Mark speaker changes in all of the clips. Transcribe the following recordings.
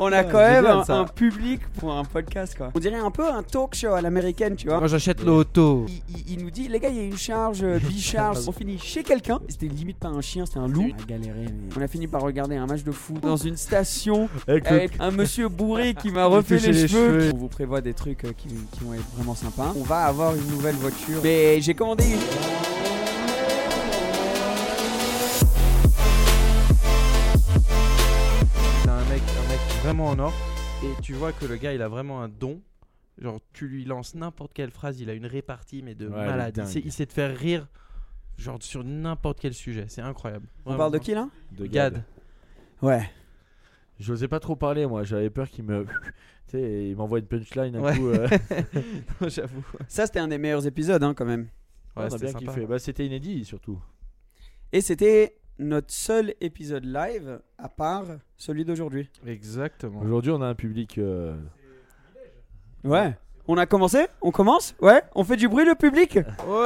Speaker 1: On a
Speaker 2: Ouais,
Speaker 1: quand même
Speaker 2: génial,
Speaker 1: un,
Speaker 2: ça.
Speaker 1: un public pour un podcast quoi. On dirait un peu un talk show à l'américaine, tu vois.
Speaker 2: Moi j'achète l'auto.
Speaker 1: Il, il- il nous dit les gars, il y a une charge, euh, bicharge. on finit chez quelqu'un. C'était limite pas un chien, c'était un loup. On a galéré, mais on a fini par regarder un match de foot dans une station
Speaker 2: Avec
Speaker 1: avec un monsieur bourré qui m'a
Speaker 2: Il
Speaker 1: refait les,
Speaker 2: touchait les
Speaker 1: cheveux.
Speaker 2: cheveux.
Speaker 1: On vous prévoit des trucs euh, qui, qui vont être vraiment sympas. On va avoir une nouvelle voiture. Mais j'ai commandé une.
Speaker 2: T'as un mec, un mec vraiment en or. Et tu vois que le gars, il a vraiment un don. Genre, tu lui lances n'importe quelle phrase, il a une répartie, mais de
Speaker 3: Ouais,
Speaker 2: malade.
Speaker 3: le
Speaker 2: Il
Speaker 3: dingue.
Speaker 2: sait, il sait te faire rire, genre, sur n'importe quel sujet. C'est incroyable.
Speaker 1: On parle de qui là
Speaker 3: De
Speaker 2: Gad.
Speaker 3: Gad.
Speaker 1: Ah. Ouais.
Speaker 3: Je n'osais pas trop parler, moi. J'avais peur qu'il me. Tu sais, il m'envoie une punchline un
Speaker 2: Ouais.
Speaker 3: coup. euh,
Speaker 2: J'avoue.
Speaker 1: Ça c'était un des meilleurs épisodes hein, quand même.
Speaker 3: on a bien kiffé. Bah, c'était inédit surtout.
Speaker 1: Et c'était notre seul épisode live à part celui d'aujourd'hui.
Speaker 2: Exactement.
Speaker 3: Aujourd'hui, on a un public. euh,
Speaker 1: Ouais. On a commencé On commence Ouais On fait du bruit le public On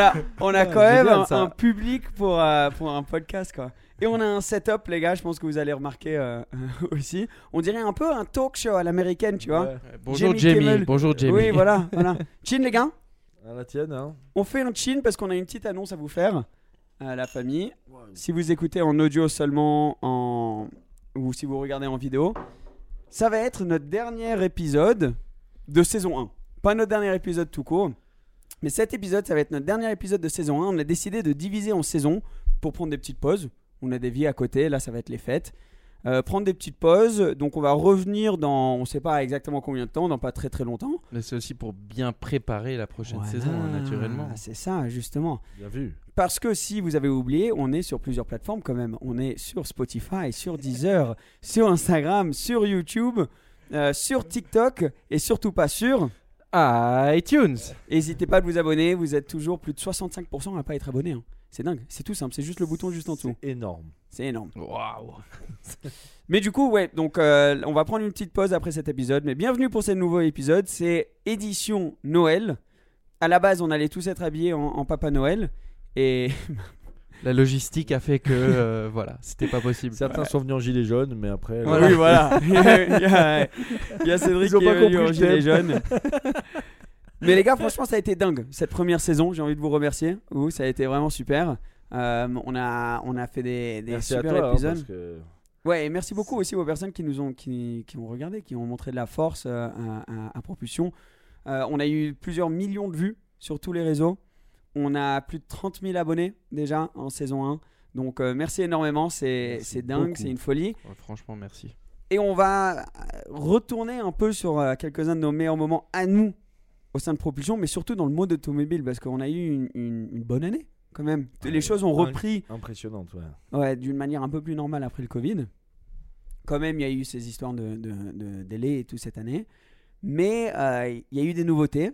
Speaker 1: a, on a
Speaker 2: Ouais,
Speaker 1: quand même
Speaker 2: génial,
Speaker 1: un,
Speaker 2: ça.
Speaker 1: un public pour, euh, pour un podcast quoi. Et on a un setup les gars, je pense que vous allez remarquer euh, aussi. On dirait un peu un talk show à l'américaine, tu vois.
Speaker 3: ouais.
Speaker 2: Bonjour
Speaker 1: Jamie
Speaker 2: Jamie.
Speaker 1: Kimmel.
Speaker 2: Bonjour Jamie.
Speaker 1: Oui, voilà, voilà. Chin les gars,
Speaker 3: À la tienne, hein.
Speaker 1: on fait un chin parce qu'on a une petite annonce à vous faire à la famille. Si vous écoutez en audio seulement en ou si vous regardez en vidéo, ça va être notre dernier épisode de saison 1. Pas notre dernier épisode tout court, mais cet épisode, ça va être notre dernier épisode de saison 1. On a décidé de diviser en saisons pour prendre des petites pauses. On a des vies à côté, là ça va être les fêtes. Euh, prendre des petites pauses, donc on va revenir dans, on sait pas exactement combien de temps, dans pas très très longtemps.
Speaker 2: Mais c'est aussi pour bien préparer la prochaine
Speaker 1: Voilà,
Speaker 2: saison, hein, naturellement.
Speaker 1: C'est ça, justement.
Speaker 3: Bien vu.
Speaker 1: Parce que si vous avez oublié, on est sur plusieurs plateformes quand même. On est sur Spotify, sur Deezer, sur Instagram, sur YouTube, euh, sur TikTok et surtout pas sur.
Speaker 2: iTunes.
Speaker 1: N'hésitez pas à vous abonner, vous êtes toujours plus de 65% à ne pas être abonné. hein. C'est dingue, c'est tout simple, c'est juste le bouton juste en dessous.
Speaker 3: C'est Énorme.
Speaker 1: C'est énorme.
Speaker 2: Waouh.
Speaker 1: Mais du coup, ouais, donc euh, on va prendre une petite pause après cet épisode. Mais bienvenue pour ce nouveau épisode, c'est édition Noël. À la base, on allait tous être habillés en, en Papa Noël. Et
Speaker 2: La logistique a fait que, euh, voilà, c'était pas possible.
Speaker 3: Certains sont venus en gilet jaune, mais après.
Speaker 1: Oui, voilà. il, y a, il y a Cédric
Speaker 3: Ils ont
Speaker 1: qui
Speaker 3: pas
Speaker 1: est venu
Speaker 3: compris
Speaker 1: en
Speaker 3: le
Speaker 1: gilet
Speaker 3: thème.
Speaker 1: jaune. Mais les gars, franchement, ça a été dingue cette première saison. J'ai envie de vous remercier. Vous, ça a été vraiment super. Euh, on a on a fait des, des
Speaker 3: Merci à
Speaker 1: super
Speaker 3: toi. hein,
Speaker 1: épisodes.
Speaker 3: parce que
Speaker 1: Ouais, et merci beaucoup aussi aux personnes qui nous ont qui, qui ont regardé, qui ont montré de la force euh, à, à- à propulsion. Euh, on a eu plusieurs millions de vues sur tous les réseaux. On a plus de 30 000 abonnés déjà en saison 1. Donc euh, merci énormément, c'est
Speaker 3: Merci
Speaker 1: c'est dingue,
Speaker 3: beaucoup.
Speaker 1: c'est une folie.
Speaker 2: Ouais, franchement, merci.
Speaker 1: Et on va euh, retourner un peu sur euh, quelques-uns de nos meilleurs moments à nous au sein de Propulsion, mais surtout dans le monde automobile, parce qu'on a eu une, une- une bonne année quand même. Les
Speaker 3: Ouais,
Speaker 1: choses ont
Speaker 3: dingue.
Speaker 1: repris
Speaker 3: impressionnante, ouais.
Speaker 1: ouais, d'une manière un peu plus normale après le Covid. Quand même, il y a eu ces histoires de, de- de délai et tout cette année. Mais euh, il y a eu des nouveautés.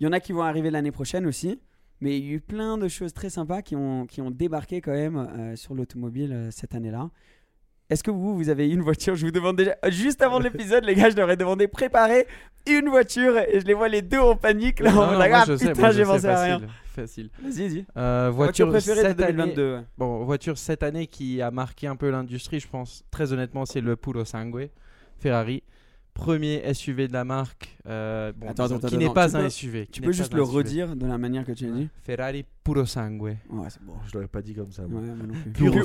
Speaker 1: Il y en a qui vont arriver l'année prochaine aussi. Mais il y a eu plein de choses très sympas qui ont, qui ont débarqué quand même euh, sur l'automobile euh, cette année-là. Est-ce que vous, vous avez une voiture Je vous demande déjà, euh, juste avant l'épisode, les gars, je leur ai demandé préparer une voiture et je les vois les deux en panique. Là,
Speaker 2: Non,
Speaker 1: en
Speaker 2: non,
Speaker 1: mode,
Speaker 2: moi,
Speaker 1: ah,
Speaker 2: je sais,
Speaker 1: putain,
Speaker 2: moi, je
Speaker 1: j'ai
Speaker 2: sais,
Speaker 1: pensé à
Speaker 2: facile,
Speaker 1: rien.
Speaker 2: Facile.
Speaker 1: Vas-y, vas-y.
Speaker 2: Euh,
Speaker 1: Voiture
Speaker 2: voiture,
Speaker 1: préférée de
Speaker 2: cette année-
Speaker 1: 2022. ouais.
Speaker 2: Bon, voiture cette année qui a marqué un peu l'industrie, je pense. Très honnêtement, c'est le Puro Sangue Ferrari. premier SUV de la marque, euh, bon,
Speaker 1: Attends,
Speaker 2: disons,
Speaker 1: attends,
Speaker 2: qui
Speaker 1: attends,
Speaker 2: n'est
Speaker 1: attends.
Speaker 2: pas
Speaker 1: Tu
Speaker 2: un
Speaker 1: peux-
Speaker 2: SUV. qui
Speaker 1: Tu
Speaker 2: n'est
Speaker 1: peux
Speaker 2: pas
Speaker 1: juste
Speaker 2: un
Speaker 1: le
Speaker 2: SUV.
Speaker 1: redire de la manière que tu l'as dit
Speaker 2: Ferrari puro sangue.
Speaker 1: Ouais, c'est bon.
Speaker 3: Je l'aurais pas dit comme ça. moi.
Speaker 1: Ouais, moi non plus.
Speaker 3: Pur
Speaker 2: Puro-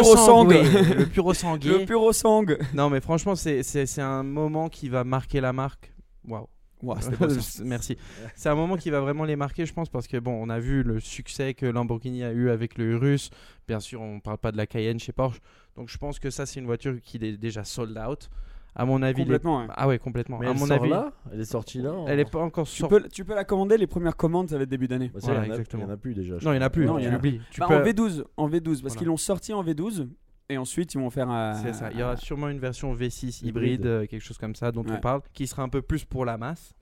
Speaker 3: au sang,
Speaker 2: puro-
Speaker 3: ouais.
Speaker 2: puro
Speaker 1: Puro sangue.
Speaker 2: sangue. Le puro sangue.
Speaker 1: Le pur au sang.
Speaker 2: Non, mais franchement, c'est- c'est c'est un moment qui va marquer la marque. Waouh.
Speaker 1: Ouah, Ah, c'était beau, ça.
Speaker 2: Merci. C'est un moment qui va vraiment les marquer, je pense, parce que bon, on a vu le succès que Lamborghini a eu avec le Urus. Bien sûr, on parle pas de la Cayenne chez Porsche. Donc, je pense que ça, c'est une voiture qui est déjà sold out. À mon avis, les-
Speaker 1: Complètement. ouais.
Speaker 2: ah ouais, complètement.
Speaker 3: Mais
Speaker 2: à
Speaker 3: elle
Speaker 2: mon
Speaker 3: sort
Speaker 2: avis,
Speaker 3: là Elle est sortie là en-
Speaker 2: elle est pas encore
Speaker 1: Tu
Speaker 2: sortie.
Speaker 1: peux, tu peux la commander, les premières commandes, ça va être début d'année.
Speaker 3: Bah, ça,
Speaker 2: Voilà,
Speaker 3: il y en a-
Speaker 2: exactement.
Speaker 3: Il y en a plus déjà. je
Speaker 2: Non, il n'y en a
Speaker 3: crois.
Speaker 2: plus.
Speaker 1: Non, il y en a
Speaker 2: tu l'oublies. Tu
Speaker 1: Bah,
Speaker 2: peux-
Speaker 1: En V12, en V12 parce
Speaker 2: Voilà.
Speaker 1: qu'ils l'ont sorti en V12 et ensuite ils vont faire. euh,
Speaker 2: Ah, C'est ça. Il y aura sûrement une version V6 hybride,
Speaker 3: Hybride.
Speaker 2: euh, quelque chose comme ça, dont
Speaker 1: Ouais.
Speaker 2: on parle, qui sera un peu plus pour la masse.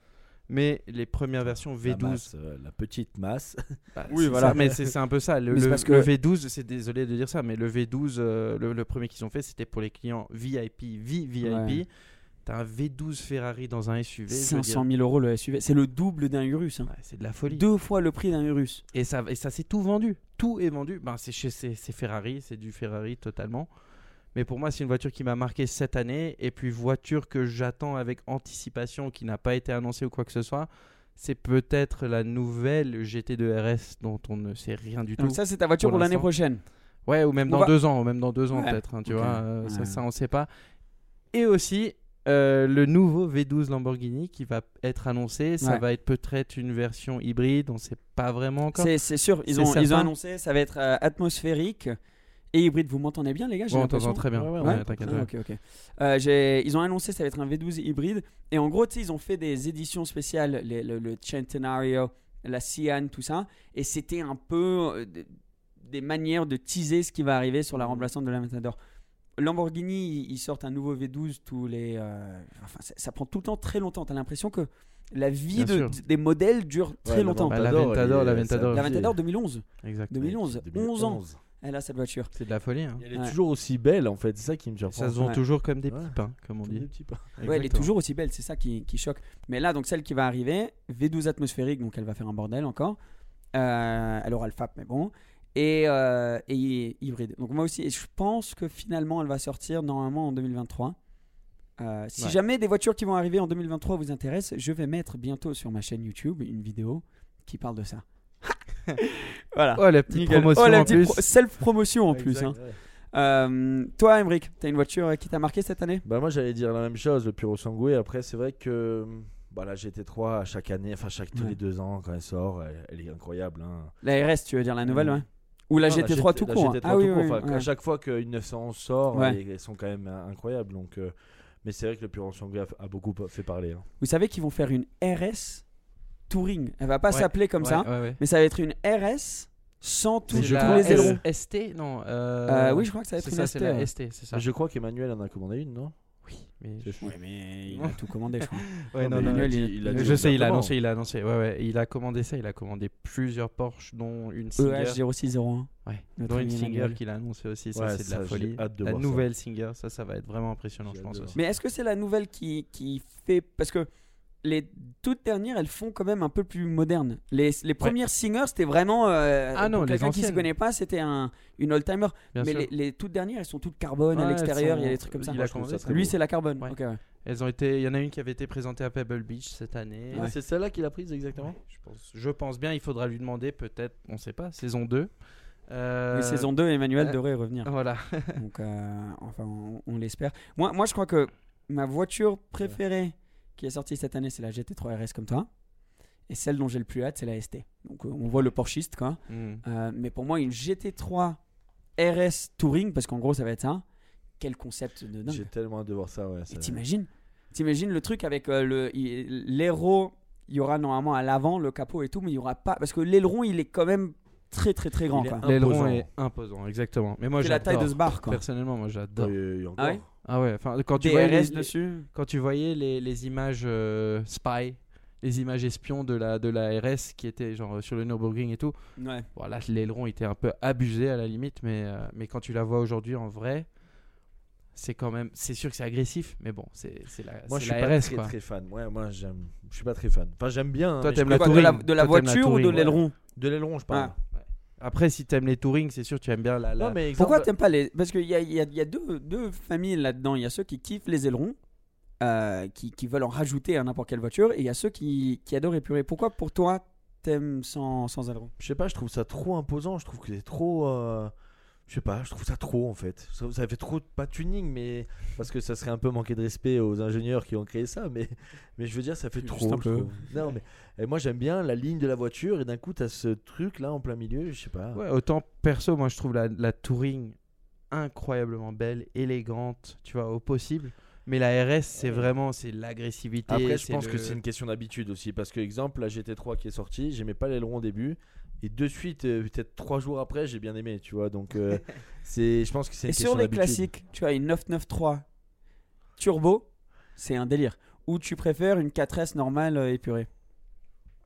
Speaker 2: Mais les premières versions
Speaker 3: La
Speaker 2: V12,
Speaker 3: masse, euh, la petite masse.
Speaker 2: Bah,
Speaker 1: Oui,
Speaker 2: c'est
Speaker 1: voilà.
Speaker 2: ça, mais c'est c'est un peu ça. Le,
Speaker 1: Mais c'est
Speaker 2: le-
Speaker 1: parce que-
Speaker 2: le V12, c'est désolé de dire ça, mais le V12, euh, le, le premier qu'ils ont fait, c'était pour les clients VIP, VIP.
Speaker 1: Ouais.
Speaker 2: T'as un V12 Ferrari dans un SUV. je veux dire. Ah,
Speaker 1: 500 000 euros le SUV. C'est le double d'un Urus. hein.
Speaker 2: Ouais, c'est de la folie.
Speaker 1: Deux fois le prix d'un Urus.
Speaker 2: Et ça, et ça c'est tout vendu. Tout est vendu. Ben, c'est chez c'est- c'est Ferrari, c'est du Ferrari totalement. Mais pour moi, c'est une voiture qui m'a marqué cette année. Et puis, voiture que j'attends avec anticipation, qui n'a pas été annoncée ou quoi que ce soit. C'est peut-être la nouvelle GT2 RS dont on ne sait rien du tout.
Speaker 1: Donc ça c'est ta voiture pour
Speaker 2: Pour
Speaker 1: l'année
Speaker 2: l'instant.
Speaker 1: prochaine.
Speaker 2: Ouais, ou même
Speaker 1: On
Speaker 2: dans
Speaker 1: va-
Speaker 2: deux ans, ou même dans deux ans
Speaker 1: Ouais.
Speaker 2: peut-être, hein, tu
Speaker 1: Ok.
Speaker 2: vois, euh,
Speaker 1: Ouais.
Speaker 2: ça, ça on sait pas. Et aussi, euh, le nouveau V12 Lamborghini qui va être annoncé, ça
Speaker 1: Ouais.
Speaker 2: va être peut-être une version hybride, on sait pas vraiment encore.
Speaker 1: C'est c'est sûr. Ils
Speaker 2: C'est
Speaker 1: ont, ils ont
Speaker 2: certain.
Speaker 1: annoncé ça va être euh, atmosphérique et hybride. Vous m'entendez bien les gars J'ai
Speaker 2: Bon, on
Speaker 1: l'impression.
Speaker 2: t'entend très bien,
Speaker 3: Ouais, ouais,
Speaker 2: ouais,
Speaker 3: ouais.
Speaker 2: t'inquiète.
Speaker 1: Ah,
Speaker 2: ouais.
Speaker 1: ok, ok. Euh, j'ai- ils ont annoncé que ça va être un V12 hybride. Et en gros, tu sais, ils ont fait des éditions spéciales, les- le, le Centenario, la Cian, tout ça. Et c'était un peu euh, des- des manières de teaser ce qui va arriver sur la
Speaker 2: Mm.
Speaker 1: remplaçante de la Matador. Lamborghini, ils sortent un nouveau V12 tous les. euh, enfin, ça, ça prend tout le temps très longtemps. T'as l'impression que la vie
Speaker 2: Bien
Speaker 1: de-
Speaker 2: sûr.
Speaker 1: des modèles dure très
Speaker 3: Ouais,
Speaker 1: longtemps.
Speaker 2: Bah, la
Speaker 3: Aventador,
Speaker 2: Aventador,
Speaker 3: il est-
Speaker 2: la Aventador.
Speaker 3: c'est
Speaker 1: La
Speaker 3: un
Speaker 1: Matador 2011,
Speaker 2: Exact.
Speaker 1: 2011, 11 ans.
Speaker 3: 2011.
Speaker 1: Elle a Eh, cette voiture.
Speaker 2: C'est de la folie, hein.
Speaker 3: Et Elle est
Speaker 1: Ouais.
Speaker 3: toujours aussi belle en fait, c'est ça qui me surprend.
Speaker 2: Ça se vend
Speaker 1: Ouais.
Speaker 2: toujours comme des
Speaker 3: Ouais.
Speaker 2: petits pains, comme on
Speaker 3: Comme des
Speaker 2: dit.
Speaker 3: petits pas.
Speaker 1: Ouais, elle est
Speaker 2: Exactement.
Speaker 1: toujours aussi belle, c'est ça qui, qui choque. Mais là, donc celle qui va arriver, V12 atmosphérique, donc elle va faire un bordel encore. Euh, elle aura le FAP, mais bon. Et, euh, et hy- hybride. Donc moi aussi, et je pense que finalement, elle va sortir normalement en 2023. Euh, si
Speaker 2: Ouais.
Speaker 1: jamais des voitures qui vont arriver en 2023 vous intéressent, je vais mettre bientôt sur ma chaîne YouTube une vidéo qui parle de ça. voilà.
Speaker 2: Oh, la petite
Speaker 1: Nickel.
Speaker 2: promotion
Speaker 1: Oh, la
Speaker 2: en
Speaker 1: petite
Speaker 2: plus.
Speaker 1: pro- self-promotion en plus.
Speaker 3: Exact,
Speaker 1: hein.
Speaker 3: ouais.
Speaker 1: Euh, toi, Emric, t'as une voiture euh, qui t'a marqué cette année
Speaker 3: Bah moi j'allais dire la même chose, le Puro Sangue. Après c'est vrai que bah, la GT3 à chaque année, enfin chaque tous
Speaker 1: Ouais.
Speaker 3: les deux ans quand elle sort, elle, elle est incroyable. hein.
Speaker 1: La RS, tu veux dire la nouvelle,
Speaker 3: Mm.
Speaker 1: ouais. Ou la
Speaker 3: Non,
Speaker 1: GT3
Speaker 3: GT-
Speaker 1: tout
Speaker 3: la
Speaker 1: court. hein.
Speaker 3: GT3
Speaker 1: ah oui,
Speaker 3: tout court,
Speaker 1: oui,
Speaker 3: enfin,
Speaker 1: oui,
Speaker 3: À
Speaker 1: ouais.
Speaker 3: chaque fois qu'une 911 sort,
Speaker 1: Ouais.
Speaker 3: elles, elles sont quand même euh, incroyables. Donc, euh, mais c'est vrai que le Puro Sangue a, a beaucoup fait parler. hein.
Speaker 1: Vous savez qu'ils vont faire une RS Touring. Elle va pas
Speaker 2: Ouais.
Speaker 1: s'appeler comme
Speaker 2: Ouais,
Speaker 1: ça,
Speaker 2: ouais, ouais.
Speaker 1: mais ça va être une RS sans tout,
Speaker 2: C'est
Speaker 1: tous
Speaker 2: la
Speaker 1: les ailerons.
Speaker 3: ailerons.
Speaker 2: ST Non. euh,
Speaker 1: Euh, oui, je crois que ça va être
Speaker 2: c'est
Speaker 1: une
Speaker 2: ça,
Speaker 1: ST.
Speaker 2: c'est la
Speaker 1: ouais. Bah,
Speaker 2: ST, c'est ça.
Speaker 3: Je crois qu'Emmanuel en a commandé une, non
Speaker 2: Oui, mais
Speaker 3: C'est-
Speaker 1: Ouais, mais il a tout commandé, je crois.
Speaker 2: Ouais,
Speaker 3: Non, mais
Speaker 2: non,
Speaker 3: il
Speaker 2: non,
Speaker 3: a
Speaker 1: Manuel,
Speaker 3: dit-
Speaker 1: il-
Speaker 3: il a dit
Speaker 2: Je sais, il a
Speaker 3: ouvertement.
Speaker 2: annoncé, il a annoncé. Ouais, ouais, il a commandé ça, il a commandé plusieurs Porsche, dont une
Speaker 3: E
Speaker 2: Singer.
Speaker 1: EH 0601.
Speaker 2: Ouais,
Speaker 1: Notre
Speaker 2: dont une
Speaker 1: ami
Speaker 2: Singer
Speaker 1: Manuel.
Speaker 2: qu'il a annoncé aussi. Ça,
Speaker 3: Ouais,
Speaker 2: c'est de la
Speaker 3: ça, j'ai
Speaker 2: folie.
Speaker 3: hâte de
Speaker 2: la
Speaker 3: voir ça.
Speaker 2: nouvelle Singer, ça, ça va être vraiment impressionnant,
Speaker 3: J'ai
Speaker 2: je
Speaker 3: hâte
Speaker 2: pense
Speaker 3: de voir
Speaker 2: aussi.
Speaker 1: Mais est-ce que c'est la nouvelle qui, qui fait. Parce que les toutes dernières, elles font quand même un peu plus moderne. Les, les premières singers, c'était vraiment. euh,
Speaker 2: Ah non,
Speaker 1: pour
Speaker 2: les
Speaker 1: Quelqu'un qui s'y
Speaker 2: anciennes.
Speaker 1: connaît pas, c'était un, une old-timer.
Speaker 2: Bien
Speaker 1: mais
Speaker 2: sûr.
Speaker 1: les, les toutes dernières, elles sont toutes carbone à
Speaker 2: Ouais,
Speaker 1: l'extérieur,
Speaker 2: elles
Speaker 1: il y a
Speaker 2: sont-
Speaker 1: des trucs comme ça.
Speaker 2: il a
Speaker 1: Moi, je trouve
Speaker 2: commandé
Speaker 1: ça
Speaker 2: ça.
Speaker 1: très Lui, c'est la carbone.
Speaker 2: Ouais.
Speaker 1: Ok, ouais.
Speaker 2: Elles ont été. Il y en a une qui avait été présentée à Pebble Beach cette année.
Speaker 3: Ah, C'est celle-là qu'il a prise exactement
Speaker 2: Je, pense, je pense bien. Il faudra lui demander peut-être. On sait pas. Saison 2. Euh,
Speaker 1: Oui, saison 2, Emmanuel
Speaker 2: euh,
Speaker 1: devrait y revenir.
Speaker 2: Voilà.
Speaker 1: Donc, euh, enfin, on, on l'espère. Moi, moi, je crois que ma voiture préférée qui est sortie cette année, c'est la GT3 RS comme toi. Et celle dont j'ai le plus hâte, c'est la ST. Donc, euh, on voit le Porschiste, quoi.
Speaker 3: Hmm.
Speaker 2: Mm.
Speaker 1: Euh, mais pour moi, une GT3 RS Touring, parce qu'en gros, ça va être ça. Quel concept de dingue.
Speaker 3: J'ai tellement hâte de voir ça. Ouais, ça-
Speaker 1: Et t'imagines T'imagines le truc avec euh, le i- l'aileron Il y aura normalement à l'avant le capot et tout, mais il y aura pas parce que l'aileron il est quand même très très très grand.
Speaker 3: Il est
Speaker 1: quoi.
Speaker 3: imposant.
Speaker 2: L'aileron est imposant, exactement. Mais moi,
Speaker 1: C'est la taille de ce
Speaker 2: j'adore.
Speaker 1: bar quoi.
Speaker 2: Personnellement, moi, j'adore.
Speaker 3: Ah, il y a encore.
Speaker 1: Ah ouais
Speaker 2: Ah ouais. Enfin, quand tu
Speaker 1: DRS
Speaker 2: vois les- les-
Speaker 1: dessus.
Speaker 2: quand tu voyais les, les images euh, spy, les images espions de la, de la RS qui étaient genre sur le Nürburgring et tout,
Speaker 1: Ouais.
Speaker 2: voilà, l'aileron était un peu abusé à la limite, mais, euh, mais quand tu la vois aujourd'hui en vrai, c'est quand même, c'est sûr que c'est agressif, mais bon, c'est c'est la,
Speaker 3: Moi,
Speaker 2: c'est
Speaker 3: je suis
Speaker 2: la
Speaker 3: pas
Speaker 2: RS
Speaker 3: très,
Speaker 2: quoi.
Speaker 3: très fan. Ouais, moi, j'aime. Je suis pas très fan. Enfin, j'aime bien. hein,
Speaker 2: Toi,
Speaker 3: mais
Speaker 2: t'aimes
Speaker 3: je-
Speaker 2: la
Speaker 1: Quoi, de la,
Speaker 2: touring.
Speaker 1: de la
Speaker 2: Toi, t'aimes la
Speaker 1: voiture ou de
Speaker 2: touring,
Speaker 1: l'aileron
Speaker 3: De l'aileron, je parle.
Speaker 2: Après, si t'aimes les tourings, c'est sûr tu aimes bien la. la...
Speaker 3: Non, mais exemple-
Speaker 1: Pourquoi t'aimes pas les Parce qu'il y a, il y a- il y a deux, deux familles là-dedans. Il y a ceux qui kiffent les ailerons euh, qui, qui veulent en rajouter à n'importe quelle voiture, et il y a ceux qui, qui adorent épurer. Pourquoi pour toi, t'aimes sans, sans aileron
Speaker 3: Je sais pas, je trouve ça trop imposant. Je trouve que c'est trop. euh, Je sais pas, je trouve ça trop en fait. Ça, ça fait trop, pas tuning, mais. Parce que ça serait un peu manquer de respect aux ingénieurs qui ont créé ça, mais, mais je veux dire, ça fait
Speaker 1: Juste
Speaker 3: trop.
Speaker 1: un
Speaker 3: je
Speaker 1: peu.
Speaker 3: trouve. Non, mais et moi j'aime bien la ligne de la voiture et d'un coup t'as ce truc là en plein milieu, je sais pas.
Speaker 2: Ouais, autant perso, moi je trouve la, la Touring incroyablement belle, élégante, tu vois, au possible. Mais la RS, c'est vraiment c'est l'agressivité.
Speaker 3: Après, je pense
Speaker 2: le-
Speaker 3: que c'est une question d'habitude aussi. Parce que, exemple, la GT3 qui est sortie, j'aimais pas l'aileron au début. Et de suite, euh, peut-être trois jours après, j'ai bien aimé, tu vois. Donc, euh, c'est, je pense que c'est
Speaker 1: Et
Speaker 3: une
Speaker 1: sur
Speaker 3: question
Speaker 1: les
Speaker 3: d'habitude.
Speaker 1: classiques, tu as une 993 turbo, c'est un délire. Ou tu préfères une 4S normale euh, épurée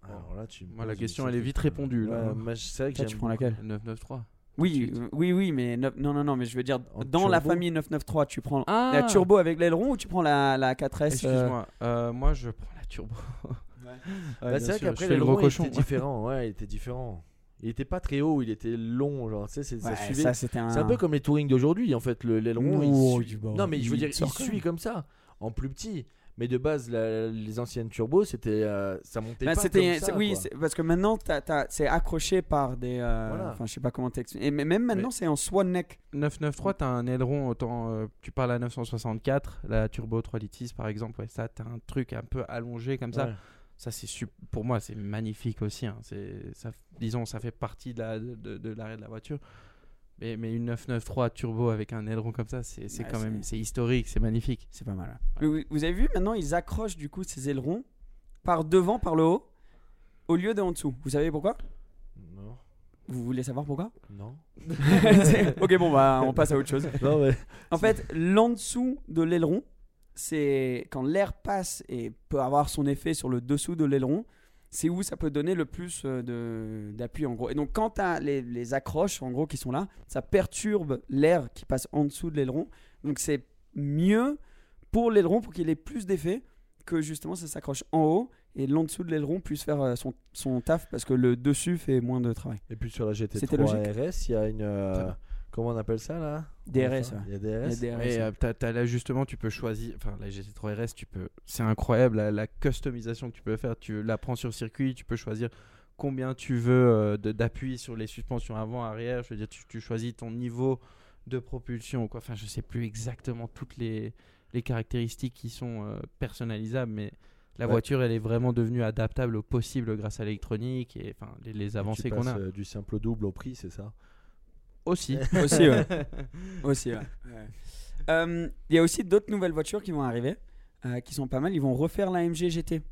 Speaker 3: Ah, Alors là, tu me
Speaker 2: Moi, la
Speaker 3: poses une
Speaker 2: question,
Speaker 3: petite-
Speaker 2: elle est vite répondue, là.
Speaker 3: Ouais, moi, je- c'est vrai que
Speaker 1: Toi,
Speaker 3: j'aime
Speaker 1: tu prends laquelle
Speaker 2: 993.
Speaker 1: Oui, euh, oui, oui, mais neuf- non, non, non, mais je veux dire,
Speaker 3: En
Speaker 1: dans la
Speaker 3: turbo
Speaker 1: famille 993, tu prends
Speaker 2: Ah
Speaker 1: la turbo avec l'aileron ou tu prends la, la 4S euh,
Speaker 2: Excuse-moi, euh, moi je prends la turbo.
Speaker 3: Bah,
Speaker 2: bien
Speaker 3: c'est vrai
Speaker 2: sûr,
Speaker 3: qu'après,
Speaker 2: je fais le
Speaker 3: le
Speaker 2: gros
Speaker 3: gros
Speaker 2: cochon.
Speaker 3: Il était différent, ouais, il était différent. Il était pas très haut, il était long, genre, tu sais, c'est-
Speaker 1: ouais,
Speaker 3: ça suivait.
Speaker 1: ça, c'était un.
Speaker 3: C'est un peu comme les touring d'aujourd'hui, en fait, le- l'aileron.
Speaker 1: Oh,
Speaker 3: il suit-
Speaker 1: du bord.
Speaker 3: Non, mais je veux
Speaker 1: Il
Speaker 3: dire, il
Speaker 1: sort quand
Speaker 3: suit comme ça, en plus petit. Mais de base, la- les anciennes turbos, c'était, euh, ça montait
Speaker 1: Bah,
Speaker 3: pas
Speaker 1: c'était
Speaker 3: comme ça.
Speaker 1: c'est- oui
Speaker 3: quoi.
Speaker 1: c'est- parce que maintenant t'as- t'as- c'est accroché par des euh,
Speaker 3: Voilà.
Speaker 1: enfin je sais pas comment t'expliquer et mais- même maintenant c'est en swan neck
Speaker 2: 993, t'as un aileron, autant euh, tu parles à 964, la turbo 3 litres 6 par exemple, ouais, ça t'as un truc un peu allongé comme ça.
Speaker 3: Ouais.
Speaker 2: Ça c'est sup- pour moi c'est magnifique aussi. hein. C'est ça, disons ça fait partie de la- de- de- de l'arrêt de, la voiture. Mais, mais une 993 turbo avec un aileron comme ça, c'est c'est
Speaker 1: Ouais,
Speaker 2: quand
Speaker 1: Bah, c'est-
Speaker 2: même c'est historique, c'est magnifique.
Speaker 1: c'est pas mal vous, vous avez vu maintenant ils accrochent du coup ces ailerons par devant par le haut au lieu de en dessous vous savez pourquoi
Speaker 3: Non,
Speaker 1: vous voulez savoir pourquoi
Speaker 3: non.
Speaker 1: C'est- ok bon bah on passe à autre chose
Speaker 3: Non, mais
Speaker 1: en fait l'en dessous de l'aileron c'est quand l'air passe et peut avoir son effet sur le dessous de l'aileron c'est où ça peut donner le plus euh, de- d'appui en gros. Et donc quand tu as les, les accroches en gros qui sont là, ça perturbe l'air qui passe en dessous de l'aileron. Donc c'est mieux pour l'aileron pour qu'il ait plus d'effet que justement ça s'accroche en haut et l'en dessous de l'aileron puisse faire euh, son, son taf parce que le dessus fait moins de travail.
Speaker 3: Et puis sur la
Speaker 1: C'était
Speaker 3: GT3
Speaker 1: logique.
Speaker 3: RS, il y a une. euh,
Speaker 2: Ça va.
Speaker 3: comment on appelle ça là
Speaker 1: DRS.
Speaker 3: Enfin,
Speaker 1: ouais.
Speaker 3: Il y a
Speaker 1: Il y a
Speaker 3: DRS.
Speaker 1: DRS,
Speaker 2: Et
Speaker 1: ouais.
Speaker 2: euh, t'as- t'as là justement, tu peux choisir. Enfin, la GT3 RS, tu peux. C'est incroyable la, la customisation que tu peux faire. Tu la prends sur circuit, tu peux choisir combien tu veux euh, de- d'appui sur les suspensions avant, arrière. Je veux dire, tu, tu choisis ton niveau de propulsion ou quoi. Enfin, je sais plus exactement toutes les, les caractéristiques qui sont euh, personnalisables, mais la
Speaker 3: Ouais.
Speaker 2: voiture, elle est vraiment devenue adaptable au possible grâce à l'électronique et enfin les, les
Speaker 3: Tu
Speaker 2: avancées qu'on
Speaker 3: passes,
Speaker 2: a
Speaker 3: euh, du simple au double au prix, c'est ça
Speaker 1: euh,
Speaker 2: aussi.
Speaker 1: Aussi, ouais. Aussi, ouais. Euh, Il y a aussi d'autres nouvelles voitures qui vont arriver, euh, qui sont pas mal. Ils vont refaire la MG GT.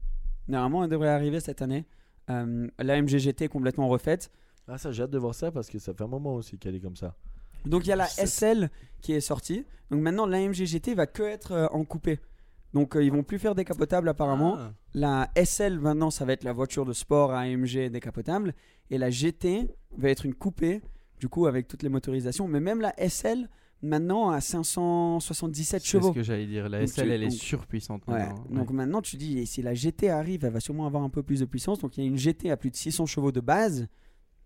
Speaker 1: Normalement, elle devrait arriver cette année. Euh, la MG GT complètement refaite.
Speaker 3: Ah, ça, j'ai hâte de voir ça parce que ça fait un moment aussi qu'elle est comme ça.
Speaker 1: Donc il y a la
Speaker 3: C'est-
Speaker 1: SL qui est sortie. Donc maintenant, la MG GT va que être euh, en coupé. Donc euh, ils vont plus faire décapotable apparemment.
Speaker 2: Ah.
Speaker 1: La SL maintenant, ça va être la voiture de sport AMG décapotable. Et la GT va être une coupée, du coup, avec toutes les motorisations. Mais même la SL, maintenant, à 577
Speaker 2: C'est ce
Speaker 1: chevaux.
Speaker 2: que j'allais dire. La
Speaker 1: Donc,
Speaker 2: SL,
Speaker 1: tu-
Speaker 2: elle est
Speaker 1: donc-
Speaker 2: surpuissante.
Speaker 1: Ouais.
Speaker 2: maintenant.
Speaker 1: Donc maintenant, tu dis, et si la GT arrive, elle va sûrement avoir un peu plus de puissance. Donc il y a une GT à plus de 600 chevaux de base,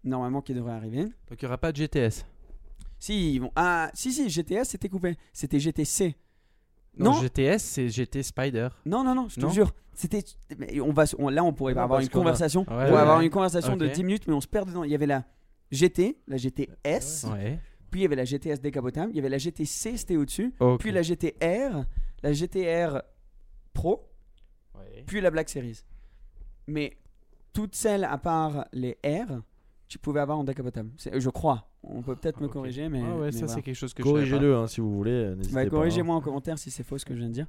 Speaker 1: normalement, qui devrait arriver.
Speaker 2: Donc il n'y aura pas de GTS.
Speaker 1: Si, ils vont. Ah, si, si, GTS, c'était coupé. C'était GTC.
Speaker 2: Non,
Speaker 1: Non.
Speaker 2: GTS, c'est GT Spider.
Speaker 1: Non, non, non, je te
Speaker 2: Non.
Speaker 1: jure. C'était. mais On va, on- là, on pourrait
Speaker 3: Non,
Speaker 1: avoir
Speaker 3: parce
Speaker 1: une
Speaker 3: qu'on a-
Speaker 1: conversation.
Speaker 2: Ouais,
Speaker 1: on va
Speaker 2: ouais.
Speaker 1: avoir une conversation de
Speaker 2: Ok.
Speaker 1: 10 minutes, mais on se perd dedans. Il y avait la GT, la GTS,
Speaker 2: Ouais.
Speaker 1: puis il y avait la GTS décapotable, il y avait la GTC, c'était au-dessus,
Speaker 2: Ok.
Speaker 1: puis la GTR, la GTR Pro,
Speaker 2: Ouais.
Speaker 1: puis la Black Series. Mais toutes celles à part les R, tu pouvais avoir en décapotable. C'est- Je crois. On peut peut-être
Speaker 2: Ah,
Speaker 1: me
Speaker 2: ok.
Speaker 1: corriger, mais.
Speaker 2: Ah ouais,
Speaker 1: mais
Speaker 2: ça
Speaker 1: voilà.
Speaker 2: c'est quelque chose que je savais
Speaker 3: Corrigez-le hein, si vous voulez, euh, n'hésitez
Speaker 1: Bah,
Speaker 3: pas.
Speaker 1: Corrigez-moi en commentaire si c'est faux ce que je viens de dire.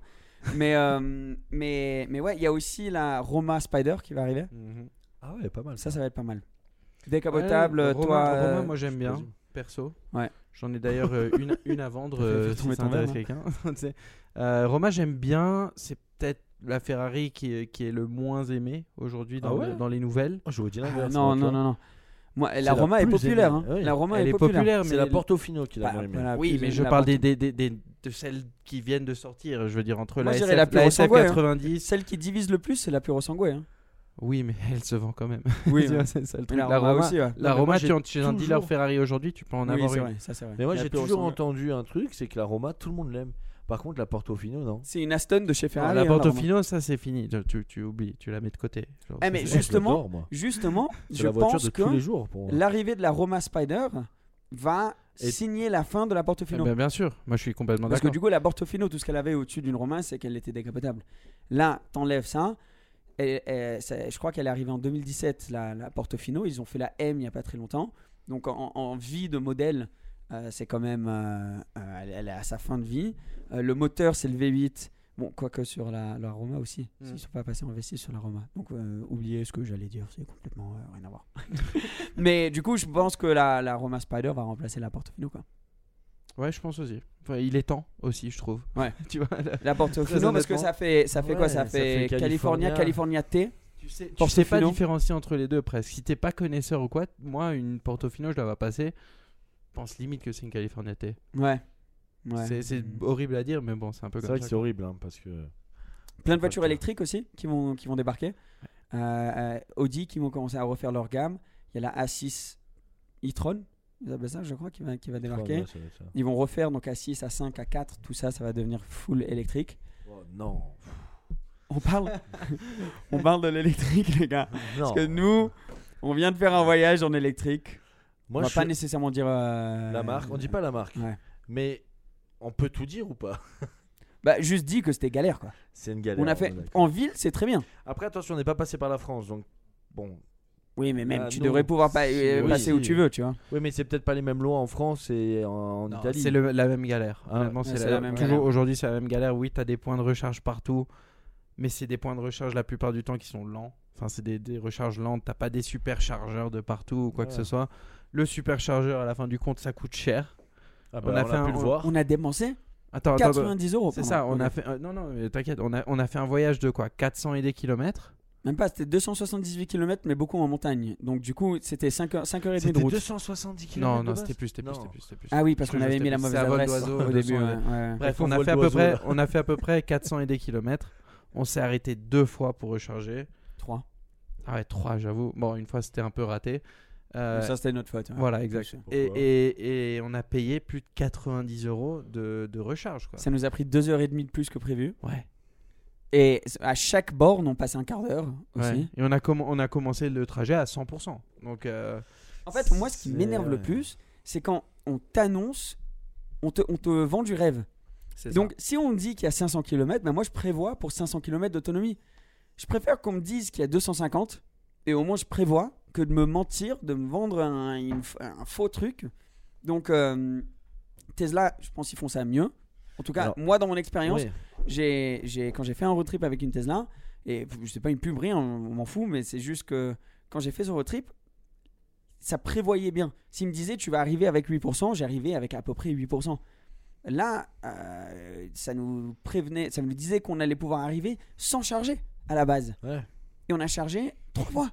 Speaker 1: mais, euh, mais, mais ouais, il y a aussi la Roma Spider qui va arriver.
Speaker 2: pas. Mhm.
Speaker 3: Ah ouais, pas mal.
Speaker 1: Ça, ça va être pas mal. Décapotable,
Speaker 2: Ouais,
Speaker 1: toi.
Speaker 2: Romain- Romain,
Speaker 1: euh,
Speaker 2: moi j'aime bien,
Speaker 3: présume.
Speaker 2: perso.
Speaker 1: Ouais.
Speaker 2: J'en ai d'ailleurs euh, une, une à vendre
Speaker 1: Fais- fais
Speaker 2: euh, si
Speaker 1: tomber
Speaker 2: ça
Speaker 1: ton verre,
Speaker 2: intéresse quelqu'un.
Speaker 3: hein.
Speaker 2: Tu sais. Euh, Romain, j'aime bien. C'est peut-être la Ferrari qui est, qui est le moins aimée aujourd'hui dans,
Speaker 3: Ah ouais
Speaker 2: le- dans les nouvelles.
Speaker 3: Oh, J'aurais dit
Speaker 1: ah,
Speaker 3: l'inverse.
Speaker 1: non,
Speaker 3: moi, tu
Speaker 1: non,
Speaker 3: vois.
Speaker 1: non, non. Moi,
Speaker 3: C'est
Speaker 1: la
Speaker 3: la
Speaker 1: Roma est
Speaker 3: plus
Speaker 1: populaire.
Speaker 3: aimée,
Speaker 1: hein.
Speaker 3: oui.
Speaker 1: La Roma
Speaker 2: Elle
Speaker 1: est,
Speaker 2: est
Speaker 1: populaire. Bah,
Speaker 2: populaire, mais
Speaker 3: C'est la Portofino qui l'a moins aimée.
Speaker 1: Voilà,
Speaker 2: Oui,
Speaker 1: plus-
Speaker 2: mais je
Speaker 1: Ah la
Speaker 2: parle
Speaker 1: porte-
Speaker 2: des, des, des, des- de celles qui viennent de sortir. Je veux dire, entre la,
Speaker 1: Moi, je
Speaker 2: SF,
Speaker 1: dirais la plus ressemblante, hein.
Speaker 2: 90.
Speaker 1: Celle qui divise le plus, c'est la Puro Sangue. Hein.
Speaker 2: Oui, mais elle se vend quand même.
Speaker 1: Oui,
Speaker 2: Tu vois, c'est ça le
Speaker 1: mais
Speaker 2: truc.
Speaker 1: la
Speaker 2: La
Speaker 1: Roma
Speaker 2: Roma-
Speaker 1: aussi. Ouais.
Speaker 3: Non,
Speaker 2: La
Speaker 3: mais
Speaker 2: Roma,
Speaker 3: moi,
Speaker 2: tu,
Speaker 3: j'ai
Speaker 2: es chez un dealer
Speaker 3: toujours-
Speaker 2: Ferrari aujourd'hui, tu peux en
Speaker 1: oui,
Speaker 2: avoir
Speaker 1: c'est
Speaker 2: une.
Speaker 1: vrai, ça c'est vrai.
Speaker 3: Mais moi,
Speaker 1: La
Speaker 3: j'ai
Speaker 1: Puro
Speaker 3: toujours
Speaker 1: Sangue.
Speaker 3: entendu un truc, c'est que la Roma, tout le monde l'aime. Par contre, la Portofino, non.
Speaker 1: C'est une Aston de chez Ferrari.
Speaker 2: Ah, la
Speaker 1: hein, normalement.
Speaker 2: Portofino, ça c'est fini. Tu, tu- tu oublies, tu la mets de côté. Genre,
Speaker 1: Eh,
Speaker 2: ça,
Speaker 1: mais
Speaker 2: c'est-
Speaker 3: Je
Speaker 1: justement,
Speaker 3: l'adore, moi.
Speaker 1: Justement,
Speaker 3: C'est
Speaker 1: je
Speaker 3: la voiture
Speaker 1: pense
Speaker 3: de
Speaker 1: que
Speaker 3: tous les jours pour moi.
Speaker 1: l'arrivée de la Roma Spider va
Speaker 3: Et-
Speaker 1: signer la fin de la
Speaker 2: Eh
Speaker 1: Portofino.
Speaker 2: ben, bien sûr, moi je suis complètement
Speaker 1: Parce que
Speaker 2: d'accord.
Speaker 1: du coup, la Portofino, tout ce qu'elle avait au-dessus d'une Roma, c'est qu'elle était décapotable. Là, t'enlèves ça. Et, et ça- je crois qu'elle est arrivée en 2017, la, la Portofino. Ils ont fait la M il n'y a pas très longtemps. Donc en, en vie de modèle, euh, c'est quand même. euh, euh, elle, elle est à sa fin de vie. Euh, le moteur, c'est le V8. Bon, quoique sur la, la Roma aussi.
Speaker 2: Mm.
Speaker 1: Ils ne sont pas passés en V6 sur la Roma. Donc euh, oubliez ce que j'allais dire. C'est complètement euh, rien à voir. Mais du coup, je pense que la, la Roma Spider va remplacer la Portofino. Quoi.
Speaker 2: Ouais, je pense aussi. Enfin, il est temps aussi, je trouve.
Speaker 1: Ouais.
Speaker 2: tu vois, là,
Speaker 1: La Portofino, parce que
Speaker 2: honnêtement.
Speaker 1: ça fait, ça fait
Speaker 3: Ouais,
Speaker 1: quoi
Speaker 3: ça
Speaker 1: ça, fait
Speaker 3: fait
Speaker 1: California,
Speaker 3: California.
Speaker 1: California T.
Speaker 2: tu sais, tu sais
Speaker 1: Portofino.
Speaker 2: pas différencier entre les deux presque. Si t'es pas connaisseur ou quoi, moi une Portofino, je la vois passer. Je pense limite que c'est une California T.
Speaker 1: Ouais. ouais.
Speaker 2: C'est- C'est horrible à dire, mais bon, c'est un peu
Speaker 3: C'est
Speaker 2: comme
Speaker 3: vrai
Speaker 2: ça.
Speaker 3: que c'est
Speaker 2: quoi.
Speaker 3: horrible hein, parce que.
Speaker 1: Plein de voitures
Speaker 3: Voltaire.
Speaker 1: électriques aussi qui vont, qui vont débarquer. Euh, euh, Audi qui vont commencer à refaire leur gamme. Il y a la A6 e-tron, ils appellent ça, je crois, qui va, qui va débarquer.
Speaker 3: Ouais, Oh, ça va être ça.
Speaker 1: Ils vont refaire donc A6, A5, A4, tout ça, ça va devenir full électrique.
Speaker 3: Oh, non.
Speaker 1: On parle, on parle de l'électrique, les gars.
Speaker 3: Non.
Speaker 1: Parce que nous, on vient de faire un voyage en électrique.
Speaker 3: Moi,
Speaker 1: on va
Speaker 3: je
Speaker 1: pas
Speaker 3: suis-
Speaker 1: nécessairement dire. euh,
Speaker 3: la marque. On dit pas la marque.
Speaker 1: Ouais.
Speaker 3: Mais on peut tout dire ou pas
Speaker 1: Bah, juste dit que c'était galère, quoi.
Speaker 3: C'est une galère.
Speaker 1: On a fait
Speaker 3: est d'accord.
Speaker 1: en ville, c'est très bien.
Speaker 3: Après, attention, on n'est pas passé par la France, donc bon.
Speaker 1: Oui, mais même
Speaker 3: Ah,
Speaker 1: tu
Speaker 3: non.
Speaker 1: devrais pouvoir pas,
Speaker 3: Si,
Speaker 1: euh,
Speaker 3: oui,
Speaker 1: passer où
Speaker 2: si.
Speaker 1: tu veux, tu vois.
Speaker 3: Oui, mais c'est peut-être pas les mêmes lois en France et en, en
Speaker 2: Non,
Speaker 3: Italie.
Speaker 2: C'est le- la même galère.
Speaker 3: Ah,
Speaker 2: Honnêtement,
Speaker 3: ouais,
Speaker 2: c'est
Speaker 1: c'est
Speaker 2: la,
Speaker 1: la même
Speaker 2: toujours
Speaker 1: galère.
Speaker 2: aujourd'hui, c'est la même galère. Oui, tu as des points de recharge partout, mais c'est des points de recharge la plupart du temps qui sont lents. Enfin, c'est des, des recharges lentes. T'as pas des superchargeurs de partout ou quoi que
Speaker 3: Ouais.
Speaker 2: ce soit. Le superchargeur, à la fin du compte, ça coûte cher.
Speaker 3: Ah bah,
Speaker 2: on a fait un-
Speaker 3: pu le voir.
Speaker 1: On a dépensé
Speaker 2: Oh. Attends, attends.
Speaker 1: 90 euros.
Speaker 2: C'est
Speaker 1: pardon.
Speaker 2: ça, on a
Speaker 1: Ok.
Speaker 2: fait. euh, non, non, mais t'inquiète, on a, on a fait un voyage de quoi 400 et des kilomètres
Speaker 1: Même pas, c'était 278 km, mais beaucoup en montagne. Donc, du coup, c'était 5h30 de
Speaker 3: C'était
Speaker 1: route.
Speaker 3: 270 km.
Speaker 2: Non, non, c'était plus, c'était plus,
Speaker 3: Non.
Speaker 2: c'était plus, c'était plus.
Speaker 1: Ah oui, parce
Speaker 2: Je te
Speaker 1: qu'on avait
Speaker 2: jure,
Speaker 1: mis la
Speaker 2: c'était
Speaker 1: mauvaise
Speaker 2: à vol
Speaker 1: adresse
Speaker 2: d'oiseau,
Speaker 1: au
Speaker 2: 200,
Speaker 1: début.
Speaker 2: ouais.
Speaker 1: ouais, ouais.
Speaker 2: Bref,
Speaker 3: Faut
Speaker 2: on a,
Speaker 3: vol
Speaker 2: fait à peu
Speaker 3: d'oiseau,
Speaker 2: près,
Speaker 3: là.
Speaker 2: on a fait à peu près 400 et des kilomètres. On s'est arrêté deux fois pour recharger.
Speaker 1: Trois.
Speaker 2: Ah ouais, 3, j'avoue. Bon, une fois, c'était un peu raté. Euh,
Speaker 1: Ça, c'était notre faute. ouais.
Speaker 2: voilà, exact. Et,
Speaker 3: Pourquoi
Speaker 2: et- et on a payé plus de 90 euros de, de recharge, quoi.
Speaker 1: Ça nous a pris 2h30 de plus que prévu.
Speaker 2: Ouais.
Speaker 1: Et à chaque borne, on passait un quart d'heure aussi.
Speaker 2: ouais. Et on a, comm- on a commencé le trajet à 100%. Donc, euh,
Speaker 1: En fait, moi, ce qui
Speaker 3: C'est-
Speaker 1: m'énerve le
Speaker 3: ouais.
Speaker 1: plus, c'est quand on t'annonce, on te, on te vend du rêve.
Speaker 2: c'est ça.
Speaker 1: Donc, si on me dit qu'il y a 500 km, ben moi, je prévois pour 500 km d'autonomie. Je préfère qu'on me dise qu'il y a 250, et au moins, je prévois, que de me mentir, de me vendre un, une f- un faux truc. Donc, euh, Tesla, je pense qu'ils font ça mieux. En tout cas,
Speaker 3: Alors,
Speaker 1: moi, dans mon expérience,
Speaker 3: Oui.
Speaker 1: j'ai, j'ai- quand j'ai fait un road trip avec une Tesla, et je sais pas une pub, rien, on m'en fout, mais c'est juste que quand j'ai fait ce road trip, ça prévoyait bien. S'il me disait tu vas arriver avec 8%, j'arrivais avec à peu près 8%. Là, euh, ça nous prévenait, ça nous disait qu'on allait pouvoir arriver sans charger à la base.
Speaker 3: Ouais.
Speaker 1: Et on a chargé trois fois.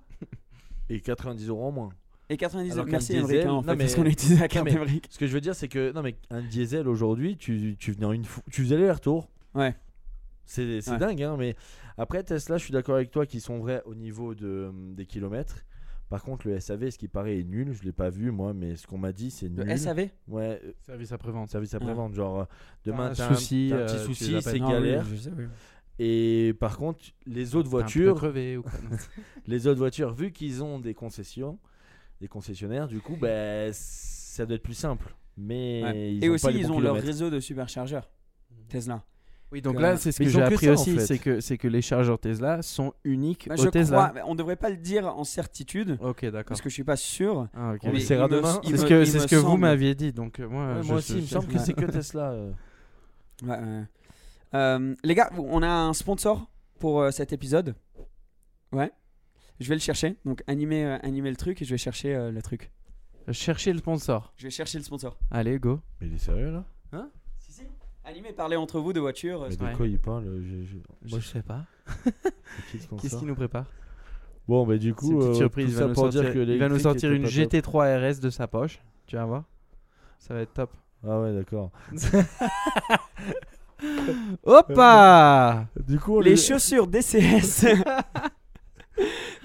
Speaker 3: Et 90 euros en moins.
Speaker 1: Et 90
Speaker 3: Alors qu'un
Speaker 1: Merci
Speaker 3: diesel,
Speaker 1: Emmerich, hein, en
Speaker 3: non,
Speaker 1: fait,
Speaker 3: mais-
Speaker 1: parce qu'on utilisé la carte
Speaker 3: mais-
Speaker 1: Emmerich.
Speaker 3: Ce que je veux dire, c'est que non, mais un diesel aujourd'hui, tu, tu venais en une fou- tu faisais l'aller-retour.
Speaker 1: Ouais.
Speaker 3: C'est c'est
Speaker 1: Ouais.
Speaker 3: dingue, hein, mais après Tesla, je suis d'accord avec toi qu'ils sont vrais au niveau de, hum, des kilomètres. Par contre, le SAV, ce qui paraît est nul, je l'ai pas vu moi, mais ce qu'on m'a dit, c'est nul.
Speaker 1: Le SAV
Speaker 3: Ouais, euh,
Speaker 2: Service après-vente.
Speaker 3: service après-vente, genre euh, demain
Speaker 2: un
Speaker 3: t'as un,
Speaker 2: souci,
Speaker 3: t'as un
Speaker 2: euh,
Speaker 3: petit
Speaker 2: tu
Speaker 3: souci,
Speaker 2: l'appelles.
Speaker 3: c'est
Speaker 2: Ah
Speaker 1: oui,
Speaker 3: galère.
Speaker 1: je sais, oui.
Speaker 3: Et par contre, les autres
Speaker 2: voiture
Speaker 3: voitures, les autres voitures, vu qu'ils ont des concessions, des concessionnaires, du coup, bah, ça doit être plus simple. Mais
Speaker 1: Ouais.
Speaker 3: ils
Speaker 1: Et
Speaker 3: ont
Speaker 1: aussi,
Speaker 3: pas les
Speaker 1: ils
Speaker 3: bons
Speaker 1: ont leur
Speaker 3: kilomètres.
Speaker 1: réseau de superchargeurs Tesla.
Speaker 2: Oui, donc
Speaker 1: Que-
Speaker 2: là, c'est ce
Speaker 3: Mais
Speaker 2: que
Speaker 3: ils
Speaker 2: j'ai
Speaker 3: ont que
Speaker 2: appris
Speaker 3: ça, en
Speaker 2: aussi,
Speaker 3: fait.
Speaker 2: c'est que, c'est que les chargeurs Tesla sont uniques
Speaker 1: Bah,
Speaker 2: au
Speaker 1: je
Speaker 2: Tesla.
Speaker 1: crois, mais on devrait pas le dire en certitude
Speaker 2: Ok, d'accord.
Speaker 1: parce que je suis pas sûr.
Speaker 2: Ah, ok.
Speaker 3: On
Speaker 1: mais
Speaker 3: le saura
Speaker 1: il me-
Speaker 3: demain.
Speaker 1: il
Speaker 2: C'est ce
Speaker 1: me-
Speaker 2: que,
Speaker 1: il
Speaker 2: c'est
Speaker 1: me
Speaker 2: ce que vous
Speaker 1: semble.
Speaker 2: m'aviez dit. Donc, euh, moi,
Speaker 3: Ouais,
Speaker 2: je-
Speaker 3: moi aussi,
Speaker 2: je-
Speaker 3: il me semble que c'est que Tesla. euh.
Speaker 1: Ouais, ouais. Euh, les gars, on a un sponsor pour euh, cet épisode. Ouais. Je vais le chercher. Donc animer, euh, animer le truc et je vais chercher euh, le truc.
Speaker 2: Cherchez le sponsor.
Speaker 1: Je vais chercher le sponsor.
Speaker 2: Allez, go.
Speaker 3: Mais il est sérieux là
Speaker 1: Si si. Animer, parler entre vous de voiture.
Speaker 3: Mais
Speaker 1: euh,
Speaker 3: de
Speaker 2: Ouais.
Speaker 3: quoi il parle je- je-
Speaker 2: Moi, je sais pas.
Speaker 3: c'est qui ce qu'on
Speaker 2: Qu'est-ce
Speaker 3: sort
Speaker 2: qu'il nous prépare
Speaker 3: Bon, mais du
Speaker 2: C'est une
Speaker 3: coup,
Speaker 2: petite
Speaker 3: euh,
Speaker 2: surprise.
Speaker 3: tout
Speaker 2: Il
Speaker 3: ça
Speaker 2: va, nous
Speaker 3: pour dire
Speaker 2: sortir,
Speaker 3: que
Speaker 2: il va nous
Speaker 3: l'électrique
Speaker 2: sortir
Speaker 3: était
Speaker 2: une
Speaker 3: pas top.
Speaker 2: GT3 RS de sa poche. Tu vas voir. Ça va être top.
Speaker 3: Ah ouais, d'accord.
Speaker 2: Hoppa
Speaker 3: Du coup, on
Speaker 1: Les
Speaker 3: lui-
Speaker 1: chaussures DCS.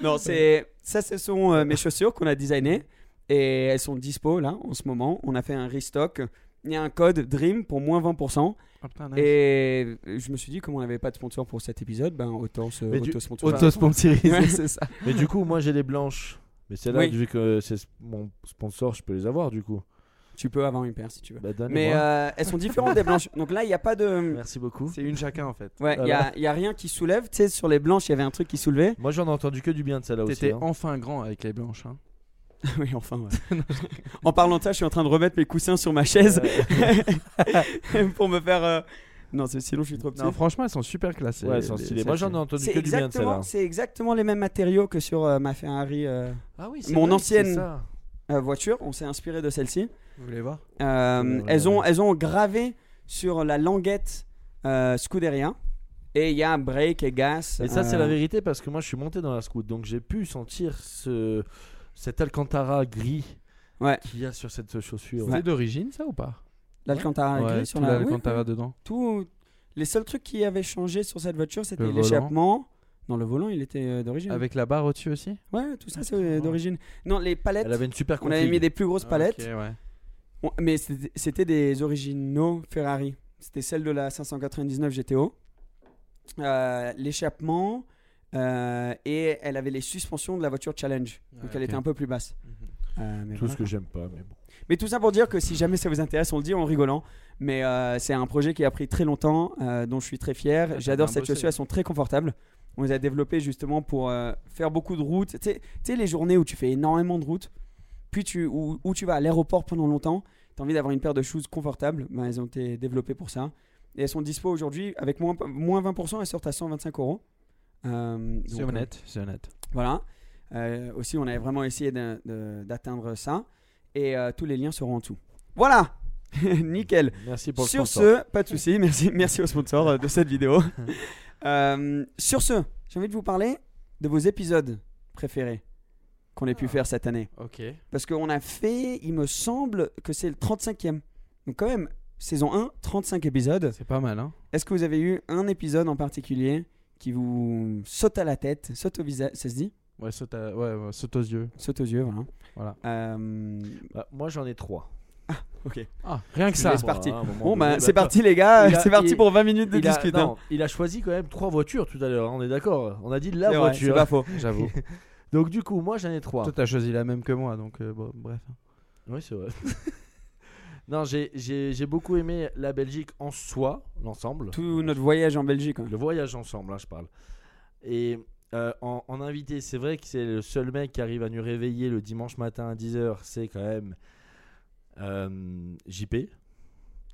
Speaker 1: non, c'est ça, ce sont euh, mes chaussures qu'on a designées et elles sont dispo là en ce moment. On a fait un restock il y a un code Dream pour moins 20%.
Speaker 2: Ah, putain, nice.
Speaker 1: Et je me suis dit, comme on n'avait pas de sponsor pour cet épisode, ben autant se
Speaker 3: Mais du-
Speaker 1: auto-sponsoriser.
Speaker 2: Auto-sponsorisé.
Speaker 1: Ouais, c'est ça.
Speaker 3: Mais du coup, moi j'ai les blanches. Mais celle-là,
Speaker 1: Oui.
Speaker 3: vu que c'est s- mon sponsor, je peux les avoir du coup.
Speaker 1: Tu peux avoir une paire si tu veux.
Speaker 3: Bah,
Speaker 1: Mais
Speaker 3: donne-moi.
Speaker 1: euh, elles sont différentes des blanches. Donc là, il n'y a pas de.
Speaker 3: Merci beaucoup.
Speaker 2: C'est une chacun en fait.
Speaker 1: Ouais, il n'y a, il y a rien qui soulève. Tu sais, sur les blanches, il y avait un truc qui soulevait.
Speaker 3: Moi j'en ai entendu que du bien de celle-là aussi.
Speaker 2: T'étais
Speaker 3: hein.
Speaker 2: enfin grand avec les blanches. hein.
Speaker 1: oui, enfin. ouais. en parlant de ça, je suis en train de remettre mes coussins sur ma chaise pour me faire. euh, Non, c'est- sinon, je suis trop petit.
Speaker 2: Non, franchement, elles sont super classées.
Speaker 3: Ouais, elles sont
Speaker 2: les-
Speaker 3: stylées.
Speaker 2: les-
Speaker 3: Moi j'en ai entendu
Speaker 1: c'est
Speaker 3: que du bien de
Speaker 1: exactement,
Speaker 3: celle-là.
Speaker 1: c'est exactement les mêmes matériaux que sur euh, ma Ferrari euh,
Speaker 3: Ah oui,
Speaker 1: c'est Mon vrai, ancienne. c'est euh, voiture. On s'est inspiré de celle-ci.
Speaker 2: Vous voulez voir
Speaker 1: Euh,
Speaker 3: Ouais, ouais,
Speaker 1: elles, ont,
Speaker 3: ouais.
Speaker 1: elles ont gravé sur la languette euh, Scuderia. Et il y a break et gas.
Speaker 3: Et ça, c'est
Speaker 1: euh,
Speaker 3: la vérité parce que moi, je suis monté dans la scout, donc j'ai pu sentir ce cet alcantara gris
Speaker 1: Ouais.
Speaker 3: qu'il y a sur cette chaussure.
Speaker 2: C'est d'origine ça ou pas
Speaker 1: L'Alcantara
Speaker 2: Ouais,
Speaker 1: gris sur
Speaker 2: tout
Speaker 1: la. oui,
Speaker 2: l'Alcantara dedans.
Speaker 1: tout- Les seuls trucs qui avaient changé sur cette voiture, c'était
Speaker 2: Le
Speaker 1: l'échappement. Non, le volant, il était euh, d'origine.
Speaker 2: Avec la barre au-dessus aussi
Speaker 1: Ouais, tout ça, c'est euh, d'origine. Non, les palettes.
Speaker 3: Elle avait une super
Speaker 1: On avait mis
Speaker 3: config.
Speaker 1: des plus grosses palettes.
Speaker 2: Ah, Ok, ouais.
Speaker 1: On- Mais c'était c'était des originaux Ferrari. C'était celle de la 599 GTO. Euh, L'échappement. euh, et elle avait les suspensions de la voiture Challenge. Donc
Speaker 2: Ouais,
Speaker 1: elle
Speaker 2: ok.
Speaker 1: était un peu plus basse. Euh, mais
Speaker 3: Tout
Speaker 1: voilà.
Speaker 3: ce que j'aime pas, mais bon.
Speaker 1: Mais tout ça pour dire que si jamais ça vous intéresse, on le dit en rigolant. Mais euh, c'est un projet qui a pris très longtemps, euh, dont je suis très fier.
Speaker 2: Ah, t'as
Speaker 1: J'adore
Speaker 2: bien
Speaker 1: cette
Speaker 2: bossé.
Speaker 1: chaussure, elles sont très confortables. On les a développées justement pour euh, faire beaucoup de routes. Tu sais- tu sais, les journées où tu fais énormément de routes, puis tu, où, où tu vas à l'aéroport pendant longtemps, tu as envie d'avoir une paire de choses confortables. Ben, elles ont été développées pour ça. Et elles sont dispo aujourd'hui avec moins, moins 20%, elles sortent à 125 euros. Euh,
Speaker 2: C'est
Speaker 1: donc, euh,
Speaker 2: honnête, c'est honnête.
Speaker 1: voilà. Euh, aussi, on avait vraiment essayé de- de- d'atteindre ça. Et euh, tous les liens seront en dessous. Voilà Nickel
Speaker 3: Merci pour le
Speaker 1: Sur
Speaker 3: sponsor.
Speaker 1: ce, pas de souci, merci, merci au sponsor euh, de cette vidéo. Euh, sur ce, j'ai envie de vous parler de vos épisodes préférés qu'on ait pu faire cette année.
Speaker 2: Ok.
Speaker 1: Parce qu'on a fait, il me semble, que c'est le 35e. Donc quand même, saison 1, 35 épisodes.
Speaker 2: C'est pas mal, hein
Speaker 1: Est-ce que vous avez eu un épisode en particulier qui vous saute à la tête, saute au visage, ça se dit
Speaker 2: Ouais, saute, à- ouais, ouais, saute aux yeux.
Speaker 1: Saute aux yeux, voilà.
Speaker 2: Voilà.
Speaker 1: Euh,
Speaker 3: Bah, moi, j'en ai trois.
Speaker 1: ok.
Speaker 2: Ah, rien que
Speaker 1: Je
Speaker 2: ça.
Speaker 1: laisse- C'est parti.
Speaker 3: Voilà, à un moment
Speaker 1: Bon,
Speaker 3: donné,
Speaker 1: bah, c'est
Speaker 3: toi,
Speaker 1: parti, les gars.
Speaker 3: il a-
Speaker 1: C'est parti
Speaker 3: il-
Speaker 1: pour 20 minutes de
Speaker 3: Il a,
Speaker 1: discute. hein.
Speaker 3: non, il a choisi quand même trois voitures tout à l'heure, on est d'accord. On a dit la
Speaker 1: C'est vrai,
Speaker 3: voiture.
Speaker 1: c'est pas faux.
Speaker 2: J'avoue.
Speaker 3: Donc du coup, moi j'en ai trois.
Speaker 2: Toi, t'as choisi la même que moi, donc euh, bon, bref.
Speaker 3: Oui, c'est vrai. non, j'ai j'ai- j'ai beaucoup aimé la Belgique en soi, l'ensemble.
Speaker 1: Tout notre voyage en Belgique. hein.
Speaker 3: Le voyage ensemble, là, je parle. Et euh, en, en invité, c'est vrai que c'est le seul mec qui arrive à nous réveiller le dimanche matin à 10h, c'est quand même euh, JP,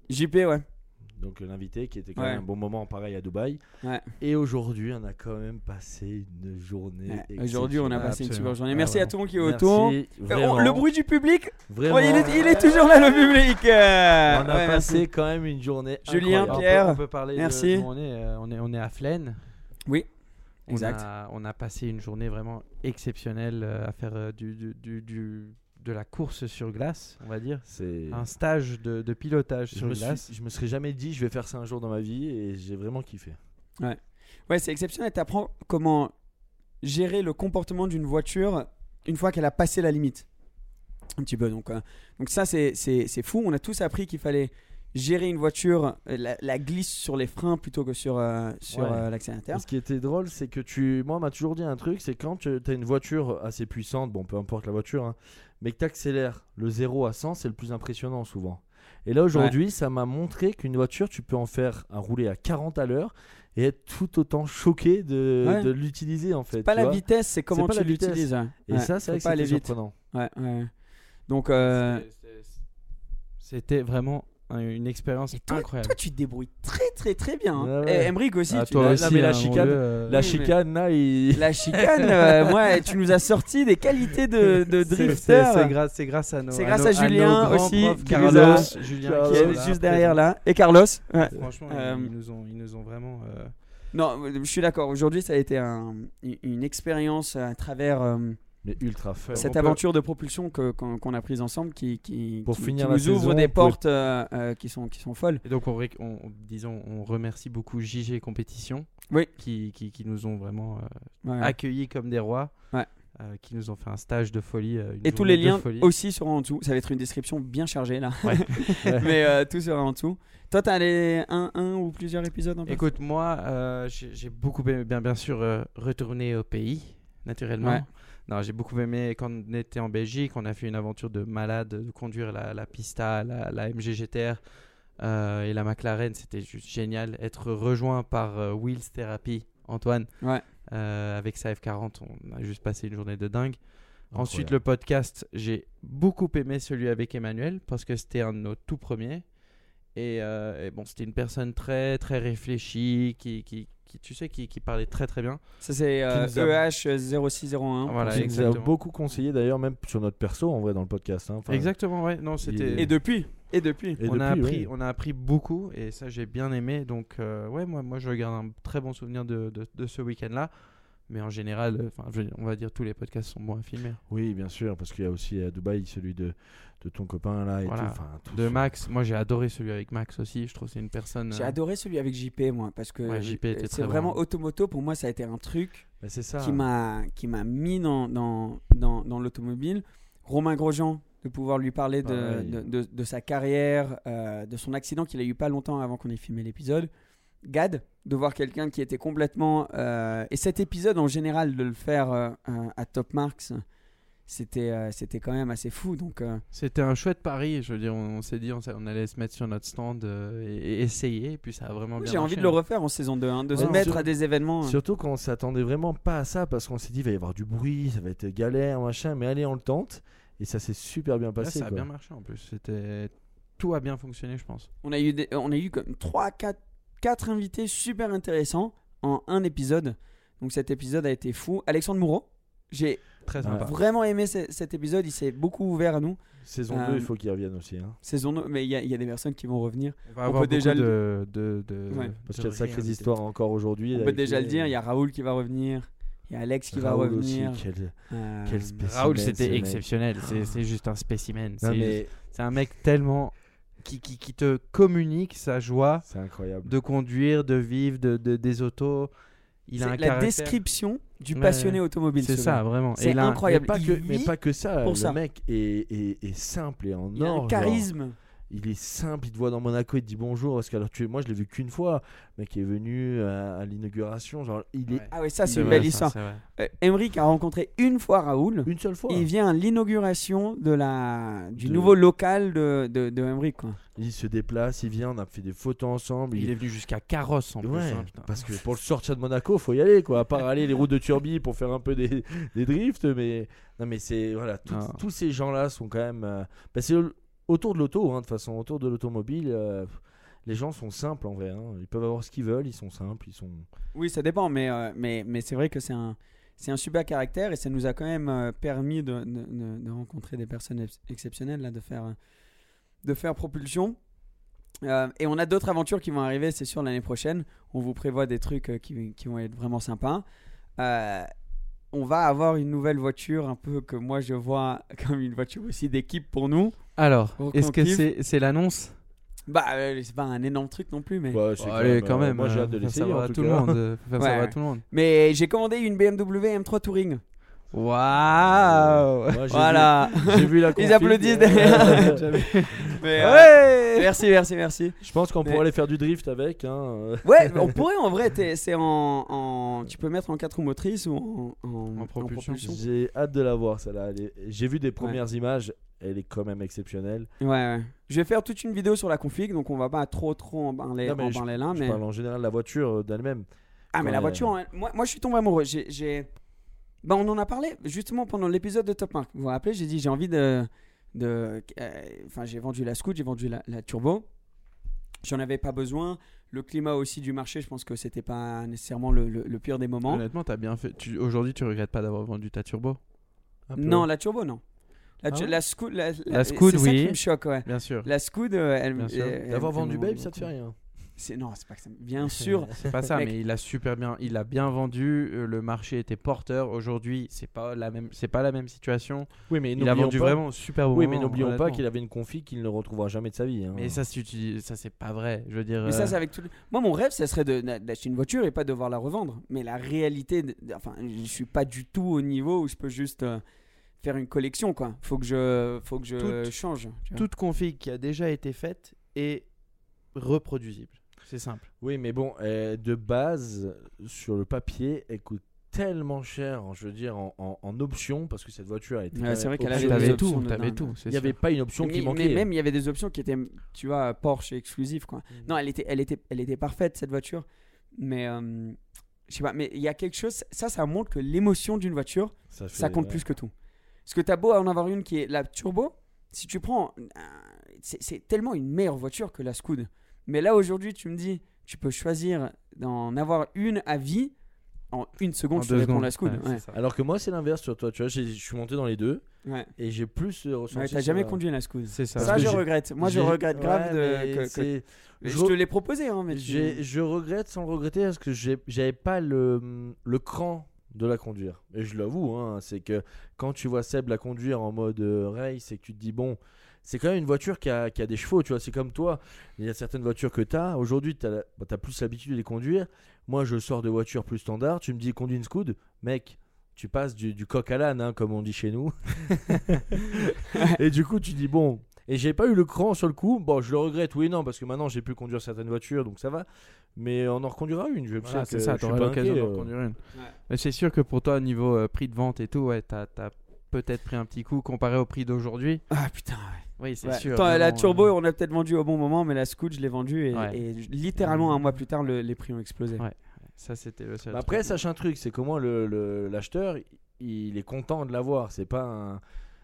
Speaker 1: JP, ouais.
Speaker 3: donc euh, l'invité qui était quand
Speaker 1: Ouais.
Speaker 3: même un bon moment, pareil à Dubaï.
Speaker 1: Ouais.
Speaker 3: Et aujourd'hui, on a quand même passé une journée.
Speaker 1: Ouais. Aujourd'hui, on a
Speaker 3: exceptionnelle.
Speaker 1: passé une
Speaker 2: absolument.
Speaker 1: super journée.
Speaker 3: Ah,
Speaker 1: Merci
Speaker 3: ouais.
Speaker 1: à tout le monde qui est
Speaker 3: Merci,
Speaker 1: autour. Euh, on-
Speaker 3: vraiment,
Speaker 1: le bruit du public,
Speaker 3: vraiment.
Speaker 1: ouais, il, est, il est toujours là, le public. euh,
Speaker 3: on a
Speaker 1: ouais,
Speaker 3: passé
Speaker 1: merci.
Speaker 3: quand même une journée.
Speaker 1: Julien,
Speaker 3: incroyable.
Speaker 1: Pierre,
Speaker 2: on peut, on peut parler de-
Speaker 1: merci.
Speaker 2: de où on, est, euh, on, est, on est à Flaine.
Speaker 1: Oui,
Speaker 2: On
Speaker 1: exact.
Speaker 2: a, on a passé une journée vraiment exceptionnelle euh, à faire euh, du, du- du- du- de la course sur glace, on va dire.
Speaker 3: C'est.
Speaker 2: Un stage de, de pilotage
Speaker 3: Je
Speaker 2: sur
Speaker 3: me,
Speaker 2: glace.
Speaker 3: suis- je me serais jamais dit, je vais faire ça un jour dans ma vie et j'ai vraiment kiffé.
Speaker 1: Ouais, c'est exceptionnel. T'apprends comment gérer le comportement d'une voiture une fois qu'elle a passé la limite. Un petit peu. Donc, euh, donc ça, c'est- c'est c'est fou. On a tous appris qu'il fallait gérer une voiture, euh, la, la glisse sur les freins plutôt que sur, euh, sur
Speaker 3: Ouais.
Speaker 1: euh, l'accélérateur.
Speaker 3: Et Ce qui était drôle, c'est que tu. Moi, on m'a toujours dit un truc c'est quand tu as une voiture assez puissante, bon, peu importe la voiture, hein, mais que tu accélères le 0 à 100, c'est le plus impressionnant souvent. Et là, aujourd'hui, ça m'a montré qu'une voiture, tu peux en faire un rouler à 40 à l'heure et être tout autant choqué de,
Speaker 1: Ouais.
Speaker 3: de l'utiliser en fait.
Speaker 1: Pas
Speaker 3: tu
Speaker 1: la
Speaker 3: vois.
Speaker 1: vitesse, c'est comment
Speaker 3: pas
Speaker 1: tu
Speaker 3: la vitesse.
Speaker 1: l'utilises. ouais.
Speaker 3: Et
Speaker 1: Ouais,
Speaker 3: ça, c'est
Speaker 1: faut
Speaker 3: vrai que
Speaker 1: pas aller
Speaker 3: c'était
Speaker 1: vite.
Speaker 3: surprenant.
Speaker 1: Ouais, ouais. Donc, euh,
Speaker 2: C'était- C'était vraiment un- une expérience
Speaker 1: Et toi-
Speaker 2: incroyable.
Speaker 1: toi, tu te débrouilles très, très, très bien. hein.
Speaker 3: Ouais, ouais.
Speaker 1: Et Emric aussi.
Speaker 2: Ah,
Speaker 1: tu-
Speaker 3: toi
Speaker 1: la-
Speaker 3: aussi, hein. mais la chicane- La
Speaker 1: Oui, mais-
Speaker 3: chicane, là, il.
Speaker 1: La chicane, euh, moi, tu nous as sorti des qualités de, de
Speaker 2: euh, C'est- c'est-
Speaker 1: drifter.
Speaker 2: C'est grâce, c'est grâce à nos.
Speaker 1: C'est
Speaker 2: à
Speaker 1: grâce
Speaker 2: nos-
Speaker 1: à Julien
Speaker 2: nos grands
Speaker 1: aussi,
Speaker 2: profs,
Speaker 1: qui
Speaker 2: Carlos,
Speaker 1: nous a-
Speaker 2: Julien
Speaker 3: qui
Speaker 1: Qui
Speaker 3: est
Speaker 1: est
Speaker 3: là,
Speaker 1: juste derrière Oh là. Et Carlos. ouais.
Speaker 2: Franchement,
Speaker 1: Euh,
Speaker 2: ils, nous ont, ils nous ont vraiment. euh,
Speaker 1: Non, je suis d'accord. Aujourd'hui, ça a été un- une expérience à travers euh,
Speaker 3: Mais ultra fun.
Speaker 1: cette
Speaker 2: peut-
Speaker 1: aventure de propulsion que- qu'on qu'on a prise ensemble qui, qui,
Speaker 3: Pour
Speaker 1: qui-
Speaker 3: finir
Speaker 1: qui
Speaker 3: la
Speaker 1: nous ouvre
Speaker 3: saison,
Speaker 1: des
Speaker 3: on peut-
Speaker 1: portes euh, euh, qui, sont, qui sont folles.
Speaker 2: Et donc, on, ré- on- on- disons, on remercie beaucoup JG Compétition,
Speaker 1: Oui.
Speaker 2: qui, qui, qui nous ont vraiment euh,
Speaker 1: Ouais.
Speaker 2: accueillis comme des rois.
Speaker 1: Ouais.
Speaker 2: euh, qui nous ont fait un stage de folie. euh, une
Speaker 1: Et tous
Speaker 2: journée
Speaker 1: les
Speaker 2: de
Speaker 1: liens
Speaker 2: folie.
Speaker 1: aussi seront en dessous. Ça va être une description bien chargée là.
Speaker 2: Ouais.
Speaker 1: Mais euh, tout sera en dessous. Toi, t'as les un, un ou plusieurs épisodes en
Speaker 2: Écoute, moi, euh, j'ai j'ai beaucoup aimé, bien, bien sûr, euh, retourner au pays, naturellement.
Speaker 1: Ouais.
Speaker 2: Non, j'ai beaucoup aimé quand on était en Belgique, on a fait une aventure de malade, de conduire la, la Pista, la, la MGGTR euh, et la McLaren, c'était juste génial. Être rejoint par euh, Wheels Therapy, Antoine,
Speaker 1: Ouais.
Speaker 2: euh, avec sa F40, on a juste passé une journée de dingue. Ensuite,
Speaker 3: Incroyable.
Speaker 2: le podcast, j'ai beaucoup aimé celui avec Emmanuel parce que c'était un de nos tout premiers. Et, euh, et bon, c'était une personne très, très réfléchie, qui, qui, qui- tu sais, qui, qui parlait très, très bien.
Speaker 1: Ça, c'est euh,
Speaker 3: Qui nous a-
Speaker 1: EH0601.
Speaker 2: Voilà,
Speaker 3: qui nous a
Speaker 2: exactement.
Speaker 3: beaucoup conseillé d'ailleurs, même sur notre perso en vrai dans le podcast. hein. Enfin,
Speaker 2: exactement, ouais. Non,
Speaker 3: est-
Speaker 2: c'était.
Speaker 1: Et depuis Et depuis
Speaker 3: et
Speaker 2: on, a
Speaker 3: depuis,
Speaker 2: appris,
Speaker 3: ouais.
Speaker 2: on a appris beaucoup et ça, j'ai bien aimé. Donc, euh, ouais, moi, moi, je garde un très bon souvenir de, de- de ce week-end-là. Mais en général, euh, enfin, je- on va dire tous les podcasts sont bons à filmer.
Speaker 3: Oui, bien sûr, parce qu'il y a aussi à Dubaï celui de, de ton copain là et
Speaker 2: Voilà.
Speaker 3: tout. Enfin, tout
Speaker 2: De
Speaker 3: ça.
Speaker 2: Max, moi j'ai adoré celui avec Max aussi. Je trouve que c'est une personne.
Speaker 1: J'ai
Speaker 2: euh,
Speaker 1: adoré celui avec JP, moi, parce que
Speaker 2: Ouais, JP était
Speaker 1: c'est
Speaker 2: très
Speaker 1: vraiment
Speaker 2: bon.
Speaker 1: automoto. Pour moi, ça a été un truc
Speaker 3: Mais c'est ça.
Speaker 1: qui m'a qui m'a mis dans, dans, dans, dans l'automobile. Romain Grosjean, de pouvoir lui parler de,
Speaker 3: Pareil.
Speaker 1: de, de- de sa carrière, euh, de son accident qu'il a eu pas longtemps avant qu'on ait filmé l'épisode. Gad, de voir quelqu'un qui était complètement. euh, et cet épisode en général, de le faire euh, euh, à Top Marks, c'était euh, c'était quand même assez fou. Donc, euh,
Speaker 2: C'était un chouette pari, je veux dire, on, on s'est dit on, s'a- on allait se mettre sur notre stand euh, et, et essayer, et puis ça a vraiment bien
Speaker 1: j'ai
Speaker 2: marché,
Speaker 1: envie de le
Speaker 2: hein.
Speaker 1: refaire en saison 2, hein, de se
Speaker 3: Ouais,
Speaker 1: mettre
Speaker 3: sur-
Speaker 1: à des événements.
Speaker 3: Surtout qu'on s'attendait vraiment pas à ça parce qu'on s'est dit il va y avoir du bruit, ça va être galère, machin, mais allez, on le tente. Et ça s'est super bien
Speaker 2: Là,
Speaker 3: passé.
Speaker 2: ça a
Speaker 3: quoi.
Speaker 2: bien marché en plus, c'était tout a bien fonctionné, je pense.
Speaker 1: On a eu, des- on a eu comme 3, 4, invités super intéressants en un épisode. Donc cet épisode a été fou. Alexandre Moureau, j'ai
Speaker 2: Très
Speaker 3: Ouais.
Speaker 2: sympa.
Speaker 1: vraiment aimé ce- cet épisode. Il s'est beaucoup ouvert à nous.
Speaker 3: Saison
Speaker 1: Euh,
Speaker 3: 2, il faut qu'il revienne aussi. hein.
Speaker 1: Saison no- mais il y, a- il y a des personnes qui vont revenir.
Speaker 2: On va
Speaker 1: On
Speaker 2: avoir
Speaker 1: peut déjà
Speaker 2: beaucoup de, de, de-
Speaker 1: Ouais.
Speaker 3: Parce
Speaker 2: de
Speaker 3: qu'il y a de sacrées
Speaker 2: réinvités.
Speaker 3: histoires encore aujourd'hui.
Speaker 1: On peut
Speaker 3: avec
Speaker 1: déjà
Speaker 3: les-
Speaker 1: le dire. Il y a Raoul qui va revenir. Il y a Alex qui va
Speaker 3: Raoul aussi,
Speaker 1: revenir.
Speaker 3: quel,
Speaker 1: Euh,
Speaker 3: quel spécimen,
Speaker 2: Raoul,
Speaker 3: ce
Speaker 2: c'était
Speaker 3: mec.
Speaker 2: exceptionnel,
Speaker 1: Ah.
Speaker 2: c'est c'est juste un spécimen.
Speaker 3: Non,
Speaker 2: C'est
Speaker 3: mais
Speaker 2: c'est un mec tellement. Qui, qui, qui te communique sa joie
Speaker 3: c'est incroyable.
Speaker 2: de conduire, de vivre, de, de- des autos. Il
Speaker 1: c'est
Speaker 2: a un
Speaker 1: la
Speaker 2: caractère.
Speaker 1: description du
Speaker 2: Ouais,
Speaker 1: passionné automobile.
Speaker 2: C'est
Speaker 1: ce
Speaker 2: ça,
Speaker 1: gars.
Speaker 2: vraiment.
Speaker 1: C'est
Speaker 2: Et là,
Speaker 3: Mais
Speaker 1: incroyable.
Speaker 3: pas,
Speaker 1: Il
Speaker 3: que,
Speaker 1: vit
Speaker 3: mais pas que ça,
Speaker 1: pour
Speaker 3: le
Speaker 1: ça.
Speaker 3: mec est, est- est simple et en
Speaker 1: Il a
Speaker 3: or.
Speaker 1: un
Speaker 3: genre.
Speaker 1: charisme.
Speaker 3: Il est simple, il te voit dans Monaco, il te dit bonjour. Parce que alors, tu, moi, je l'ai vu qu'une fois. Le mec est venu euh, à, à l'inauguration. Genre, il est
Speaker 2: Ouais.
Speaker 1: Ah oui, ça c'est
Speaker 2: C'est
Speaker 1: une
Speaker 2: vrai,
Speaker 1: belle
Speaker 2: ça,
Speaker 1: histoire.
Speaker 2: c'est vrai.
Speaker 1: Euh, Emeric a rencontré une fois Raoul.
Speaker 3: une seule fois.
Speaker 1: Et il vient à l'inauguration de la du
Speaker 3: De-
Speaker 1: nouveau local de de, de Emmerich, quoi.
Speaker 3: Il se déplace, il vient, on a fait des photos ensemble.
Speaker 2: Il est venu jusqu'à Carrosse en
Speaker 3: Ouais, Bah.
Speaker 2: plus. hein, putain.
Speaker 3: parce que pour le sortir de Monaco, faut y aller quoi. À part aller les routes de Turbie pour faire un peu des, des drifts, mais non, mais c'est voilà, tout-
Speaker 2: Non.
Speaker 3: tous ces gens-là sont quand même. euh, bah, c'est au- autour de l'auto, hein, de toute façon, autour de l'automobile. euh, les gens sont simples en vrai. hein. Ils peuvent avoir ce qu'ils veulent, ils sont simples, ils sont.
Speaker 1: Oui, ça dépend, mais euh, mais mais c'est vrai que c'est un c'est un super caractère et ça nous a quand même euh, permis de, de- de- de rencontrer des personnes ex- exceptionnelles là, de faire euh, de faire propulsion. Euh, et on a d'autres aventures qui vont arriver, c'est sûr l'année prochaine. On vous prévoit des trucs euh, qui, qui vont être vraiment sympas. Euh, on va avoir une nouvelle voiture, un peu que moi je vois comme une voiture aussi d'équipe pour nous.
Speaker 2: Alors,
Speaker 1: Pour
Speaker 2: est-ce
Speaker 1: qu'on
Speaker 2: que
Speaker 1: kiffe.
Speaker 2: c'est c'est l'annonce
Speaker 1: Bah, euh, c'est pas un énorme truc non plus, mais.
Speaker 3: Bah, c'est
Speaker 2: Oh, Allez,
Speaker 3: euh,
Speaker 2: quand même.
Speaker 3: Moi, j'ai
Speaker 2: euh,
Speaker 3: hâte de
Speaker 2: faire
Speaker 3: l'essayer.
Speaker 2: savoir
Speaker 3: en
Speaker 2: à
Speaker 3: tout
Speaker 2: tout le
Speaker 3: cas.
Speaker 2: monde. euh, faire
Speaker 1: Ouais,
Speaker 2: savoir à
Speaker 1: ouais.
Speaker 2: tout le monde.
Speaker 1: Mais j'ai commandé une BMW M3 Touring.
Speaker 2: Waouh
Speaker 3: Moi, Ah, j'ai
Speaker 1: Voilà.
Speaker 3: vu- J'ai vu la.
Speaker 1: Ils
Speaker 3: config,
Speaker 1: applaudissent
Speaker 3: euh,
Speaker 1: derrière. Mais, euh, merci, merci, merci.
Speaker 3: Je pense qu'on
Speaker 1: Mais-
Speaker 3: pourrait aller faire du drift avec. hein, euh.
Speaker 1: Ouais, mais on pourrait en vrai, t'es- c'est en, en- Tu peux mettre en 4 roues motrices ou en, en-
Speaker 2: En propulsion.
Speaker 3: J'ai hâte de la voir celle-là. Elle est- J'ai vu des premières images. Elle est quand même exceptionnelle.
Speaker 1: Ouais, ouais. Je vais faire toute une vidéo sur la config, donc on va pas trop trop en parler,
Speaker 3: Non, mais
Speaker 1: en parler là.
Speaker 3: Je
Speaker 1: Ah, Mais...
Speaker 3: parle en général de la voiture euh, d'elle-même.
Speaker 1: Ah, mais la
Speaker 3: Ouais.
Speaker 1: voiture, en- moi, moi je suis tombé amoureux. J'ai, j'ai- Bah, on en a parlé justement pendant l'épisode de Top Mark. Vous vous rappelez, j'ai dit j'ai envie de. de... euh, Enfin, j'ai vendu la Scoot, j'ai vendu la, la Turbo. J'en avais pas besoin. Le climat aussi du marché, je pense que c'était pas nécessairement le, le- le pire des moments.
Speaker 3: Euh,
Speaker 2: Honnêtement, t'as bien fait. Tu- Aujourd'hui, tu regrettes pas d'avoir vendu ta turbo
Speaker 3: Un peu.
Speaker 1: Non, la Turbo, non. La,
Speaker 3: Ah
Speaker 1: tu-
Speaker 3: ouais
Speaker 1: la Scoot, la, la-
Speaker 2: La Scoot,
Speaker 1: c'est ça qui
Speaker 2: oui.
Speaker 1: me choque, ouais.
Speaker 2: Bien sûr.
Speaker 1: La Scoot, euh, elle,
Speaker 2: Bien sûr.
Speaker 1: elle-
Speaker 3: D'avoir
Speaker 1: elle
Speaker 3: vendu
Speaker 1: m'en-
Speaker 3: Babe, ça te fait rien.
Speaker 1: C'est non, c'est pas que ça. Bien sûr.
Speaker 2: C'est pas ça,
Speaker 1: Mec.
Speaker 2: mais il a super bien, il a bien vendu. euh, Le marché était porteur. Aujourd'hui, c'est pas la même, c'est pas la même situation.
Speaker 3: Oui, mais
Speaker 2: Il a vendu vraiment au super au
Speaker 3: Oui, mais
Speaker 2: moment,
Speaker 3: n'oublions pas
Speaker 2: honnêtement.
Speaker 3: qu'il avait une config qu'il ne retrouvera jamais de sa vie. hein.
Speaker 2: Mais ça, si tu dis- ça c'est pas vrai. Je veux dire.
Speaker 1: Mais ça,
Speaker 2: euh,
Speaker 1: c'est avec tout. le- Moi, mon rêve, ça serait de- d'acheter une voiture et pas devoir la revendre. Mais la réalité, de- de- enfin, je suis pas du tout au niveau où je peux juste euh, faire une collection, quoi. Faut que je, faut que je
Speaker 2: Toute-
Speaker 1: change. tu vois.
Speaker 2: toute config qui a déjà été faite est reproduisible. C'est simple.
Speaker 3: Oui, mais bon, euh, de base, sur le papier, elle coûte tellement cher, je veux dire, en, en, en option, parce que cette voiture était.
Speaker 1: Ouais,
Speaker 3: quand même
Speaker 1: c'est vrai qu'elle
Speaker 2: Tu
Speaker 3: optionnelle.
Speaker 2: avais
Speaker 1: avait des options
Speaker 2: tout,
Speaker 1: de
Speaker 2: t'avais
Speaker 1: dingue. hein.
Speaker 2: tout. c'est
Speaker 3: Il n'y avait
Speaker 2: sûr.
Speaker 3: pas une option
Speaker 1: mais,
Speaker 3: qui
Speaker 1: mais
Speaker 3: manquait.
Speaker 1: même il y avait des options qui étaient, tu vois, Porsche exclusive quoi.
Speaker 3: Mhm.
Speaker 1: Non, elle était, elle était, elle était parfaite cette voiture. Mais euh, je sais pas. Mais il y a quelque chose. Ça, ça montre que l'émotion d'une voiture,
Speaker 3: fait-
Speaker 1: ça compte
Speaker 3: ouais.
Speaker 1: plus que tout. Parce que t'as beau en avoir une qui est la turbo, si tu prends, euh, c'est c'est tellement une meilleure voiture que la Scoud. Mais là aujourd'hui, tu me dis, tu peux choisir d'en avoir une à vie en une
Speaker 2: En
Speaker 1: seconde. je te
Speaker 2: deux
Speaker 1: réponds
Speaker 2: secondes.
Speaker 1: la Scoud.
Speaker 2: Ouais, c'est
Speaker 1: Ouais.
Speaker 2: ça.
Speaker 3: Alors que moi, c'est l'inverse sur toi, tu vois, j'ai- je suis monté dans les deux
Speaker 1: Ouais.
Speaker 3: et j'ai plus euh, ressenti.
Speaker 1: Ouais, t'as
Speaker 3: sur
Speaker 1: jamais
Speaker 3: la-
Speaker 1: conduit la Scoud.
Speaker 2: C'est ça.
Speaker 1: Ça,
Speaker 3: Parce
Speaker 1: je
Speaker 3: que j'ai-
Speaker 1: regrette. Moi, je
Speaker 3: j'ai-
Speaker 1: regrette
Speaker 3: Ouais,
Speaker 1: grave de.
Speaker 3: mais
Speaker 1: que- que-
Speaker 3: c'est-
Speaker 1: Je
Speaker 3: je-
Speaker 1: te l'ai proposé, hein, mais tu-
Speaker 3: J'ai- Je regrette sans le regretter parce que j'ai- j'avais pas le, le cran de la conduire. Et je l'avoue, hein, c'est que quand tu vois Seb la conduire en mode euh, race et que tu te dis, bon, c'est quand même une voiture qui a, qui a des chevaux, tu vois, c'est comme toi. Il y a certaines voitures que tu as. Aujourd'hui, tu as, plus l'habitude de les conduire. Moi, je sors de voitures plus standard. Tu me dis, conduis une Scoud. Mec, tu passes du, du coq à l'âne, hein, comme on dit chez nous. et du coup, tu dis, bon. Et j'ai pas eu le cran sur le coup. Bon, je le regrette, oui, non, parce que maintenant j'ai pu conduire certaines voitures, donc ça va. Mais on en reconduira une. Je
Speaker 2: Voilà,
Speaker 3: sais
Speaker 2: c'est
Speaker 3: que
Speaker 2: ça,
Speaker 3: je suis
Speaker 2: t'auras
Speaker 3: pas
Speaker 2: l'occasion
Speaker 3: inquiet,
Speaker 2: d'en
Speaker 3: euh.
Speaker 2: conduire une.
Speaker 1: Ouais.
Speaker 2: Mais c'est sûr que pour toi, au niveau euh, prix de vente et tout, ouais, t'as, t'as peut-être pris un petit coup comparé au prix d'aujourd'hui.
Speaker 1: Ah putain, ouais.
Speaker 2: Oui, c'est
Speaker 1: Ouais.
Speaker 2: sûr.
Speaker 1: Attends, la
Speaker 2: vraiment,
Speaker 1: turbo,
Speaker 2: euh,
Speaker 1: on a peut-être vendu au bon moment, mais la Scout, je l'ai vendue et,
Speaker 2: Ouais.
Speaker 1: et littéralement un mois plus tard, le- les prix ont explosé.
Speaker 2: Ouais. ça, c'était le
Speaker 1: Bah,
Speaker 2: seul.
Speaker 3: Mais après,
Speaker 2: truc.
Speaker 3: sache un truc, c'est comment le- le- l'acheteur, il est content de l'avoir. C'est pas un.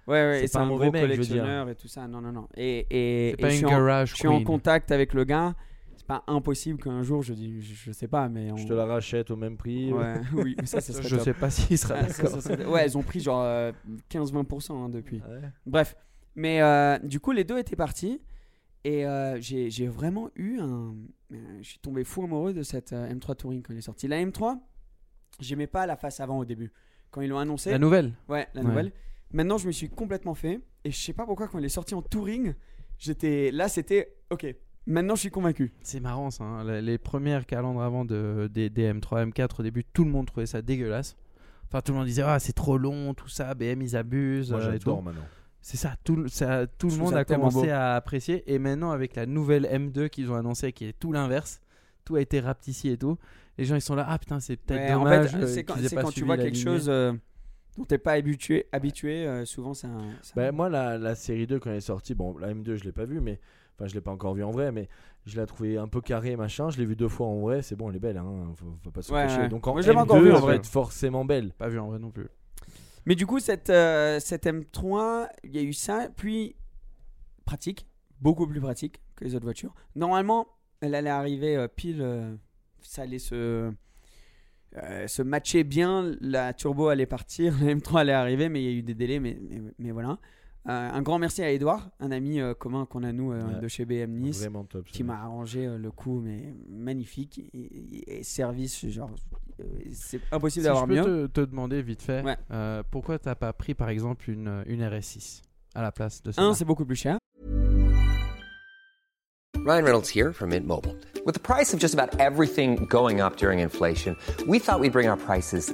Speaker 1: Ouais, ouais,
Speaker 3: C'est
Speaker 1: et c'est
Speaker 3: pas
Speaker 1: un,
Speaker 3: un
Speaker 1: gros
Speaker 3: mauvais mec, je veux dire.
Speaker 1: collectionneur et tout ça. Non, non, non. Et, et,
Speaker 2: c'est
Speaker 1: et
Speaker 2: pas
Speaker 1: je,
Speaker 2: une
Speaker 1: suis en,
Speaker 2: garage.
Speaker 1: je suis en
Speaker 2: queen.
Speaker 1: contact avec le gars. C'est pas impossible qu'un jour je dis, je, je sais pas, mais on...
Speaker 3: Je te la rachète au même prix.
Speaker 1: Ouais, oui, ça, ça serait
Speaker 2: Je
Speaker 1: top.
Speaker 2: sais pas s'il sera
Speaker 1: Ah, ça,
Speaker 2: d'accord.
Speaker 1: ça serait- Ouais, elles ont pris genre euh, 15-20% hein, depuis.
Speaker 3: Ouais.
Speaker 1: Bref, mais euh, du coup, les deux étaient partis. Et euh, j'ai j'ai vraiment eu un. euh, je suis tombé fou amoureux de cette euh, M3 Touring quand elle est sortie. La M3, j'aimais pas la face avant au début. Quand ils l'ont annoncé.
Speaker 2: La nouvelle.
Speaker 1: Ouais, la
Speaker 2: Ouais.
Speaker 1: nouvelle. Maintenant, je me suis complètement fait. Et je sais pas pourquoi, quand elle est sortie en touring, j'étais. Là, c'était. Ok. Maintenant, je suis convaincu.
Speaker 2: C'est marrant ça. hein. Les- Les premières calandres avant de, des, des M3, M4, au début, tout le monde trouvait ça dégueulasse. Enfin, tout le monde disait Ah, c'est trop long, tout ça, BM, ils abusent.
Speaker 3: Moi,
Speaker 2: euh, et
Speaker 3: j'adore
Speaker 2: tout.
Speaker 3: maintenant.
Speaker 2: C'est ça, tout, le- ça, tout
Speaker 1: Je
Speaker 2: le
Speaker 1: trouve
Speaker 2: monde
Speaker 1: ça
Speaker 2: a
Speaker 1: tellement
Speaker 2: commencé
Speaker 1: beau.
Speaker 2: à apprécier. Et maintenant, avec la nouvelle M2 qu'ils ont annoncée, qui est tout l'inverse, tout a été rapetissi et tout. Les gens, ils sont là Ah putain, c'est peut-être
Speaker 1: Ouais,
Speaker 2: dommage.
Speaker 1: en fait,
Speaker 2: euh,
Speaker 1: c'est quand,
Speaker 2: qu'ils aient
Speaker 1: c'est
Speaker 2: pas
Speaker 1: quand tu
Speaker 2: suivi
Speaker 1: vois
Speaker 2: la
Speaker 1: quelque
Speaker 2: lignée.
Speaker 1: chose euh, dont t'es pas habitué, habitué euh, souvent, c'est un. c'est
Speaker 3: Bah,
Speaker 1: un-
Speaker 3: moi, la, la série 2, quand elle est sortie, bon, la M2, je l'ai pas vue, mais. Enfin, je l'ai pas encore vue en vrai, mais je l'ai trouvée un peu carrée, machin. Je l'ai vue deux fois en vrai, c'est bon, elle est belle, hein. Faut, faut pas se
Speaker 1: Ouais,
Speaker 3: cacher.
Speaker 1: ouais.
Speaker 3: Donc en
Speaker 1: Moi, je l'ai pas encore
Speaker 3: M2,
Speaker 1: vue, en
Speaker 3: elle va
Speaker 1: vrai.
Speaker 3: être forcément belle.
Speaker 2: Pas vu en vrai non plus.
Speaker 1: Mais du coup, cette, euh, cette M3, il y a eu ça, puis pratique, beaucoup plus pratique que les autres voitures. Normalement, elle allait arriver euh, pile, euh, ça allait se, euh, se matcher bien, la turbo allait partir, la M3 allait arriver, mais il y a eu des délais, mais, mais, mais voilà. Euh, un grand merci à Edouard, un ami euh, commun qu'on a nous euh,
Speaker 3: Ouais.
Speaker 1: de chez BM Nice
Speaker 3: Vraiment top.
Speaker 1: qui m'a arrangé euh, le coup, mais magnifique. Et, et- et service, genre, euh, c'est impossible
Speaker 2: Si je
Speaker 1: d'avoir
Speaker 2: peux te,
Speaker 1: mieux.
Speaker 2: te demander vite fait,
Speaker 1: Ouais.
Speaker 2: euh, pourquoi t'as pas pris par exemple une, une RS6 à la place de ça
Speaker 1: Un, c'est beaucoup plus cher.
Speaker 4: Ryan Reynolds here from Mint Mobile. With the price of just about everything going up during inflation, we thought we'd bring our prices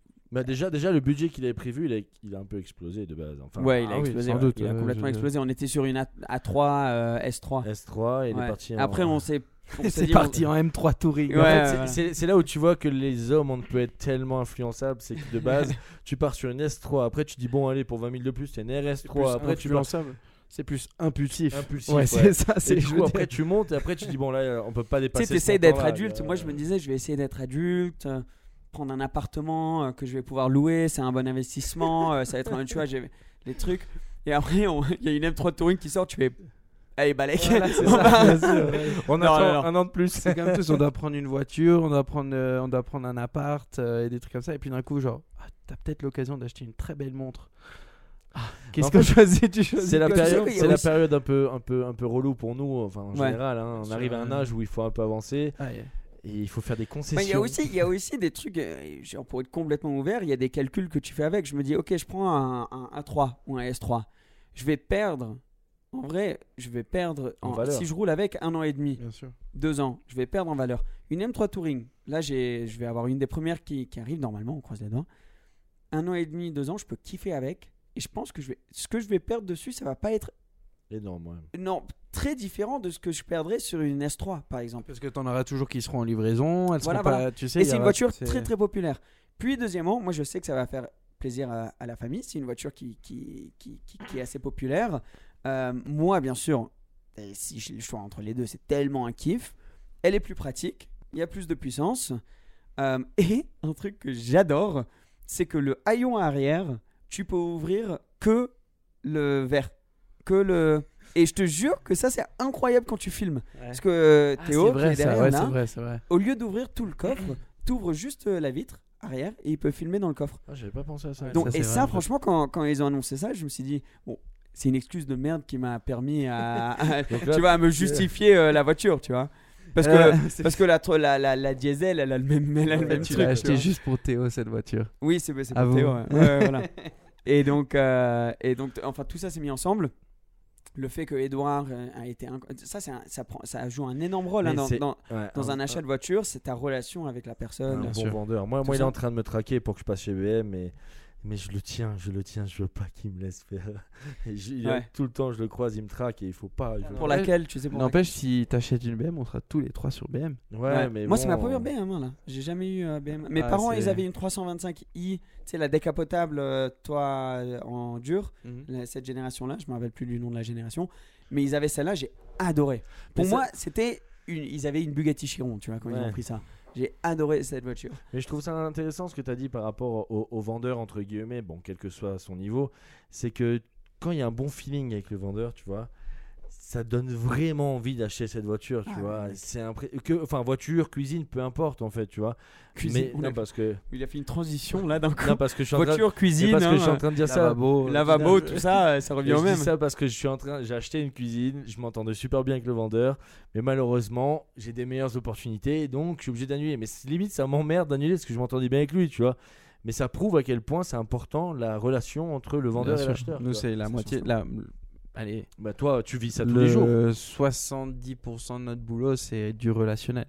Speaker 3: Bah déjà, déjà, le budget qu'il avait prévu, il a, il a un peu explosé de base. Enfin,
Speaker 1: ouais, il
Speaker 2: ah
Speaker 1: a
Speaker 2: oui,
Speaker 1: explosé.
Speaker 2: sans
Speaker 1: ouais.
Speaker 2: doute,
Speaker 1: il a
Speaker 2: euh,
Speaker 1: complètement
Speaker 2: je- Eh,
Speaker 1: explosé. On était sur une A- A3 euh, S3.
Speaker 3: S3, il
Speaker 1: Ouais.
Speaker 3: est parti. en-
Speaker 1: Après, on s'est. on s'est
Speaker 2: C'est
Speaker 1: dit,
Speaker 2: parti en M3 Touring.
Speaker 1: Ouais,
Speaker 3: En fait,
Speaker 1: ouais,
Speaker 3: c'est-
Speaker 1: ouais.
Speaker 3: c'est- c'est là où tu vois que les hommes, on peut être tellement influençables. C'est que de base, tu pars sur une S3, après tu dis bon, allez, pour 20 000 de plus, c'est une RS3, après tu lances
Speaker 2: C'est plus impulsif.
Speaker 3: Impulsif,
Speaker 2: Euh, Ouais,
Speaker 3: ouais.
Speaker 2: c'est ça.
Speaker 3: Et
Speaker 2: C'est
Speaker 3: du
Speaker 2: je
Speaker 3: coup,
Speaker 2: veux
Speaker 3: après
Speaker 2: dire-
Speaker 3: tu montes et après tu dis bon, là, on peut pas
Speaker 1: Tu
Speaker 3: dépasser.
Speaker 1: sais,
Speaker 3: ce euh,
Speaker 1: t'essayes d'être
Speaker 3: montant-là,
Speaker 1: adulte.
Speaker 2: euh,
Speaker 3: là.
Speaker 1: Moi, je me disais, je vais essayer d'être adulte, euh, prendre un appartement euh, que je vais pouvoir louer, c'est un bon investissement, euh, ça va être un, tu vois, j'ai les trucs. Et après, on- il y a une M3 Touring qui sort, tu fais, allez, balèque.
Speaker 2: Voilà, c'est
Speaker 1: On
Speaker 2: ça,
Speaker 1: part.
Speaker 2: bien sûr.
Speaker 3: On
Speaker 1: Non,
Speaker 3: attend
Speaker 1: non, non.
Speaker 3: un an de plus.
Speaker 2: C'est comme tous, on doit prendre une voiture, on doit prendre, euh, on doit prendre un appart euh, et des trucs comme ça. Et puis d'un coup, genre, ah, t'as peut-être l'occasion d'acheter une très belle montre. Ah, Qu'est-ce
Speaker 3: En
Speaker 2: qu'on
Speaker 3: fait,
Speaker 2: choisit Tu choisis
Speaker 3: C'est la
Speaker 2: quoi Tu sais
Speaker 3: période,
Speaker 2: qu'il y a
Speaker 3: c'est la
Speaker 2: aussi-
Speaker 3: période un peu, un peu, un peu relou pour nous, enfin en
Speaker 1: Ouais.
Speaker 3: général. hein. On
Speaker 2: Sur,
Speaker 3: arrive à un
Speaker 2: euh,
Speaker 3: âge où il faut un peu avancer
Speaker 2: Ah, yeah.
Speaker 3: et il faut faire des concessions.
Speaker 1: Mais il y a aussi, il y a aussi des trucs, euh, genre, pour être complètement ouvert, il y a des calculs que tu fais avec. Je me dis, ok, je prends un, un A3 ou un S3, je vais perdre. En vrai, je vais perdre.
Speaker 3: En
Speaker 1: en-
Speaker 3: valeur.
Speaker 1: si je roule avec un an et demi,
Speaker 2: Bien sûr.
Speaker 1: deux ans, je vais perdre en valeur. Une M3 Touring, là j'ai, je vais avoir une des premières qui, qui arrive normalement, on croise les doigts. Un an et demi, deux ans, je peux kiffer avec. Et je pense que je vais, ce que je vais perdre dessus, ça va pas être
Speaker 3: Énorme, ouais.
Speaker 1: non, très différent de ce que je perdrais sur une S3 par exemple.
Speaker 2: Parce que t'en auras toujours qui seront en livraison. Elles
Speaker 1: Voilà,
Speaker 2: seront
Speaker 1: voilà.
Speaker 2: pas, tu sais,
Speaker 1: et
Speaker 2: il y
Speaker 1: c'est une
Speaker 2: aura-
Speaker 1: voiture
Speaker 2: c'est-
Speaker 1: très très populaire. Puis deuxièmement, moi je sais que ça va faire plaisir à, à la famille. C'est une voiture qui, qui, qui, qui- qui est assez populaire. Euh, moi bien sûr, et si j'ai le choix entre les deux, c'est tellement un kiff. Elle est plus pratique, il y a plus de puissance. Euh, et un truc que j'adore, c'est que le haillon arrière, tu peux ouvrir que le verre. Que le... Et je te jure que ça c'est incroyable quand tu filmes. Parce que euh,
Speaker 2: Ah,
Speaker 1: Théo,
Speaker 2: c'est
Speaker 1: qui
Speaker 2: vrai,
Speaker 1: est
Speaker 2: ça,
Speaker 1: derrière
Speaker 2: ouais,
Speaker 1: là,
Speaker 2: c'est vrai, c'est vrai.
Speaker 1: au lieu d'ouvrir tout le coffre, t'ouvres juste euh, la vitre arrière et il peut filmer dans le coffre.
Speaker 3: Ah, j'avais pas pensé à ça.
Speaker 2: Ouais,
Speaker 1: Donc,
Speaker 2: ça,
Speaker 1: et
Speaker 2: c'est
Speaker 1: ça,
Speaker 2: vrai.
Speaker 1: franchement, quand, quand ils ont annoncé ça, je me suis dit, bon, c'est une excuse de merde qui m'a permis à, à-
Speaker 3: Donc là,
Speaker 1: tu vois, à me justifier euh, la voiture, tu vois. Parce que,
Speaker 2: Euh, c'est-
Speaker 1: parce que la, tro- la, la, la diesel, elle a le même, elle a le
Speaker 3: Ouais,
Speaker 1: même
Speaker 2: tu
Speaker 1: truc. euh,
Speaker 2: l'as
Speaker 1: tu vois.
Speaker 2: acheté juste pour Théo cette voiture.
Speaker 1: Oui, c'est c'est
Speaker 2: Ah
Speaker 1: pour
Speaker 2: bon
Speaker 1: Théo, ouais. Ouais, ouais, voilà. Et donc, euh, et donc, t- enfin, tout ça s'est mis ensemble. Le fait que Edouard euh, a été. inc- Ça, c'est un- ça, prend, ça joue un énorme rôle hein,
Speaker 3: Mais
Speaker 1: dans,
Speaker 3: c'est-
Speaker 1: dans,
Speaker 3: Ouais,
Speaker 1: dans un achat de voiture, c'est ta relation avec la
Speaker 3: un
Speaker 1: personne.
Speaker 3: bon
Speaker 2: sûr.
Speaker 3: vendeur. Moi,
Speaker 1: Tout
Speaker 3: moi il est
Speaker 1: ça.
Speaker 3: en train de me traquer pour que je passe chez BM, mais, mais je le tiens, je le tiens, je veux pas qu'il me laisse faire. Et je- il-
Speaker 1: Ouais.
Speaker 3: Tout le temps, je le croise, il me traque et il faut pas. je-
Speaker 1: Pour
Speaker 2: Ouais.
Speaker 1: laquelle, tu sais, pour
Speaker 2: N'empêche, si t'achètes une BM, on sera tous les trois sur BM.
Speaker 3: Ouais,
Speaker 1: Ouais.
Speaker 3: mais
Speaker 1: Moi,
Speaker 3: bon,
Speaker 1: c'est ma première BM, hein, là. J'ai jamais eu euh, BM. Mes
Speaker 2: Ah,
Speaker 1: parents,
Speaker 2: c'est-
Speaker 1: ils avaient une 325i, tu sais, la décapotable, euh, toi, euh, en dur,
Speaker 2: Mhm.
Speaker 1: la- cette génération-là. Je me rappelle plus du nom de la génération. Mais ils avaient celle-là, j'ai adoré. Pour
Speaker 3: Mais ça-
Speaker 1: moi, c'était. Une... Ils avaient une Bugatti Chiron, tu vois, quand ils
Speaker 3: Ouais.
Speaker 1: ont pris ça. J'ai adoré cette voiture.
Speaker 3: Mais je trouve ça intéressant ce que tu as dit par rapport au, au vendeur, entre guillemets, bon, quel que soit son niveau, c'est que quand il y a un bon feeling avec le vendeur, tu vois, ça donne vraiment envie d'acheter cette voiture, tu
Speaker 1: Ah,
Speaker 3: vois.
Speaker 1: mec.
Speaker 3: C'est impré- que, enfin, voiture, cuisine, peu importe, en fait, tu vois.
Speaker 1: Cuisine.
Speaker 3: mais
Speaker 1: on a-
Speaker 3: non, parce que,
Speaker 1: Il a fait une transition, là, d'un coup.
Speaker 3: non, parce que je suis en train,
Speaker 1: voiture,
Speaker 3: mais
Speaker 1: cuisine,
Speaker 3: parce que je
Speaker 1: hein,
Speaker 3: suis en train de dire ça.
Speaker 2: Lavabo. euh,
Speaker 1: lavabo,
Speaker 3: je-
Speaker 1: tout ça, euh, ça
Speaker 3: Et
Speaker 1: revient
Speaker 3: je
Speaker 1: au
Speaker 3: dis
Speaker 1: même.
Speaker 3: ça parce que je suis en train, j'ai acheté une cuisine, je m'entendais super bien avec le vendeur, mais malheureusement, j'ai des meilleures opportunités, donc je suis obligé d'annuler. Mais c'est- limite, ça m'emmerde d'annuler parce que je m'entendais bien avec lui, tu vois. Mais ça prouve à quel point c'est important la relation entre le vendeur
Speaker 2: Bien
Speaker 3: et
Speaker 2: sûr.
Speaker 3: l'acheteur.
Speaker 2: Nous,
Speaker 3: tu vois.
Speaker 2: c'est la moitié. La... Allez,
Speaker 3: Bah toi, tu vis ça tous
Speaker 2: le
Speaker 3: les jours.
Speaker 2: 70% de notre boulot, c'est du relationnel.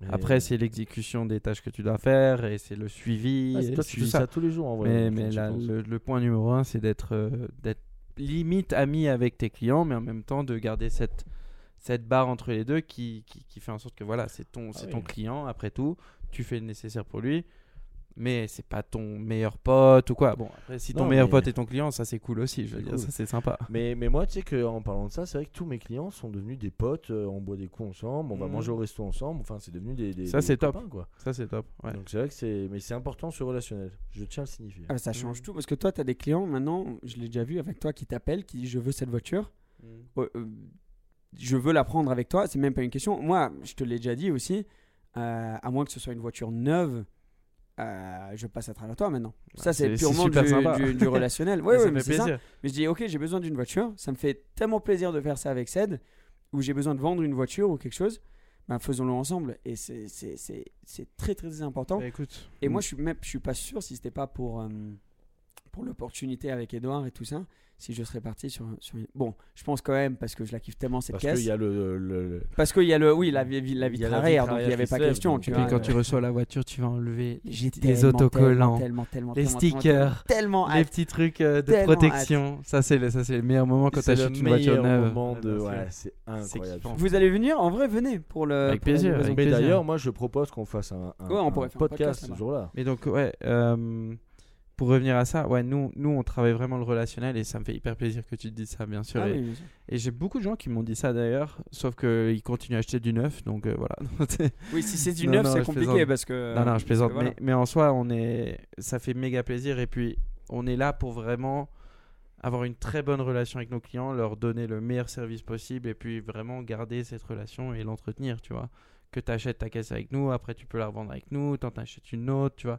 Speaker 3: Mais-
Speaker 2: Après, c'est l'exécution des tâches que tu dois faire et c'est le suivi.
Speaker 3: Ah,
Speaker 2: et
Speaker 3: c'est toi,
Speaker 2: le
Speaker 3: tu
Speaker 2: suivi,
Speaker 3: vis ça tous les jours en vrai.
Speaker 2: mais
Speaker 3: quand
Speaker 2: mais
Speaker 3: tu
Speaker 2: la-
Speaker 3: penses.
Speaker 2: le, le point numéro un, c'est d'être euh, d'être limite ami avec tes clients, mais en même temps de garder cette, cette barre entre les deux qui, qui, qui fait en sorte que voilà, c'est ton, c'est
Speaker 3: oui.
Speaker 2: ton client après tout, tu fais le nécessaire pour lui, mais c'est pas ton meilleur pote ou quoi. Bon, après, si ton
Speaker 3: Non,
Speaker 2: meilleur
Speaker 3: mais-
Speaker 2: pote est ton client, ça c'est cool aussi, je veux
Speaker 3: C'est
Speaker 2: dire,
Speaker 3: cool.
Speaker 2: ça c'est sympa.
Speaker 3: Mais, mais moi, tu sais qu'en parlant de ça, c'est vrai que tous mes clients sont devenus des potes. euh, on boit des coups ensemble, on va
Speaker 2: Mhm.
Speaker 3: manger au resto ensemble. Enfin, c'est devenu des, des-
Speaker 2: Ça,
Speaker 3: des
Speaker 2: c'est top.
Speaker 3: copains, quoi.
Speaker 2: Ça c'est top. Ouais.
Speaker 3: Donc c'est vrai que c'est, mais c'est important ce relationnel. Je tiens à le signifier.
Speaker 1: Ah,
Speaker 2: Mm.
Speaker 1: ça change tout parce que toi, t'as des clients maintenant, je l'ai déjà vu avec toi, qui t'appellent, qui disent je veux cette voiture,
Speaker 2: Mm.
Speaker 1: Euh, euh, je veux la prendre avec toi. C'est même pas une question. Moi, je te l'ai déjà dit aussi, euh, à moins que ce soit une voiture neuve, euh, je passe à travers toi maintenant. ça, c'est
Speaker 2: c'est- c'est
Speaker 1: purement
Speaker 2: super
Speaker 1: du,
Speaker 2: sympa.
Speaker 1: du- du relationnel.
Speaker 2: Ouais,
Speaker 1: Ouais,
Speaker 2: ça
Speaker 1: ouais, mais
Speaker 2: fait
Speaker 1: c'est ça.
Speaker 2: plaisir.
Speaker 1: Mais je dis ok, j'ai besoin d'une voiture. Ça me fait tellement plaisir de faire ça avec Ced, ou j'ai besoin de vendre une voiture ou quelque chose. Ben, faisons-le ensemble. Et c'est- c'est c'est- c'est très très important.
Speaker 2: Bah, écoute,
Speaker 1: Et moi, je suis même, je suis pas sûr si c'était pas pour euh, pour l'opportunité avec Edouard et tout ça, si je serais parti sur, sur une- Bon, je pense quand même parce que je la kiffe tellement cette
Speaker 3: Parce
Speaker 1: caisse.
Speaker 3: qu'il y a le, le- le-
Speaker 1: Parce qu'il y a le, oui, la vie, la
Speaker 3: Il y a
Speaker 1: vitre
Speaker 3: la
Speaker 1: arrière,
Speaker 3: vitre
Speaker 1: donc il n'y
Speaker 3: arrière
Speaker 1: avait
Speaker 3: qui
Speaker 1: pas
Speaker 3: se lève,
Speaker 1: question,
Speaker 3: donc,
Speaker 1: tu
Speaker 3: et
Speaker 2: et
Speaker 1: vois.
Speaker 2: puis
Speaker 3: Ouais,
Speaker 2: euh, quand
Speaker 3: ouais.
Speaker 2: tu reçois la voiture, tu vas enlever
Speaker 1: J'ai
Speaker 2: les
Speaker 1: tellement,
Speaker 2: autocollants,
Speaker 1: tellement, tellement, tellement,
Speaker 2: les
Speaker 1: tellement,
Speaker 2: stickers,
Speaker 1: tellement
Speaker 2: les
Speaker 1: hâte.
Speaker 2: petits trucs euh, de
Speaker 1: Tellement hâte.
Speaker 2: protection. Ça c'est le, ça c'est le meilleur moment quand tu
Speaker 3: c'est le
Speaker 2: achètes une
Speaker 3: meilleur
Speaker 2: voiture neuve.
Speaker 3: moment
Speaker 2: Ah,
Speaker 3: de.
Speaker 2: bien sûr.
Speaker 3: ouais, c'est incroyable.
Speaker 2: kiffant.
Speaker 1: Vous allez venir En vrai, venez pour le.
Speaker 2: Avec
Speaker 1: pour la
Speaker 2: plaisir,
Speaker 1: livraison.
Speaker 2: avec
Speaker 3: Mais
Speaker 2: plaisir.
Speaker 3: d'ailleurs, moi, je propose qu'on fasse un, un-
Speaker 1: Ouais, on
Speaker 3: un
Speaker 1: pourrait faire un
Speaker 3: podcast
Speaker 1: podcast
Speaker 3: ce
Speaker 1: là-bas.
Speaker 3: jour-là.
Speaker 2: Mais donc, ouais, euh, pour revenir à ça, ouais, nous, nous, on travaille vraiment le relationnel et ça me fait hyper plaisir que tu te dises ça, bien sûr.
Speaker 1: Ah
Speaker 2: et
Speaker 1: oui, bien sûr.
Speaker 2: et j'ai beaucoup de gens qui m'ont dit ça d'ailleurs, sauf qu'ils continuent à acheter du neuf, donc euh, voilà.
Speaker 1: Oui, si c'est du
Speaker 2: Non,
Speaker 1: neuf,
Speaker 2: non,
Speaker 1: c'est
Speaker 2: je
Speaker 1: compliqué
Speaker 2: plaisante.
Speaker 1: parce que.
Speaker 2: non, non, je plaisante,
Speaker 1: parce que voilà.
Speaker 2: mais, mais en soi, on est, ça fait méga plaisir et puis on est là pour vraiment avoir une très bonne relation avec nos clients, leur donner le meilleur service possible et puis vraiment garder cette relation et l'entretenir, tu vois. Que tu achètes ta caisse avec nous, après tu peux la revendre avec nous, t'en achètes une autre, tu vois.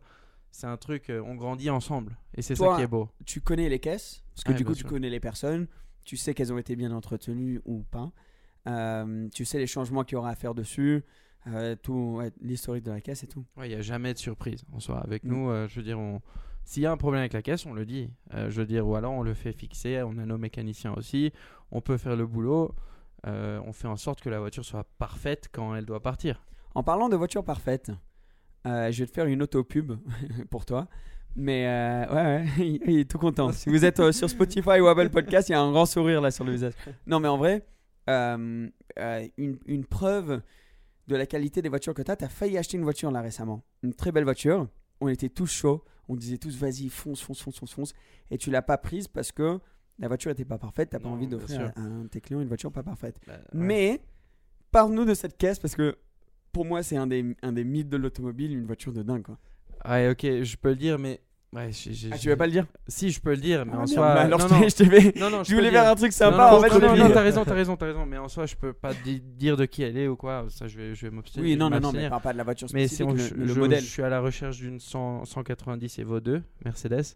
Speaker 2: C'est un truc, euh, on grandit ensemble et c'est ça
Speaker 1: Toi,
Speaker 2: qui est beau.
Speaker 1: tu connais les caisses, parce que
Speaker 2: Ouais,
Speaker 1: du
Speaker 2: bien
Speaker 1: coup,
Speaker 2: sûr.
Speaker 1: tu connais les personnes, tu sais qu'elles ont été bien entretenues ou pas, Euh, tu sais les changements qu'il y aura à faire dessus, euh, tout, ouais, l'historique de la caisse et tout.
Speaker 2: Ouais, il n'y a jamais de surprise en soi. Avec
Speaker 1: Mm.
Speaker 2: nous, euh, je veux dire, on... s'il y a un problème avec la caisse, on le dit. Euh, je veux dire, ou alors on le fait fixer, on a nos mécaniciens aussi, on peut faire le boulot, euh, on fait en sorte que la voiture soit parfaite quand elle doit partir.
Speaker 1: En parlant de voiture parfaite, euh, je vais te faire une auto-pub pour toi. Mais euh, ouais, ouais, il est tout content. Si vous êtes euh, sur Spotify ou Apple Podcast, il y a un grand sourire là sur le visage. Non, mais en vrai, euh, euh, une, une preuve de la qualité des voitures que tu as. Tu as failli acheter une voiture là récemment. Une très belle voiture. On était tous chauds. On disait tous vas-y, fonce, fonce, fonce, fonce, fonce. Et tu l'as pas prise parce que la voiture était pas parfaite. Tu pas
Speaker 2: Non,
Speaker 1: envie
Speaker 2: bien
Speaker 1: d'offrir
Speaker 2: sûr.
Speaker 1: à, à un de tes clients une voiture pas parfaite.
Speaker 2: Bah, Ouais.
Speaker 1: Mais parle-nous de cette caisse parce que pour moi, c'est un des, un des mythes de l'automobile, une voiture de dingue. Quoi.
Speaker 2: Ouais, ok, je peux le dire, mais. Ouais, j'ai- j'ai-
Speaker 1: Ah, tu veux pas le dire
Speaker 2: Si, je peux le dire, mais
Speaker 1: Ah,
Speaker 2: en
Speaker 1: merde.
Speaker 2: soi.
Speaker 1: Bah alors,
Speaker 2: non,
Speaker 1: je
Speaker 2: non.
Speaker 1: t'ai- je t'ai fait-
Speaker 2: Non, non,
Speaker 1: Je
Speaker 2: peux
Speaker 1: voulais
Speaker 2: le
Speaker 1: faire
Speaker 2: dire.
Speaker 1: un truc sympa,
Speaker 2: non,
Speaker 1: en fait,
Speaker 2: non, non,
Speaker 1: j'ai
Speaker 2: non,
Speaker 1: oublié.
Speaker 2: t'as raison, t'as raison, t'as raison. Mais en soi, je peux pas di- dire de qui elle est ou quoi. Ça, je vais, je vais m'obstiner.
Speaker 1: Oui,
Speaker 2: je
Speaker 1: non,
Speaker 2: vais
Speaker 1: non, non, mais
Speaker 2: m'abstenir.
Speaker 1: Bah, parle pas de la voiture
Speaker 2: Mais
Speaker 1: spécifique,
Speaker 2: c'est je,
Speaker 1: le, le
Speaker 2: je-
Speaker 1: modèle.
Speaker 2: je suis à la recherche d'une 100 190 Evo 2 Mercedes.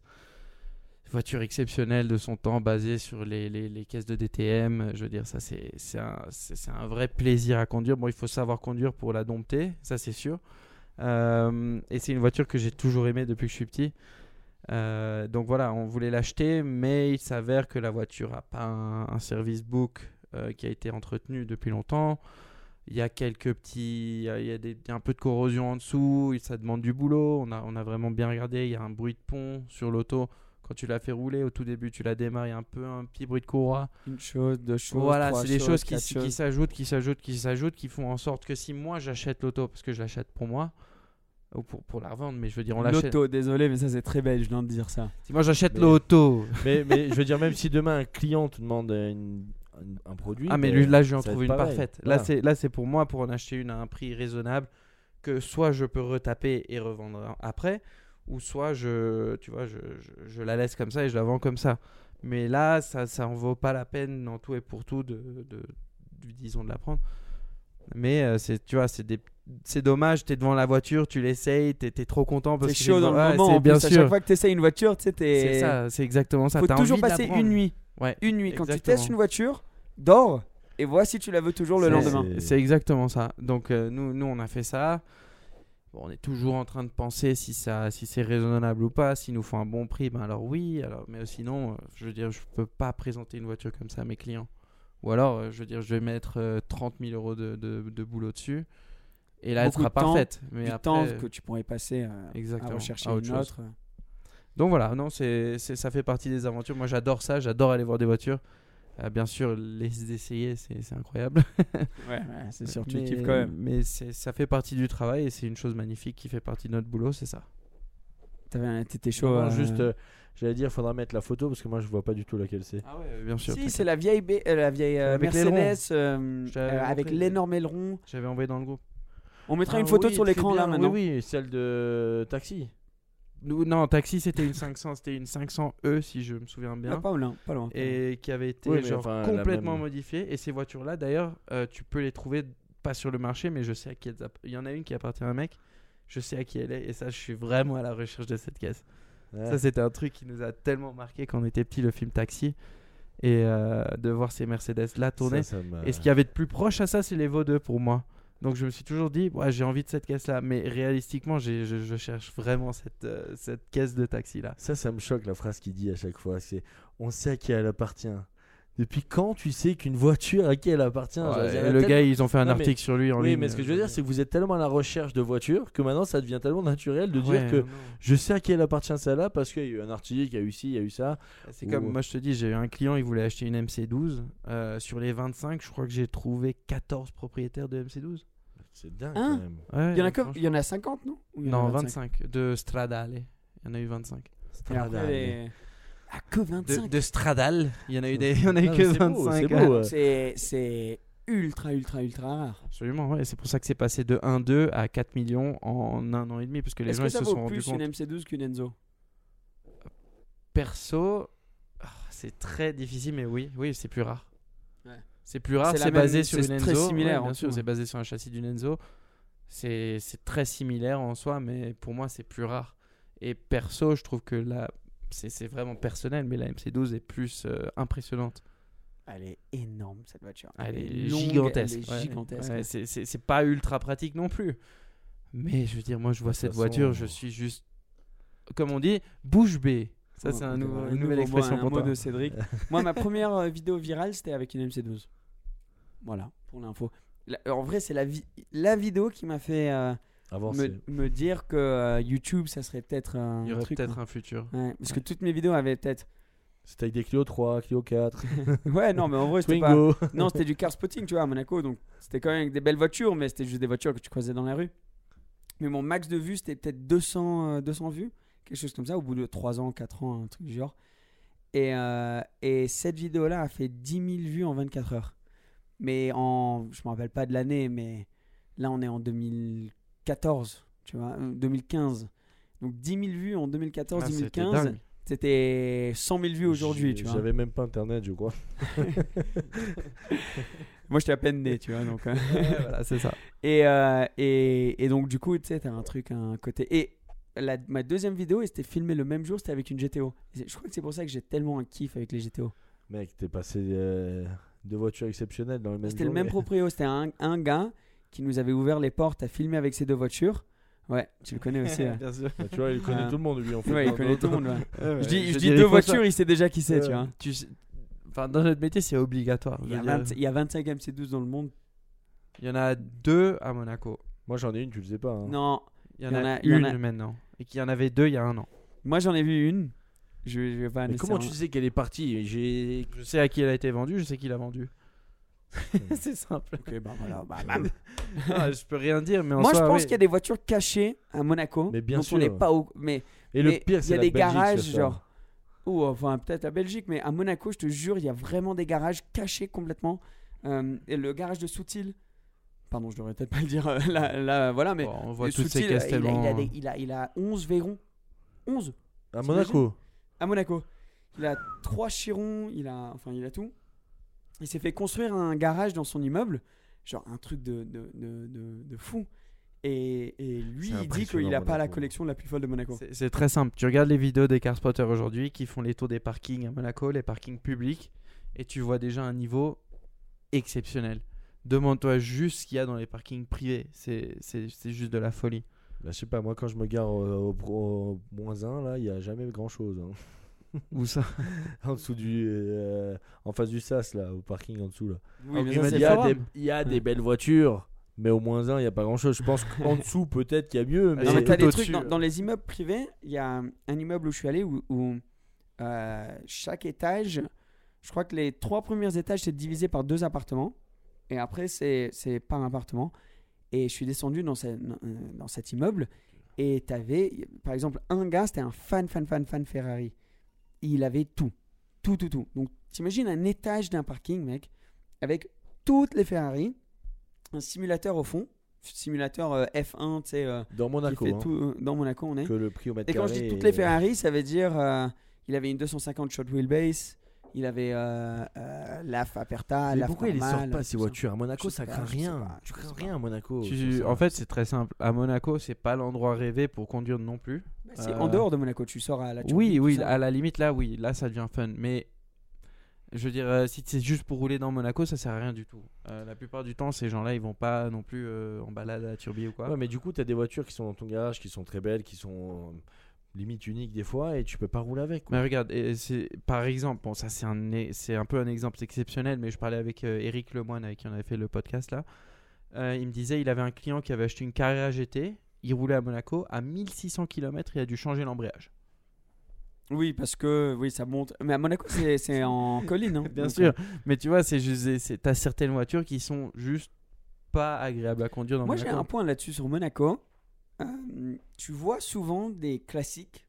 Speaker 2: Voiture exceptionnelle de son temps, basée sur les, les- les caisses de DTM. Je veux dire, ça, c'est c'est un, c'est- c'est un vrai plaisir à conduire. Bon, il faut savoir conduire pour la dompter, ça, c'est sûr. Euh, et c'est une voiture que j'ai toujours aimée depuis que je suis petit. Euh, donc voilà, on voulait l'acheter, mais il s'avère que la voiture n'a pas un, un service book euh, qui a été entretenu depuis longtemps. Il y a quelques petits. Il y a, il y a des- il y a un peu de corrosion en dessous, ça demande du boulot. On a, on a vraiment bien regardé. Il y a un bruit de pont sur l'auto. Quand tu la fais rouler, au tout début, tu la démarres, il y a un peu un petit bruit de courroie.
Speaker 1: Une chose, deux choses.
Speaker 2: Voilà,
Speaker 1: trois
Speaker 2: c'est des choses qui
Speaker 1: quatre
Speaker 2: s- qui s'ajoutent, qui s'ajoutent, qui s'ajoutent, qui font en sorte que si moi j'achète l'auto, parce que je l'achète pour moi, ou pour, pour la revendre, mais je veux dire, on l'achète.
Speaker 1: L'auto, désolé, mais ça c'est très belge non, de dire ça.
Speaker 2: Si moi j'achète
Speaker 3: Mais-
Speaker 2: l'auto.
Speaker 3: mais, mais je veux dire, même si demain un client te demande une- une- un produit.
Speaker 2: Ah, mais
Speaker 3: ben,
Speaker 2: lui, là, je vais en
Speaker 3: ça va
Speaker 2: trouver une
Speaker 3: être pareil.
Speaker 2: parfaite. Là,
Speaker 3: Voilà.
Speaker 2: c'est là, c'est pour moi, pour en acheter une à un prix raisonnable, que soit je peux retaper et revendre après, ou soit je, tu vois, je, je- je la laisse comme ça et je la vends comme ça. Mais là, ça, ça en vaut pas la peine, en tout et pour tout, de, de- de- disons, de la prendre. Mais euh, c'est, tu vois, c'est des- c'est dommage, t'es devant la voiture, tu l'essayes, t'es es trop content parce
Speaker 1: C'est
Speaker 2: que
Speaker 1: chaud dans le
Speaker 2: Ouais,
Speaker 1: moment.
Speaker 2: c'est
Speaker 1: en
Speaker 2: bien
Speaker 1: plus, à chaque
Speaker 2: sûr.
Speaker 1: fois que tu essaies une voiture, tu sais,
Speaker 2: C'est
Speaker 1: t'es.
Speaker 2: ça, c'est exactement ça.
Speaker 1: Faut
Speaker 2: T'as
Speaker 1: toujours
Speaker 2: envie
Speaker 1: passer
Speaker 2: d'apprendre.
Speaker 1: une nuit.
Speaker 2: Ouais.
Speaker 1: Une nuit. Quand tu
Speaker 2: Exactement.
Speaker 1: testes une voiture, dors et vois si tu la veux toujours le
Speaker 2: C'est-
Speaker 1: lendemain.
Speaker 2: c'est- C'est exactement ça. Donc euh, nous, nous, on a fait ça. Bon, on est toujours en train de penser si ça, si c'est raisonnable ou pas. S'il nous faut un bon prix, ben alors oui. Alors, mais sinon, euh, je veux dire, je peux pas présenter une voiture comme ça à mes clients. Ou alors, euh, je veux dire, je vais mettre euh, 30 000 euros de, de- de boulot dessus. Et là, elle
Speaker 1: Beaucoup
Speaker 2: sera
Speaker 1: de temps,
Speaker 2: parfaite. Mais
Speaker 1: Du
Speaker 2: après,
Speaker 1: temps
Speaker 2: euh,
Speaker 1: que tu pourrais passer euh, à
Speaker 2: exactement,
Speaker 1: rechercher
Speaker 2: à autre
Speaker 1: une
Speaker 2: chose.
Speaker 1: autre.
Speaker 2: Donc voilà, non, c'est, c'est- ça fait partie des aventures. Moi, j'adore ça. J'adore aller voir des voitures. Euh, bien sûr, les essayer, c'est c'est incroyable.
Speaker 1: Ouais, ouais, c'est sûr, tu
Speaker 2: mais,
Speaker 1: kiffes quand même.
Speaker 2: Mais c'est- ça fait partie du travail et c'est une chose magnifique qui fait partie de notre boulot, c'est ça.
Speaker 1: T'avais un- T'étais chaud.
Speaker 3: Non,
Speaker 1: euh,
Speaker 3: Juste, euh, j'allais dire, faudra mettre la photo parce que moi je vois pas du tout laquelle c'est.
Speaker 2: Ah ouais, bien sûr.
Speaker 1: Si, c'est la vieille, B- euh, la vieille euh,
Speaker 2: Avec
Speaker 1: Mercedes euh,
Speaker 2: Je t'avais
Speaker 1: euh, avec
Speaker 2: montré.
Speaker 1: l'énorme aileron.
Speaker 2: J'avais envoyé dans le groupe.
Speaker 1: On mettra
Speaker 3: Ah
Speaker 1: une photo
Speaker 3: oui,
Speaker 1: sur
Speaker 3: très
Speaker 1: l'écran là
Speaker 3: bien,
Speaker 1: maintenant.
Speaker 3: Oui, oui, celle de taxi.
Speaker 2: Nous- non, taxi, c'était une 500, c'était une 500 E si je me souviens
Speaker 1: Ah,
Speaker 2: bien.
Speaker 1: pas loin, pas loin.
Speaker 2: et qui avait été
Speaker 3: Oui, mais
Speaker 2: genre
Speaker 3: enfin, la
Speaker 2: complètement
Speaker 3: même.
Speaker 2: modifiée. Et ces voitures-là, d'ailleurs, euh, tu peux les trouver pas sur le marché, mais je sais à qui elles app- Il y en a une qui appartient à un mec. Je sais à qui elle est. Et ça, je suis vraiment à la recherche de cette caisse. Ça, c'était un truc qui nous a tellement marqué quand on était petit, le film Taxi. Et euh, de voir ces Mercedes-là tourner.
Speaker 3: Ça, ça m'a-
Speaker 2: Et ce qu'il y avait de plus proche à ça, c'est les Vaux 2 pour moi. Donc je me suis toujours dit, ouais, j'ai envie de cette caisse-là. Mais réalistiquement, j'ai- je, je cherche vraiment cette, euh, cette caisse de taxi-là.
Speaker 3: Ça, ça me choque la phrase qu'il dit à chaque fois. C'est on sait à qui elle appartient. Depuis quand tu sais qu'une voiture à qui elle appartient Genre,
Speaker 2: Ouais,
Speaker 3: il y en a
Speaker 2: le
Speaker 3: tellement-
Speaker 2: gars, ils ont fait un
Speaker 3: Non, mais-
Speaker 2: article sur lui en
Speaker 3: Oui,
Speaker 2: ligne. euh,
Speaker 3: mais ce
Speaker 1: euh.
Speaker 3: que je veux dire, c'est que vous êtes tellement à la recherche de voitures que maintenant ça devient tellement naturel de
Speaker 2: Ouais,
Speaker 3: dire que
Speaker 2: non, non.
Speaker 3: je sais à qui elle appartient celle-là parce qu'il y a eu un article, il y a eu ci, il y a eu ça.
Speaker 2: C'est
Speaker 3: Ou-
Speaker 2: comme moi, je te dis, j'ai eu un client, il voulait acheter une MC12. Euh, sur les 25, je crois que j'ai trouvé 14 propriétaires de MC12.
Speaker 3: C'est dingue
Speaker 1: Hein
Speaker 3: quand même.
Speaker 2: Ouais,
Speaker 1: Il y en a que-
Speaker 2: franchement.
Speaker 1: il y en a 50 non Ou il y en a
Speaker 2: Non, 25. De Stradale. Il y en a eu 25.
Speaker 1: Et après, les- Ah, que
Speaker 2: De,
Speaker 1: 25.
Speaker 2: de Stradale, il y en a eu, des... il y en a eu
Speaker 3: Non, Ah, mais c'est
Speaker 2: que
Speaker 3: beau,
Speaker 2: 25.
Speaker 3: c'est
Speaker 2: ouais.
Speaker 3: beau, ouais.
Speaker 1: Ah, C'est c'est ultra ultra ultra rare.
Speaker 2: Absolument, ouais. C'est pour ça que c'est passé de 1,2 à 4 millions en un an et demi, parce que les
Speaker 1: Est-ce
Speaker 2: gens
Speaker 1: que
Speaker 2: ils
Speaker 1: ça
Speaker 2: se
Speaker 1: vaut
Speaker 2: sont rendus
Speaker 1: plus
Speaker 2: compte.
Speaker 1: une MC12 qu'une Enzo
Speaker 2: Perso, ah, c'est très difficile, mais oui, oui, c'est plus rare.
Speaker 1: Ouais.
Speaker 2: C'est plus rare,
Speaker 1: C'est la
Speaker 2: c'est
Speaker 1: même-
Speaker 2: basé sur
Speaker 1: c'est
Speaker 2: une Enzo.
Speaker 1: très similaire,
Speaker 2: ouais,
Speaker 1: en
Speaker 2: bien sûr,
Speaker 1: tout,
Speaker 2: c'est
Speaker 1: hein.
Speaker 2: basé sur un châssis d'une Enzo. C'est c'est très similaire en soi, mais pour moi, c'est plus rare. Et perso, je trouve que là, c'est c'est vraiment personnel, mais la MC12 est plus euh, impressionnante.
Speaker 1: Elle est énorme cette voiture.
Speaker 2: Elle est
Speaker 1: longue,
Speaker 2: gigantesque.
Speaker 1: Elle est
Speaker 2: ouais.
Speaker 1: gigantesque.
Speaker 2: Ouais, c'est- c'est c'est pas ultra pratique non plus. Mais je veux dire, moi, je vois
Speaker 3: De toute
Speaker 2: cette
Speaker 3: façon,
Speaker 2: voiture, je suis juste, comme on dit, bouche bée. Ça, c'est un nouveau- une nouvelle
Speaker 1: mot,
Speaker 2: expression
Speaker 1: un
Speaker 2: pour
Speaker 1: mot
Speaker 2: toi.
Speaker 1: de Cédric. Moi, ma première euh, vidéo virale, c'était avec une MC12. Voilà, pour l'info. La- En vrai, c'est la, vi- la vidéo qui m'a fait euh,
Speaker 3: Avancer.
Speaker 1: me, me dire que euh, YouTube, ça serait peut-être un
Speaker 2: Il y aurait
Speaker 1: truc.
Speaker 2: peut-être
Speaker 1: quoi.
Speaker 2: un futur.
Speaker 1: Ouais, parce que toutes mes vidéos avaient peut-être.
Speaker 3: C'était avec des Clio 3, Clio 4,
Speaker 1: Ouais, non, mais en vrai, c'était pas.
Speaker 3: Twingo.
Speaker 1: Non, c'était du car spotting, tu vois, à Monaco. Donc, c'était quand même avec des belles voitures, mais c'était juste des voitures que tu croisais dans la rue. Mais mon max de vues, c'était peut-être 200, euh, 200 vues, quelque chose comme ça, au bout de 3 ans, 4 ans, un truc du genre. Et, euh, et cette vidéo-là a fait 10 000 vues en 24 heures. Mais en. Je me rappelle pas de l'année, mais là, on est en 2014, tu vois, euh, 2015. Donc, 10 000 vues en 2014,
Speaker 2: Ah, c'était
Speaker 1: 2015.
Speaker 2: dingue.
Speaker 1: C'était 100 000 vues aujourd'hui, tu vois.
Speaker 3: J'avais même pas internet, je crois.
Speaker 1: Moi, j'étais à peine né, tu vois, donc. euh.
Speaker 2: voilà, c'est ça.
Speaker 1: Et, euh, et, et donc, du coup, tu sais, t'as un truc, un côté. Et la- ma deuxième vidéo, et c'était filmé le même jour, c'était avec une GTO. Et c'est- Je crois que c'est pour ça que j'ai tellement un kiff avec les GTO.
Speaker 3: Mec, t'es passé euh, de voitures exceptionnelles dans le même
Speaker 1: C'était le même
Speaker 3: journée.
Speaker 1: proprio, c'était un, un gars qui nous avait ouvert les portes à filmer avec ces deux voitures. Ouais, tu le connais aussi. ouais.
Speaker 2: Bien sûr.
Speaker 3: Bah, tu vois, il connaît
Speaker 1: Ah.
Speaker 3: tout le monde, lui, en fait.
Speaker 1: Ouais, il
Speaker 3: dans-
Speaker 1: connaît
Speaker 3: dans-
Speaker 1: tout le monde. ouais. Je dis, je
Speaker 2: veux
Speaker 1: dis
Speaker 2: dire,
Speaker 1: deux
Speaker 2: il faut ça.
Speaker 1: voitures, il sait déjà qui
Speaker 3: Ouais.
Speaker 1: c'est, tu vois.
Speaker 2: euh, Tu sais- Enfin, dans notre métier, c'est obligatoire. je
Speaker 1: Il y, a
Speaker 2: veux dire.
Speaker 1: 20 il y a 25 MC12 dans le monde.
Speaker 2: Il y en a deux à Monaco.
Speaker 3: Moi, j'en ai une, tu le sais pas. hein.
Speaker 1: Non,
Speaker 2: Il y en, a, une maintenant. Et qu'il y en avait deux il y a un an.
Speaker 1: moi j'en ai vu une. Je, je vais pas
Speaker 3: Mais
Speaker 1: annoncer
Speaker 3: comment
Speaker 1: Ah, un-
Speaker 3: tu sais qu'elle est partie J'ai.
Speaker 2: Je sais à qui elle a été vendue, je sais qui l'a vendue. c'est simple.
Speaker 1: Ok, bah voilà, bah, bam.
Speaker 2: Ah, je peux rien dire, mais en
Speaker 1: Moi, je
Speaker 2: soi,
Speaker 1: pense
Speaker 2: oui.
Speaker 1: qu'il y a des voitures cachées à Monaco.
Speaker 3: Mais bien
Speaker 1: dont
Speaker 3: sûr.
Speaker 1: on n'est pas au. Mais
Speaker 3: Et
Speaker 1: mais
Speaker 3: le pire,
Speaker 1: il
Speaker 3: c'est
Speaker 1: y a
Speaker 3: la
Speaker 1: des
Speaker 3: Belgique,
Speaker 1: garages,
Speaker 3: ça.
Speaker 1: genre. Ou enfin, peut-être la Belgique, mais à Monaco, je te jure, il y a vraiment des garages cachés complètement. Euh, et le garage de Soutil. Pardon, je devrais peut-être pas le dire euh, là, là, voilà, mais.
Speaker 2: Bon, on voit
Speaker 1: le
Speaker 2: toutes ces
Speaker 1: Soutil, euh,
Speaker 2: caisses
Speaker 1: il, a- il,
Speaker 2: tellement- hein.
Speaker 1: a des- il, a, il a 11 verrons. 11
Speaker 3: À
Speaker 1: T'imagines
Speaker 3: Monaco.
Speaker 1: à Monaco. Il a 3 chirons, il a. Enfin, il a tout. Il s'est fait construire un garage dans son immeuble, genre un truc de, de, de, de, de fou. Et,
Speaker 3: C'est
Speaker 1: et lui, il dit
Speaker 3: impressionnant,
Speaker 1: qu'il n'a pas la
Speaker 3: Monaco.
Speaker 1: collection la plus folle de Monaco.
Speaker 2: C'est- C'est très simple. Tu regardes les vidéos des car spotters aujourd'hui qui font les tours des parkings à Monaco, les parkings publics, et tu vois déjà un niveau exceptionnel. Demande-toi juste ce qu'il y a dans les parkings privés. C'est c'est- c'est juste de la folie.
Speaker 3: Bah, je sais pas, moi quand je me gare au, au pro- au moins 1, là, il n'y a jamais grand chose.
Speaker 2: Où ça
Speaker 3: En dessous du. euh, en face du SAS, là, au parking en dessous, là.
Speaker 1: Oui,
Speaker 2: Ah,
Speaker 1: mais
Speaker 2: mais
Speaker 1: ça,
Speaker 2: m'a
Speaker 3: Il
Speaker 1: c'est
Speaker 3: y
Speaker 2: dit,
Speaker 1: pas-
Speaker 3: a,
Speaker 2: forum.
Speaker 3: des, il y a des belles voitures, mais au moins 1, il n'y a pas grand chose. Je pense qu'en dessous, peut-être qu'il y a mieux, mais.
Speaker 1: Ah, Non, mais
Speaker 2: c'est
Speaker 1: t'as
Speaker 2: tout
Speaker 1: des trucs
Speaker 2: au-dessus,
Speaker 1: dans,
Speaker 2: hein.
Speaker 1: dans les immeubles privés. Il y a un immeuble où je suis allé où, où, euh, chaque étage, Je crois que les trois premiers étages, c'est divisé par deux appartements. Et après, c'est c'est par appartement. Et je suis descendu dans, ce- dans cet immeuble. Et t'avais, par exemple, un gars, c'était un fan, fan, fan, fan Ferrari. Il avait tout. Tout, tout, tout. Donc, t'imagines un étage d'un parking, mec, avec toutes les Ferrari, un simulateur au fond, simulateur euh, F1, tu sais, euh,
Speaker 3: Dans
Speaker 1: qui
Speaker 3: Monaco.
Speaker 1: fait
Speaker 3: hein,
Speaker 1: tout, euh, dans Monaco, on est.
Speaker 3: Que le prix au mètre
Speaker 1: Et quand je
Speaker 3: carré euh.
Speaker 1: dis toutes
Speaker 3: est-
Speaker 1: les Ferrari, ça veut dire euh, il avait une 250 short wheelbase, il avait euh, euh, la Aperta,
Speaker 3: Mais
Speaker 1: la
Speaker 3: pourquoi il les sort pas ces voitures À
Speaker 1: Je
Speaker 3: Monaco,
Speaker 1: sais
Speaker 3: ça
Speaker 1: pas,
Speaker 3: craint
Speaker 1: je sais
Speaker 3: rien.
Speaker 1: pas,
Speaker 3: tu
Speaker 1: je
Speaker 3: crains
Speaker 1: sais
Speaker 3: rien à
Speaker 1: Oh,
Speaker 3: Monaco.
Speaker 2: Tu-
Speaker 3: sur ça.
Speaker 2: en fait, c'est très simple. À Monaco, c'est pas l'endroit rêvé pour conduire non plus.
Speaker 1: C'est
Speaker 2: Euh,
Speaker 1: en dehors de Monaco, tu sors à la Turquie,
Speaker 2: Oui,
Speaker 1: tout
Speaker 2: oui,
Speaker 1: ça.
Speaker 2: à la limite, là, oui, là, ça devient fun. Mais je veux dire, euh, si c'est juste pour rouler dans Monaco, ça sert à rien du tout. Euh, la plupart du temps, ces gens-là, ils vont pas non plus euh, en balade à la Turbie ou quoi.
Speaker 3: Ouais, mais du coup, t'as des voitures qui sont dans ton garage, qui sont très belles, qui sont euh, limite uniques des fois, et tu peux pas rouler avec. quoi.
Speaker 1: Bah
Speaker 2: Mais regarde, et c'est par exemple, bon ça c'est un é- c'est un peu un exemple exceptionnel, mais je parlais avec euh, Eric Lemoine avec qui on avait fait le podcast là. Euh, il me disait il avait un client qui avait acheté une Carrera GT, il roulait à Monaco à 1600 km, il a dû changer l'embrayage.
Speaker 1: Oui, parce que oui, ça monte. Mais à Monaco, c'est c'est en colline. hein.
Speaker 2: Bien
Speaker 1: Donc,
Speaker 2: sûr, mais tu vois c'est juste c'est- c'est- t'as certaines voitures qui sont juste pas agréables à conduire dans
Speaker 1: Moi, j'ai
Speaker 2: Monaco.
Speaker 1: un point là-dessus sur Monaco. Euh, tu vois souvent des classiques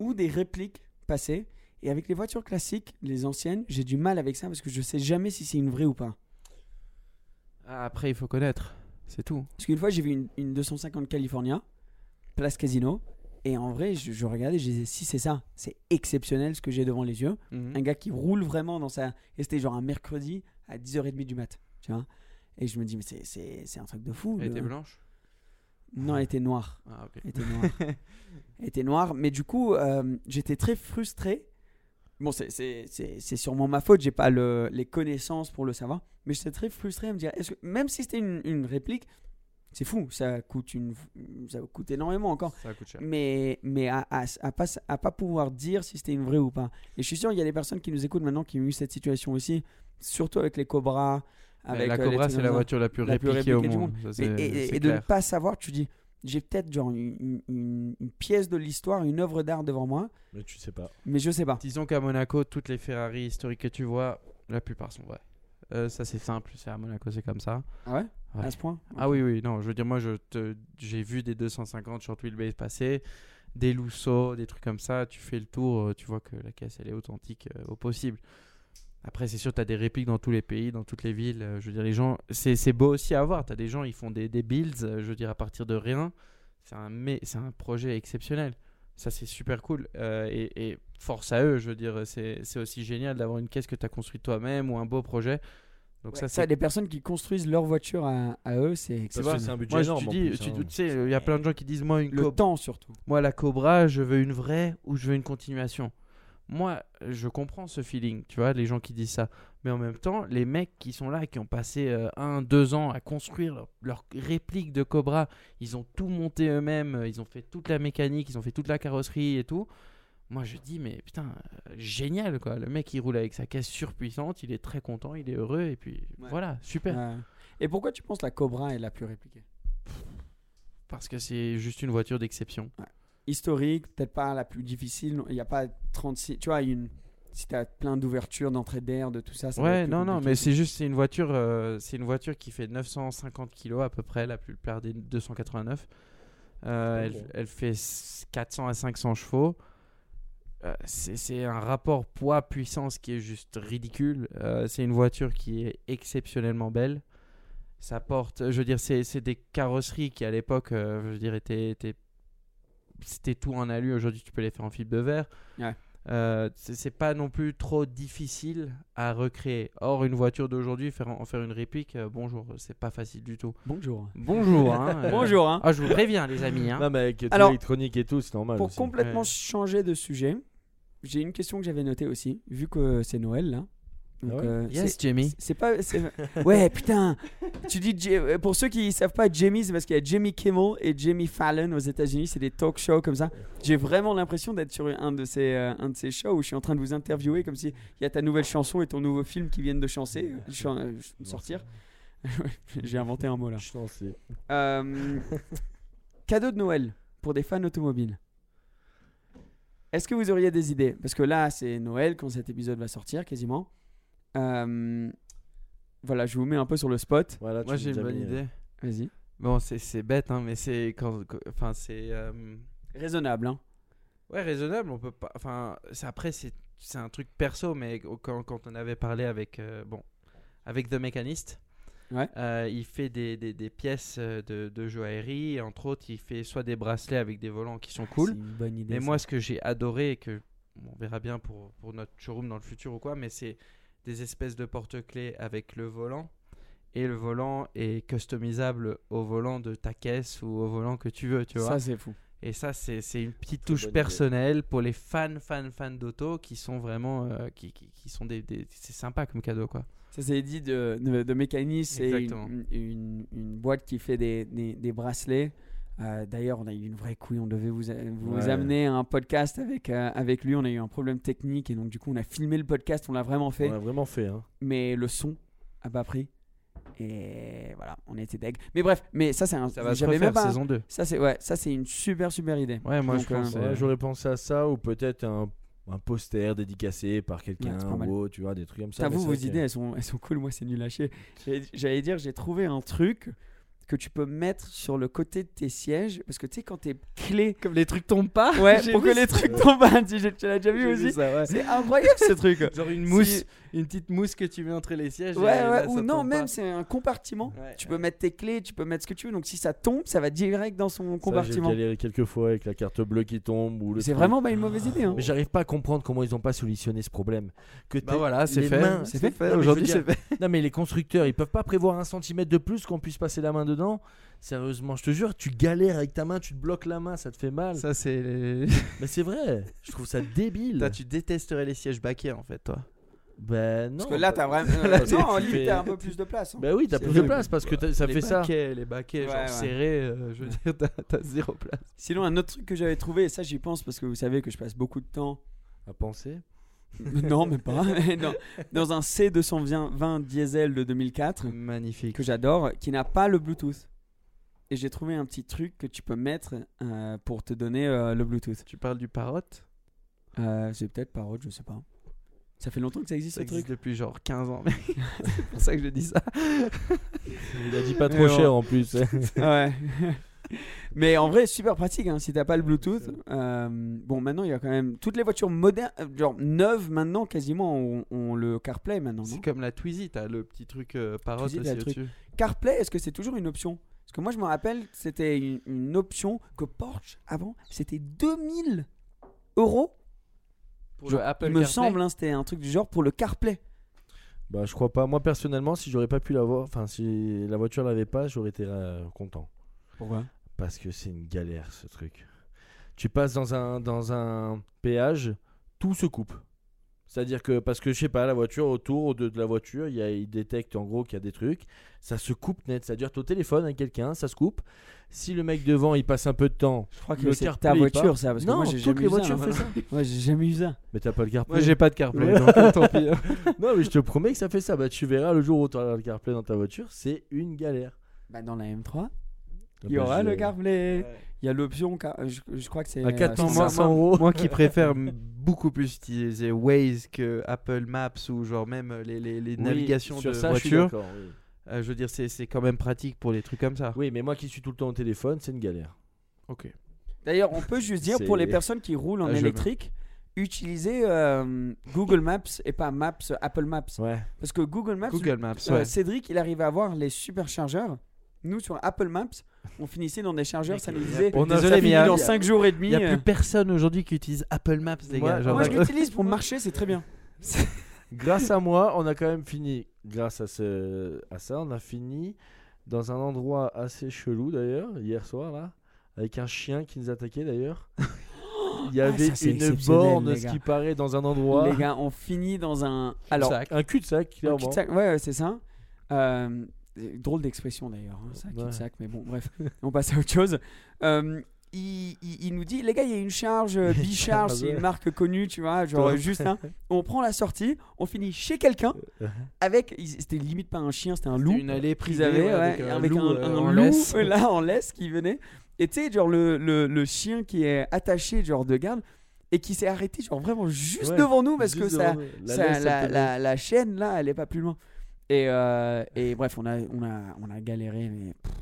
Speaker 1: ou des répliques passer. Et avec les voitures classiques, les anciennes, j'ai du mal avec ça parce que je sais jamais si c'est une vraie ou pas.
Speaker 2: Ah, Après il faut connaître, c'est tout.
Speaker 1: Parce qu'une fois, j'ai vu une, une 250 California, place casino. Et en vrai, je, je regardais, je disais, si c'est ça, c'est exceptionnel ce que j'ai devant les yeux.
Speaker 2: Mhm.
Speaker 1: Un gars qui roule vraiment dans sa. Et c'était genre un mercredi à 10h30 du mat. Tu vois Et je me dis, mais c'est- c'est c'est un truc de fou.
Speaker 2: Elle
Speaker 1: le-
Speaker 2: était blanche.
Speaker 1: Non, elle était noire.
Speaker 2: Ah ok.
Speaker 1: Elle était noire. Elle était noire. Mais du coup, euh, j'étais très frustré. Bon, c'est- c'est c'est- c'est sûrement ma faute, j'ai pas le- les connaissances pour le savoir. Mais j'étais très frustré à me dire, est-ce que, même si c'était une, une réplique, c'est fou, ça coûte, une, ça coûte énormément encore.
Speaker 2: Ça coûte cher.
Speaker 1: Mais, mais à, à, à pas, à pas pouvoir dire si c'était une vraie ou pas. Et je suis sûr, il y a des personnes qui nous écoutent maintenant qui ont eu cette situation aussi, surtout avec les cobras. Avec
Speaker 2: la
Speaker 1: euh, les
Speaker 2: Cobra
Speaker 1: trucs
Speaker 2: c'est
Speaker 1: comme
Speaker 2: la
Speaker 1: ça.
Speaker 2: voiture la plus
Speaker 1: la plus
Speaker 2: répliquée au
Speaker 1: répliquée du
Speaker 2: monde. Ça,
Speaker 1: Et,
Speaker 2: c'est-
Speaker 1: et- et
Speaker 2: c'est
Speaker 1: de ne
Speaker 2: clair.
Speaker 1: pas savoir, tu dis, j'ai peut-être genre une, une- une- une pièce de l'histoire, une œuvre d'art devant moi,
Speaker 3: Mais tu sais pas.
Speaker 1: mais je sais pas.
Speaker 2: Disons qu'à Monaco, toutes les Ferrari historiques que tu vois, la plupart sont vraies. Euh, ça c'est simple, c'est à Monaco c'est comme ça.
Speaker 1: Ah ouais,
Speaker 2: Ouais.
Speaker 1: À ce point
Speaker 2: Ah oui oui non, je veux dire moi je te- j'ai vu des 250 short wheelbase passer, des Lusso, des trucs comme ça. Tu fais le tour, euh, tu vois que la caisse elle est authentique euh, au possible. Après c'est sûr t'as des répliques dans tous les pays, dans toutes les villes. euh, je veux dire les gens, c'est c'est beau aussi à voir. T'as des gens ils font des, des builds, euh, je veux dire à partir de rien. C'est un mais c'est un projet exceptionnel. Ça, c'est super cool. Euh, et, et force à eux, je veux dire, c'est c'est aussi génial d'avoir une caisse que tu as construite toi-même ou un beau projet. Donc,
Speaker 1: Ouais,
Speaker 2: ça,
Speaker 1: ça,
Speaker 2: c'est.
Speaker 1: des personnes qui construisent leur voiture à, à eux, c'est
Speaker 3: Parce
Speaker 1: exceptionnel.
Speaker 3: que c'est un budget
Speaker 2: Moi, je-
Speaker 3: énorme.
Speaker 2: tu
Speaker 3: en
Speaker 2: dis,
Speaker 3: plus,
Speaker 2: tu-
Speaker 3: hein.
Speaker 2: tu sais, il y a plein de gens qui disent moi, une
Speaker 1: Le
Speaker 2: Cobra-
Speaker 1: temps surtout.
Speaker 2: moi, la Cobra, je veux une vraie ou je veux une continuation. Moi, je comprends ce feeling, tu vois, les gens qui disent ça. Mais en même temps, les mecs qui sont là, qui ont passé euh, un, deux ans à construire leur, leur réplique de Cobra, ils ont tout monté eux-mêmes, euh, ils ont fait toute la mécanique, ils ont fait toute la carrosserie et tout. Moi, je dis, mais putain, euh, génial, quoi. Le mec, il roule avec sa caisse surpuissante, il est très content, il est heureux, et puis
Speaker 1: Ouais.
Speaker 2: voilà, super.
Speaker 1: Ouais. Et pourquoi tu penses la Cobra est la plus répliquée
Speaker 2: Parce que c'est juste une voiture d'exception.
Speaker 1: Historique, peut-être pas la plus difficile, il n'y a pas 36. Tu vois, une, si t'as plein d'ouvertures, d'entrées d'air, de tout ça. ça doit
Speaker 2: Ouais,
Speaker 1: être plus
Speaker 2: non, non,
Speaker 1: compliqué.
Speaker 2: mais c'est juste, c'est une voiture, euh, c'est une voiture qui fait 950 kilos à peu près, la plupart des 289. Euh,
Speaker 3: pas
Speaker 2: elle,
Speaker 3: gros.
Speaker 2: elle fait s- 400 à 500 chevaux. Euh, c'est c'est un rapport poids-puissance qui est juste ridicule. Euh, c'est une voiture qui est exceptionnellement belle. Ça porte, je veux dire, c'est c'est des carrosseries qui à l'époque, euh, je veux dire, étaient, étaient- c'était tout en alu. Aujourd'hui, tu peux les faire en fibre de verre. Euh, c'est c'est pas non plus trop difficile à recréer. Or, une voiture d'aujourd'hui, faire en en faire une réplique, euh, bonjour, c'est pas facile du tout.
Speaker 1: Bonjour.
Speaker 2: Bonjour. hein, euh,
Speaker 1: Bonjour, hein.
Speaker 2: Ah, je vous préviens, les amis. hein.
Speaker 3: Non, mais avec tout
Speaker 1: Alors,
Speaker 3: l'électronique et tout, c'est normal.
Speaker 1: Pour
Speaker 3: aussi.
Speaker 1: complètement
Speaker 2: Ouais.
Speaker 1: changer de sujet, j'ai une question que j'avais notée aussi, vu que c'est Noël là. Donc,
Speaker 3: Ah ouais
Speaker 1: euh,
Speaker 2: Yes,
Speaker 1: c'est-
Speaker 2: Jamie.
Speaker 1: c'est pas. c'est- Ouais, putain. Tu dis J- euh, pour ceux qui savent pas Jamie, c'est parce qu'il y a Jamie Kimmel et Jamie Fallon aux États-Unis. C'est des talk shows comme ça. J'ai vraiment l'impression d'être sur un de ces euh, un de ces shows où je suis en train de vous interviewer comme si il y a ta nouvelle chanson et ton nouveau film qui viennent de chancer, chan- euh, ch- sortir. j'ai inventé un mot là.
Speaker 3: Je t'en sais.
Speaker 1: Euh, cadeau de Noël pour des fans automobiles. Est-ce que vous auriez des idées Parce que là, c'est Noël quand cet épisode va sortir quasiment. Euh, voilà, je vous mets un peu sur le spot.
Speaker 3: Voilà, tu
Speaker 2: Moi,
Speaker 3: nous
Speaker 2: j'ai une
Speaker 3: as
Speaker 2: bonne
Speaker 3: mis, euh,
Speaker 2: idée.
Speaker 1: Vas-y.
Speaker 2: Bon, c'est- c'est bête, hein, mais c'est quand. quand- Enfin, c'est. euh,
Speaker 1: Raisonnable, hein.
Speaker 2: Ouais, raisonnable, on peut pas. Enfin, c'est- après, c'est c'est un truc perso, mais au- quand, quand on avait parlé avec. euh, bon. Avec The Mechanist.
Speaker 1: Ouais.
Speaker 2: euh, il fait des, des, des pièces euh, de, de joaillerie. Entre autres, il fait soit des bracelets avec des volants qui sont cool.
Speaker 1: C'est une bonne idée.
Speaker 2: Mais
Speaker 1: ça.
Speaker 2: moi, ce que j'ai adoré et que bon, on verra bien pour, pour notre showroom dans le futur ou quoi, mais c'est des espèces de porte-clés avec le volant. Et le volant est customisable au volant de ta caisse ou au volant que tu veux, tu vois.
Speaker 1: ça c'est fou.
Speaker 2: Et ça, c'est c'est une petite
Speaker 3: Très
Speaker 2: touche
Speaker 3: bonne idée.
Speaker 2: personnelle pour les fans, fans, fans d'auto qui sont vraiment. euh, qui, qui, qui sont des. des- c'est sympa comme cadeau, quoi.
Speaker 1: Ça c'est dit de, de, de Mécanis, c'est
Speaker 2: Exactement.
Speaker 1: une, une, une boîte qui fait des, des, des bracelets. Euh, D'ailleurs, on a eu une vraie couille. On devait vous, a- vous
Speaker 3: Ouais.
Speaker 1: amener à un podcast avec, euh, avec lui. On a eu un problème technique et donc du coup, on a filmé le podcast. On l'a vraiment fait,
Speaker 3: On l'a vraiment fait. Hein.
Speaker 1: mais le son a pas pris. Et voilà, on était deg. Mais bref, mais ça c'est un.
Speaker 2: Ça va se
Speaker 1: j'avais
Speaker 2: refaire,
Speaker 1: même pas-
Speaker 2: saison 2.
Speaker 1: Ça c'est ouais, ça c'est une super super idée.
Speaker 2: Ouais, moi,
Speaker 1: Donc,
Speaker 2: je pense.
Speaker 3: Ouais,
Speaker 2: euh,
Speaker 3: J'aurais pensé à ça ou peut-être un, un poster dédicacé par quelqu'un
Speaker 1: Ouais, c'est pas mal.
Speaker 3: ou autre, tu vois, des trucs comme ça. mais
Speaker 1: T'avoues,
Speaker 3: c'est
Speaker 1: vos
Speaker 3: vrai que-
Speaker 1: idées, hein. elles sont, elles sont cool. Moi, c'est nul à chier. J'allais- J'allais dire, j'ai trouvé un truc que tu peux mettre sur le côté de tes sièges. Parce que tu sais, quand tes clés.
Speaker 2: Comme les trucs tombent pas.
Speaker 1: Ouais,
Speaker 2: j'ai
Speaker 1: pour
Speaker 2: vu
Speaker 1: que les
Speaker 2: ça.
Speaker 1: trucs tombent pas. Tu tu l'as déjà vu
Speaker 2: J'ai vu
Speaker 1: aussi
Speaker 2: ça, ouais.
Speaker 1: C'est incroyable ce truc. Ouais,
Speaker 2: Genre une
Speaker 1: Si-
Speaker 2: mousse, une petite mousse que tu mets entre les sièges. et là,
Speaker 1: ouais,
Speaker 2: ça
Speaker 1: ou non,
Speaker 2: tombe
Speaker 1: même
Speaker 2: pas.
Speaker 1: c'est un compartiment.
Speaker 2: Ouais,
Speaker 1: Tu
Speaker 2: ouais.
Speaker 1: peux mettre tes clés, tu peux mettre ce que tu veux. Donc si ça tombe, ça va direct dans son
Speaker 3: Ça, J'ai
Speaker 1: compartiment.
Speaker 3: galéré quelques fois avec la carte bleue qui tombe ou le.
Speaker 1: C'est
Speaker 3: truc.
Speaker 1: vraiment pas une mauvaise idée. hein.
Speaker 3: Mais j'arrive pas à comprendre comment ils ont pas solutionné ce problème. Que
Speaker 2: Bah
Speaker 3: t'aies
Speaker 2: voilà, c'est
Speaker 3: les
Speaker 2: fait.
Speaker 3: mains-
Speaker 1: C'est fait.
Speaker 3: Non, mais je veux
Speaker 2: Aujourd'hui,
Speaker 3: dire-
Speaker 2: c'est fait.
Speaker 3: Non mais les constructeurs, ils peuvent pas prévoir un centimètre de plus qu'on puisse passer la main dedans. Sérieusement, je te jure, tu galères avec ta main, tu te bloques la main, ça te fait mal.
Speaker 2: Ça, c'est. les-
Speaker 3: Mais c'est vrai, je trouve ça débile.
Speaker 2: Toi, tu détesterais les sièges baquets, en fait, toi.
Speaker 3: Bah non.
Speaker 1: Parce que là, t'as vraiment.
Speaker 3: Là,
Speaker 1: non, en
Speaker 3: tu
Speaker 1: ligne,
Speaker 3: fais-
Speaker 1: t'as un peu plus de place. hein.
Speaker 3: Bah oui, t'as
Speaker 2: C'est
Speaker 3: plus de
Speaker 2: vrai,
Speaker 3: place parce que t'as- ça
Speaker 2: les
Speaker 3: fait ça.
Speaker 2: baquets, Les baquets,
Speaker 1: Ouais,
Speaker 2: genre
Speaker 1: ouais.
Speaker 2: serrés, euh, je veux dire, t'as- t'as zéro place.
Speaker 1: Sinon, un autre truc que j'avais trouvé, et ça j'y pense parce que vous savez que je passe beaucoup de temps
Speaker 3: À penser.
Speaker 1: non, même pas. Non. Dans un C220 diesel de 2004
Speaker 2: Magnifique.
Speaker 1: que j'adore, qui n'a pas le Bluetooth. Et j'ai trouvé un petit truc que tu peux mettre euh, pour te donner euh, le Bluetooth.
Speaker 2: Tu parles du parotte
Speaker 1: Euh, c'est peut-être par autre, je sais pas. Ça fait longtemps que ça existe
Speaker 2: Ça
Speaker 1: ce truc.
Speaker 2: existe depuis genre 15 ans, mec. Ah c'est pour ça que je dis ça.
Speaker 3: Il a dit pas
Speaker 1: Mais
Speaker 3: trop
Speaker 1: bon.
Speaker 3: cher en plus.
Speaker 1: ouais. Mais en vrai, super pratique hein, si t'as pas le Bluetooth. Euh, bon, maintenant il y a quand même toutes les voitures modernes, euh, genre neuves maintenant quasiment, ont, ont le CarPlay maintenant. non
Speaker 2: C'est comme la Twizy, t'as le petit truc euh, parotte
Speaker 1: Twizy,
Speaker 2: aussi
Speaker 1: t'as le truc.
Speaker 2: au-dessus.
Speaker 1: CarPlay, est-ce que c'est toujours une option Parce que moi, je me rappelle, c'était une, une option que Porsche, avant, c'était 2000 euros.
Speaker 2: Pour
Speaker 1: Genre,
Speaker 2: le Apple
Speaker 1: il me
Speaker 2: CarPlay.
Speaker 1: semble, hein, c'était un truc du genre pour le CarPlay.
Speaker 3: bah je crois pas. Moi personnellement, si j'aurais pas pu l'avoir, enfin si la voiture l'avait pas, j'aurais été euh, content.
Speaker 1: Pourquoi
Speaker 3: Parce que c'est une galère ce truc. Tu passes dans un, dans un péage, tout se coupe. C'est-à-dire que, parce que je sais pas, la voiture, autour de, de la voiture, il, y a, il détecte en gros qu'il y a des trucs, ça se coupe net. C'est-à-dire, t'es au téléphone avec quelqu'un, ça se coupe. Si le mec devant, il passe un peu de temps.
Speaker 1: Je crois que
Speaker 3: Le
Speaker 1: c'est ta
Speaker 3: CarPlay, il
Speaker 1: voiture,
Speaker 3: part.
Speaker 1: ça. Ah, Parce
Speaker 3: non,
Speaker 1: que moi, j'ai
Speaker 3: toutes
Speaker 1: jamais
Speaker 3: les
Speaker 1: eu ça.
Speaker 3: voitures font ça.
Speaker 1: Moi, j'ai jamais eu ça.
Speaker 3: Mais t'as pas le
Speaker 2: Moi,
Speaker 3: CarPlay.
Speaker 2: j'ai pas de CarPlay,
Speaker 3: Ouais.
Speaker 2: donc euh, tant pis. hein.
Speaker 3: non, mais je te promets que ça fait ça. Bah, tu verras le jour où t'auras le CarPlay dans ta voiture, c'est une galère.
Speaker 1: Bah, dans la M3, il y aura
Speaker 3: Ah, Bah, je-
Speaker 1: le CarPlay. Il y a l'option, car- je, je crois que c'est.
Speaker 3: À
Speaker 1: euh,
Speaker 3: 400
Speaker 1: c'est
Speaker 3: mois,
Speaker 1: ça.
Speaker 3: moi- euros.
Speaker 2: Moi qui préfère m- beaucoup plus utiliser Waze que Apple Maps ou genre même les, les, les
Speaker 3: Oui,
Speaker 2: navigations
Speaker 3: sur
Speaker 2: de
Speaker 3: ça, je suis
Speaker 2: voiture.
Speaker 3: d'accord, oui.
Speaker 2: Euh, je veux dire, c'est c'est quand même pratique pour les trucs comme ça.
Speaker 3: oui, mais moi qui suis tout le temps au téléphone, c'est une galère.
Speaker 2: Ok.
Speaker 1: D'ailleurs, on peut juste dire
Speaker 3: C'est-
Speaker 1: pour les personnes qui roulent en
Speaker 2: Ah, je veux.
Speaker 1: électrique, utilisez euh, Google Maps et pas Maps, Apple Maps.
Speaker 3: Ouais.
Speaker 1: Parce que Google Maps,
Speaker 2: Google Maps,
Speaker 1: Euh,
Speaker 2: ouais.
Speaker 1: Cédric, il arrive à voir les superchargeurs. Nous, sur Apple Maps, on finissait dans des chargeurs, ça nous disait.
Speaker 2: On a-
Speaker 1: Désolé,
Speaker 2: ça
Speaker 1: mais
Speaker 2: finit
Speaker 1: il
Speaker 2: dans
Speaker 1: dans 5 jours et demi.
Speaker 2: Il n'y a plus personne aujourd'hui qui utilise Apple Maps, les
Speaker 3: Moi-
Speaker 2: gars. genre- euh,
Speaker 1: Moi, je l'utilise pour marcher, c'est très bien.
Speaker 3: Grâce à moi, on a quand même fini. Grâce à, ce, à ça, on a fini dans un endroit assez chelou d'ailleurs, hier soir là, avec un chien qui nous attaquait d'ailleurs. Il y
Speaker 1: Ah,
Speaker 3: avait
Speaker 1: ça, c'est
Speaker 3: une
Speaker 1: exceptionnel,
Speaker 3: borne,
Speaker 1: les
Speaker 3: ce
Speaker 1: gars.
Speaker 3: qui paraît, dans un endroit.
Speaker 1: Les gars, on finit dans un. Alors,
Speaker 2: Sac.
Speaker 3: Un cul-de-sac,
Speaker 1: un
Speaker 3: clairement.
Speaker 1: cul-de-sac, ouais, ouais, c'est ça. Euh, drôle d'expression d'ailleurs, hein, ça,
Speaker 3: Ouais.
Speaker 1: cul-de-sac, mais bon, bref, on passe à autre chose. Euh, il, il- il nous dit, les gars, il y a une charge, euh,
Speaker 2: Ah
Speaker 1: Bicharge, c'est une marque connue, tu vois, genre
Speaker 3: Ouais.
Speaker 1: juste un. On prend la sortie, on finit chez quelqu'un avec. ils- C'était limite pas un chien, c'était un
Speaker 2: C'était
Speaker 1: loup.
Speaker 2: une allée privée
Speaker 1: qu'ils avaient
Speaker 2: ouais,
Speaker 1: ouais, avec, un,
Speaker 2: loup, euh,
Speaker 1: un
Speaker 2: en
Speaker 1: loup,
Speaker 2: laisse.
Speaker 1: euh, là en laisse qui venait et tu sais genre le, le, le chien qui est attaché genre de garde et qui s'est arrêté genre vraiment juste
Speaker 3: Ouais,
Speaker 1: devant nous parce
Speaker 3: juste
Speaker 1: que
Speaker 3: devant
Speaker 1: ça,
Speaker 3: nous. La
Speaker 1: ça-
Speaker 3: laisse,
Speaker 1: la,
Speaker 3: elle te
Speaker 1: la- la chaîne là elle est pas plus loin et, euh, et bref on a, on a, on a galéré mais pff,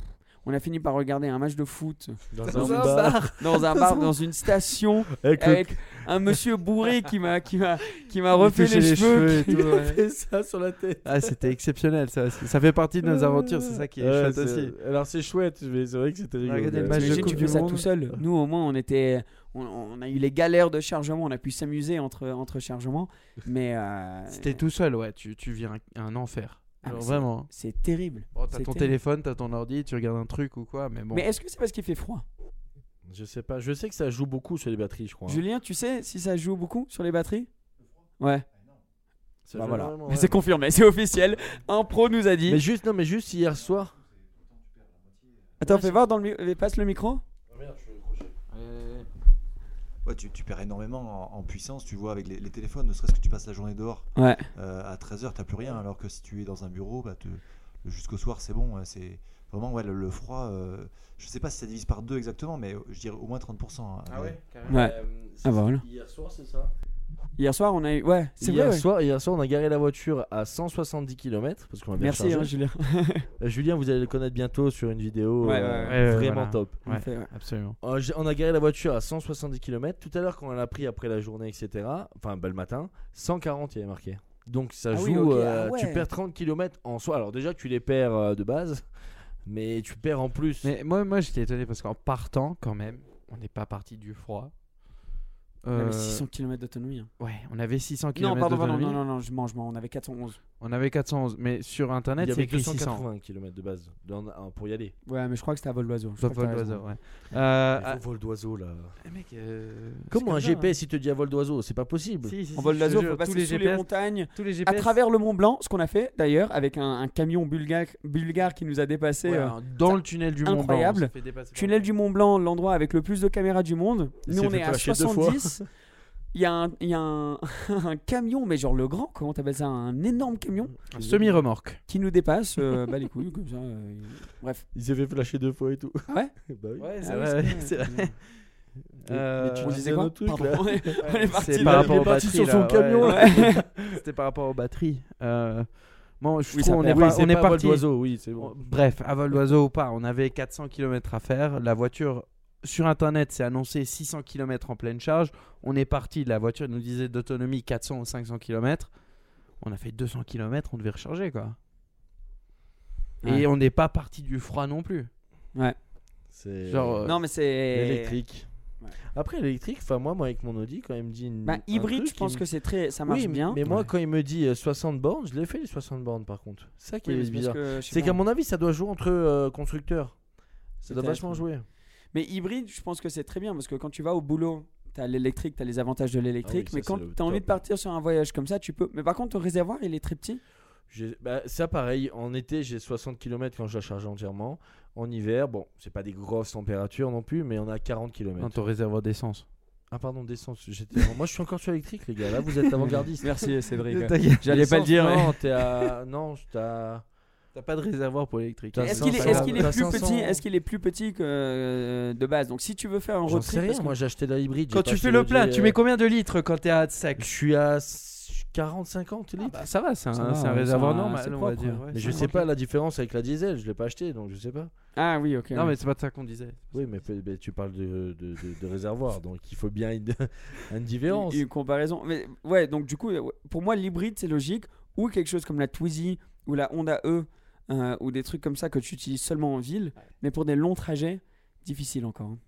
Speaker 1: on a fini par regarder un match de foot
Speaker 3: Dans
Speaker 1: Dans
Speaker 3: un
Speaker 1: un
Speaker 3: bar.
Speaker 1: dans un bar dans une station
Speaker 3: Avec le
Speaker 1: avec un monsieur bourré qui m'a qui m'a qui m'a
Speaker 3: Il
Speaker 1: refait
Speaker 3: touchait
Speaker 1: les,
Speaker 3: les cheveux
Speaker 1: cheveux,
Speaker 3: et
Speaker 1: qui
Speaker 3: tout,
Speaker 1: m'a
Speaker 3: ouais.
Speaker 1: fait ça sur la tête
Speaker 2: Ah, c'était exceptionnel, ça. C'est- Ça fait partie de nos aventures, c'est ça qui est
Speaker 3: Ouais,
Speaker 2: chouette
Speaker 3: c'est-
Speaker 2: aussi.
Speaker 3: Alors c'est chouette, mais c'est vrai que c'était rigolo.
Speaker 2: Regardez le
Speaker 3: Ouais.
Speaker 2: match de
Speaker 1: T'imagines,
Speaker 2: Coupe
Speaker 1: tu
Speaker 2: du
Speaker 1: fais ça
Speaker 2: Monde.
Speaker 1: tout seul. Nous, au moins, on était, on, on a eu les galères de chargement. On a pu s'amuser entre entre chargements, mais euh,
Speaker 2: C'était tout seul, ouais. Tu, tu vis un, un enfer.
Speaker 1: Ah,
Speaker 2: Genre,
Speaker 1: mais c'est-
Speaker 2: vraiment.
Speaker 1: C'est terrible.
Speaker 2: Bon, t'as
Speaker 1: C'est
Speaker 2: ton
Speaker 1: terrible.
Speaker 2: téléphone, t'as ton ordi, tu regardes un truc ou quoi, mais bon.
Speaker 1: Mais est-ce que c'est parce qu'il fait froid
Speaker 3: Je sais pas, je sais que ça joue beaucoup sur les batteries, je crois. hein.
Speaker 1: Julien, tu sais si ça joue beaucoup sur les batteries Ouais.
Speaker 3: Ça
Speaker 1: Bah
Speaker 3: joue
Speaker 1: voilà.
Speaker 3: énormément, ouais.
Speaker 1: C'est confirmé, c'est officiel. Un pro nous a dit.
Speaker 3: Mais juste non, mais juste hier soir.
Speaker 1: Attends, fais voir dans le mi- passe le micro.
Speaker 5: Ouais, tu, tu perds énormément en, en puissance, tu vois, avec les, les téléphones, ne serait-ce que tu passes la journée dehors
Speaker 1: Ouais.
Speaker 5: euh, à 13h, t'as plus rien, alors que si tu es dans un bureau, bah, te- jusqu'au soir, c'est bon. ouais, c'est vraiment ouais, le, le froid, euh, je sais pas si ça divise par deux exactement, mais je dirais au moins 30%. hein, ouais.
Speaker 1: Ouais. Ah bah voilà.
Speaker 3: Hier soir, c'est ça.
Speaker 1: Hier soir, on a eu. Ouais, c'est
Speaker 3: Hier
Speaker 1: vrai. ouais.
Speaker 3: soir, hier soir, on a garé la voiture à 170 km parce qu'on a bien
Speaker 1: Merci,
Speaker 3: chargé.
Speaker 1: hein, Julien.
Speaker 3: Euh, Julien, vous allez le connaître bientôt sur une vidéo
Speaker 1: Ouais,
Speaker 3: euh,
Speaker 1: ouais,
Speaker 2: ouais. Ouais, ouais,
Speaker 3: vraiment
Speaker 2: voilà.
Speaker 3: top.
Speaker 1: On
Speaker 2: Ouais.
Speaker 1: fait, ouais.
Speaker 2: Absolument.
Speaker 3: Euh, j'ai- On a garé la voiture à 170 km. Tout à l'heure, quand on l'a pris après la journée, etc., enfin bah, le matin, 140 il y avait marqué. Donc ça
Speaker 1: Ah
Speaker 3: joue,
Speaker 1: oui, ok,
Speaker 3: euh,
Speaker 1: ah
Speaker 3: tu
Speaker 1: ouais.
Speaker 3: perds 30 km en soi. Alors déjà, tu les perds euh, de base, mais tu perds en plus.
Speaker 2: Mais moi, moi j'étais étonné parce qu'en partant, quand même, on n'est pas parti du froid.
Speaker 1: On
Speaker 2: Euh,
Speaker 1: avait 600 km d'autonomie. hein.
Speaker 2: Ouais, on avait 600 km
Speaker 1: Non, pardon, pardon,
Speaker 2: d'autonomie.
Speaker 1: non, non, non, je mange, je mens, on avait 411.
Speaker 2: On avait 411, mais sur internet,
Speaker 3: il y
Speaker 2: c'est
Speaker 3: avait
Speaker 2: écrit 600.
Speaker 3: 280 km de base dans- euh, pour y aller.
Speaker 1: Ouais, mais je crois que c'était à vol d'oiseau. je
Speaker 2: Sauf
Speaker 1: crois que
Speaker 2: vol
Speaker 1: t'as raison.
Speaker 2: d'oiseau, ouais.
Speaker 1: Ah,
Speaker 2: Euh,
Speaker 3: Il faut vol d'oiseau là.
Speaker 2: ah, mec, euh, c'est
Speaker 3: Comment un
Speaker 2: ça,
Speaker 3: GPS il te dit à vol d'oiseau C'est pas possible.
Speaker 2: hein. Si, si, si,
Speaker 1: En vol
Speaker 2: je te
Speaker 1: d'oiseau,
Speaker 2: jure,
Speaker 1: faut passer
Speaker 2: tous les
Speaker 1: sous
Speaker 2: GPS,
Speaker 1: les montagnes,
Speaker 2: tous les
Speaker 1: à
Speaker 2: GPS,
Speaker 1: travers le Mont Blanc, ce qu'on a fait d'ailleurs avec un, un camion bulgare, bulgare qui nous a dépassé.
Speaker 2: ouais,
Speaker 1: euh,
Speaker 3: hein.
Speaker 2: dans le tunnel du Mont Blanc.
Speaker 1: incroyable.
Speaker 2: on s'est fait dépasser par-
Speaker 1: tunnel du Mont Blanc, l'endroit avec le plus de caméras du monde.
Speaker 3: Il
Speaker 1: Nous,
Speaker 3: s'est
Speaker 1: on
Speaker 3: fait
Speaker 1: est à
Speaker 3: flasher deux fois.
Speaker 1: 70. Il y a, un, il y a un, un camion, mais genre le grand, comment t'appelles ça Un énorme camion
Speaker 2: Un Semi-remorque.
Speaker 1: qui nous dépasse. euh, bah les couilles, comme ça. euh, Bref.
Speaker 3: Il s'est fait flasher deux fois et tout.
Speaker 1: Ah ouais
Speaker 3: Bah oui.
Speaker 2: Ouais,
Speaker 1: c'est vrai,
Speaker 2: c'est vrai.
Speaker 3: Mais- mais tu
Speaker 1: On
Speaker 3: Euh,
Speaker 1: disait
Speaker 3: c'est un
Speaker 1: quoi
Speaker 3: autre truc,
Speaker 1: Pardon,
Speaker 3: là.
Speaker 1: on est- on est parti
Speaker 2: C'est
Speaker 1: là.
Speaker 2: par
Speaker 3: il
Speaker 2: rapport
Speaker 3: est
Speaker 2: aux
Speaker 3: parti
Speaker 2: batteries.
Speaker 3: sur son
Speaker 2: là,
Speaker 3: camion,
Speaker 2: ouais. C'était par rapport aux batteries. Euh, bon, je
Speaker 1: Oui, ça
Speaker 2: trouve on est,
Speaker 3: Oui,
Speaker 2: pas-
Speaker 3: c'est
Speaker 2: on est
Speaker 3: pas vol
Speaker 2: parti.
Speaker 3: d'oiseau, oui, c'est
Speaker 2: On-
Speaker 3: bon.
Speaker 2: Bref, à vol d'oiseau ou pas, on avait 400 km à faire. La voiture, sur internet, c'est annoncé 600 km en pleine charge. On est parti, la voiture nous disait d'autonomie 400 ou 500 km. On a fait 200 km, on devait recharger quoi.
Speaker 1: Ouais.
Speaker 2: Et on n'est pas parti du froid non plus.
Speaker 3: C'est
Speaker 2: Genre, euh,
Speaker 1: Non, mais c'est.
Speaker 3: l'électrique.
Speaker 1: Ouais.
Speaker 3: Après l'électrique, enfin moi, moi avec mon Audi quand il me dit une
Speaker 1: Bah,
Speaker 3: un
Speaker 1: hybride,
Speaker 3: truc,
Speaker 1: je pense
Speaker 3: il me-
Speaker 1: que c'est très. Ça marche
Speaker 3: oui,
Speaker 1: bien.
Speaker 3: Mais moi
Speaker 2: Ouais.
Speaker 3: quand il me dit euh, 60 bornes, je l'ai fait les 60 bornes par contre. C'est Ça qui
Speaker 1: Oui, mais
Speaker 3: est
Speaker 1: c'est parce
Speaker 3: bizarre.
Speaker 1: que, je sais
Speaker 3: C'est
Speaker 1: pas.
Speaker 3: qu'à mon avis, ça doit jouer entre euh, constructeurs. Ça doit
Speaker 1: Peut-être,
Speaker 3: vachement
Speaker 1: ouais.
Speaker 3: jouer.
Speaker 1: Mais hybride, je pense que c'est très bien parce que quand tu vas au boulot, t'as l'électrique, t'as les avantages de l'électrique,
Speaker 3: Ah oui,
Speaker 1: mais
Speaker 3: ça,
Speaker 1: quand
Speaker 3: c'est le
Speaker 1: t'as envie
Speaker 3: top.
Speaker 1: de partir sur un voyage comme ça, tu peux. Mais par contre, ton réservoir, il est très petit.
Speaker 3: J'ai- bah, ça pareil, en été j'ai 60 km quand je la charge entièrement. En hiver, bon, c'est pas des grosses températures non plus, mais on a 40 km.
Speaker 2: dans ton réservoir d'essence.
Speaker 3: Ah pardon, d'essence. j'étais- Moi je suis encore sur électrique les gars, là vous êtes avant-gardiste.
Speaker 1: Merci Cédric.
Speaker 2: T'inquiète,
Speaker 1: J'allais pas le dire.
Speaker 3: Non, t'es à... Non, t'es à-
Speaker 2: T'as pas de réservoir pour l'électrique.
Speaker 3: Putain,
Speaker 1: Est-ce
Speaker 3: c'est
Speaker 1: qu'il est,
Speaker 3: incroyable.
Speaker 1: est-ce qu'il est
Speaker 3: T'as
Speaker 1: plus
Speaker 3: 500.
Speaker 1: petit Est-ce qu'il est plus petit que euh, de base Donc si tu veux faire un
Speaker 3: J'en
Speaker 1: road
Speaker 3: sais
Speaker 1: trip,
Speaker 3: rien,
Speaker 1: parce que-
Speaker 3: moi j'ai acheté de la hybride. j'ai
Speaker 2: Quand
Speaker 3: pas
Speaker 2: tu
Speaker 3: acheté
Speaker 2: fais le
Speaker 3: l'Audi,
Speaker 2: plein,
Speaker 3: euh,
Speaker 2: tu mets combien de litres quand t'es à
Speaker 3: Je
Speaker 2: sec
Speaker 3: suis à 40-50 litres.
Speaker 2: Bah, Ça va, c'est un,
Speaker 1: Ça va,
Speaker 2: c'est un
Speaker 1: ouais,
Speaker 2: réservoir
Speaker 1: c'est un-
Speaker 2: normal,
Speaker 1: Ah bah, c'est
Speaker 2: on va
Speaker 1: propre,
Speaker 2: dire.
Speaker 1: ouais.
Speaker 2: ouais,
Speaker 3: Mais
Speaker 2: c'est
Speaker 3: je sais
Speaker 2: tranquille.
Speaker 3: pas la différence avec la diesel, je l'ai pas acheté donc je sais pas.
Speaker 1: Ah oui, ok.
Speaker 2: Non, mais c'est pas de ça qu'on disait.
Speaker 3: euh, Oui, mais, peut- mais tu parles de, de, de- de réservoir donc il faut bien une, une différence.
Speaker 1: une, une comparaison. Mais ouais, donc du coup, euh, ouais, pour moi, l'hybride c'est logique, ou quelque chose comme la Twizy ou la Honda E euh, ou des trucs comme ça que tu utilises seulement en ville, mais pour des longs trajets, difficile encore. hein.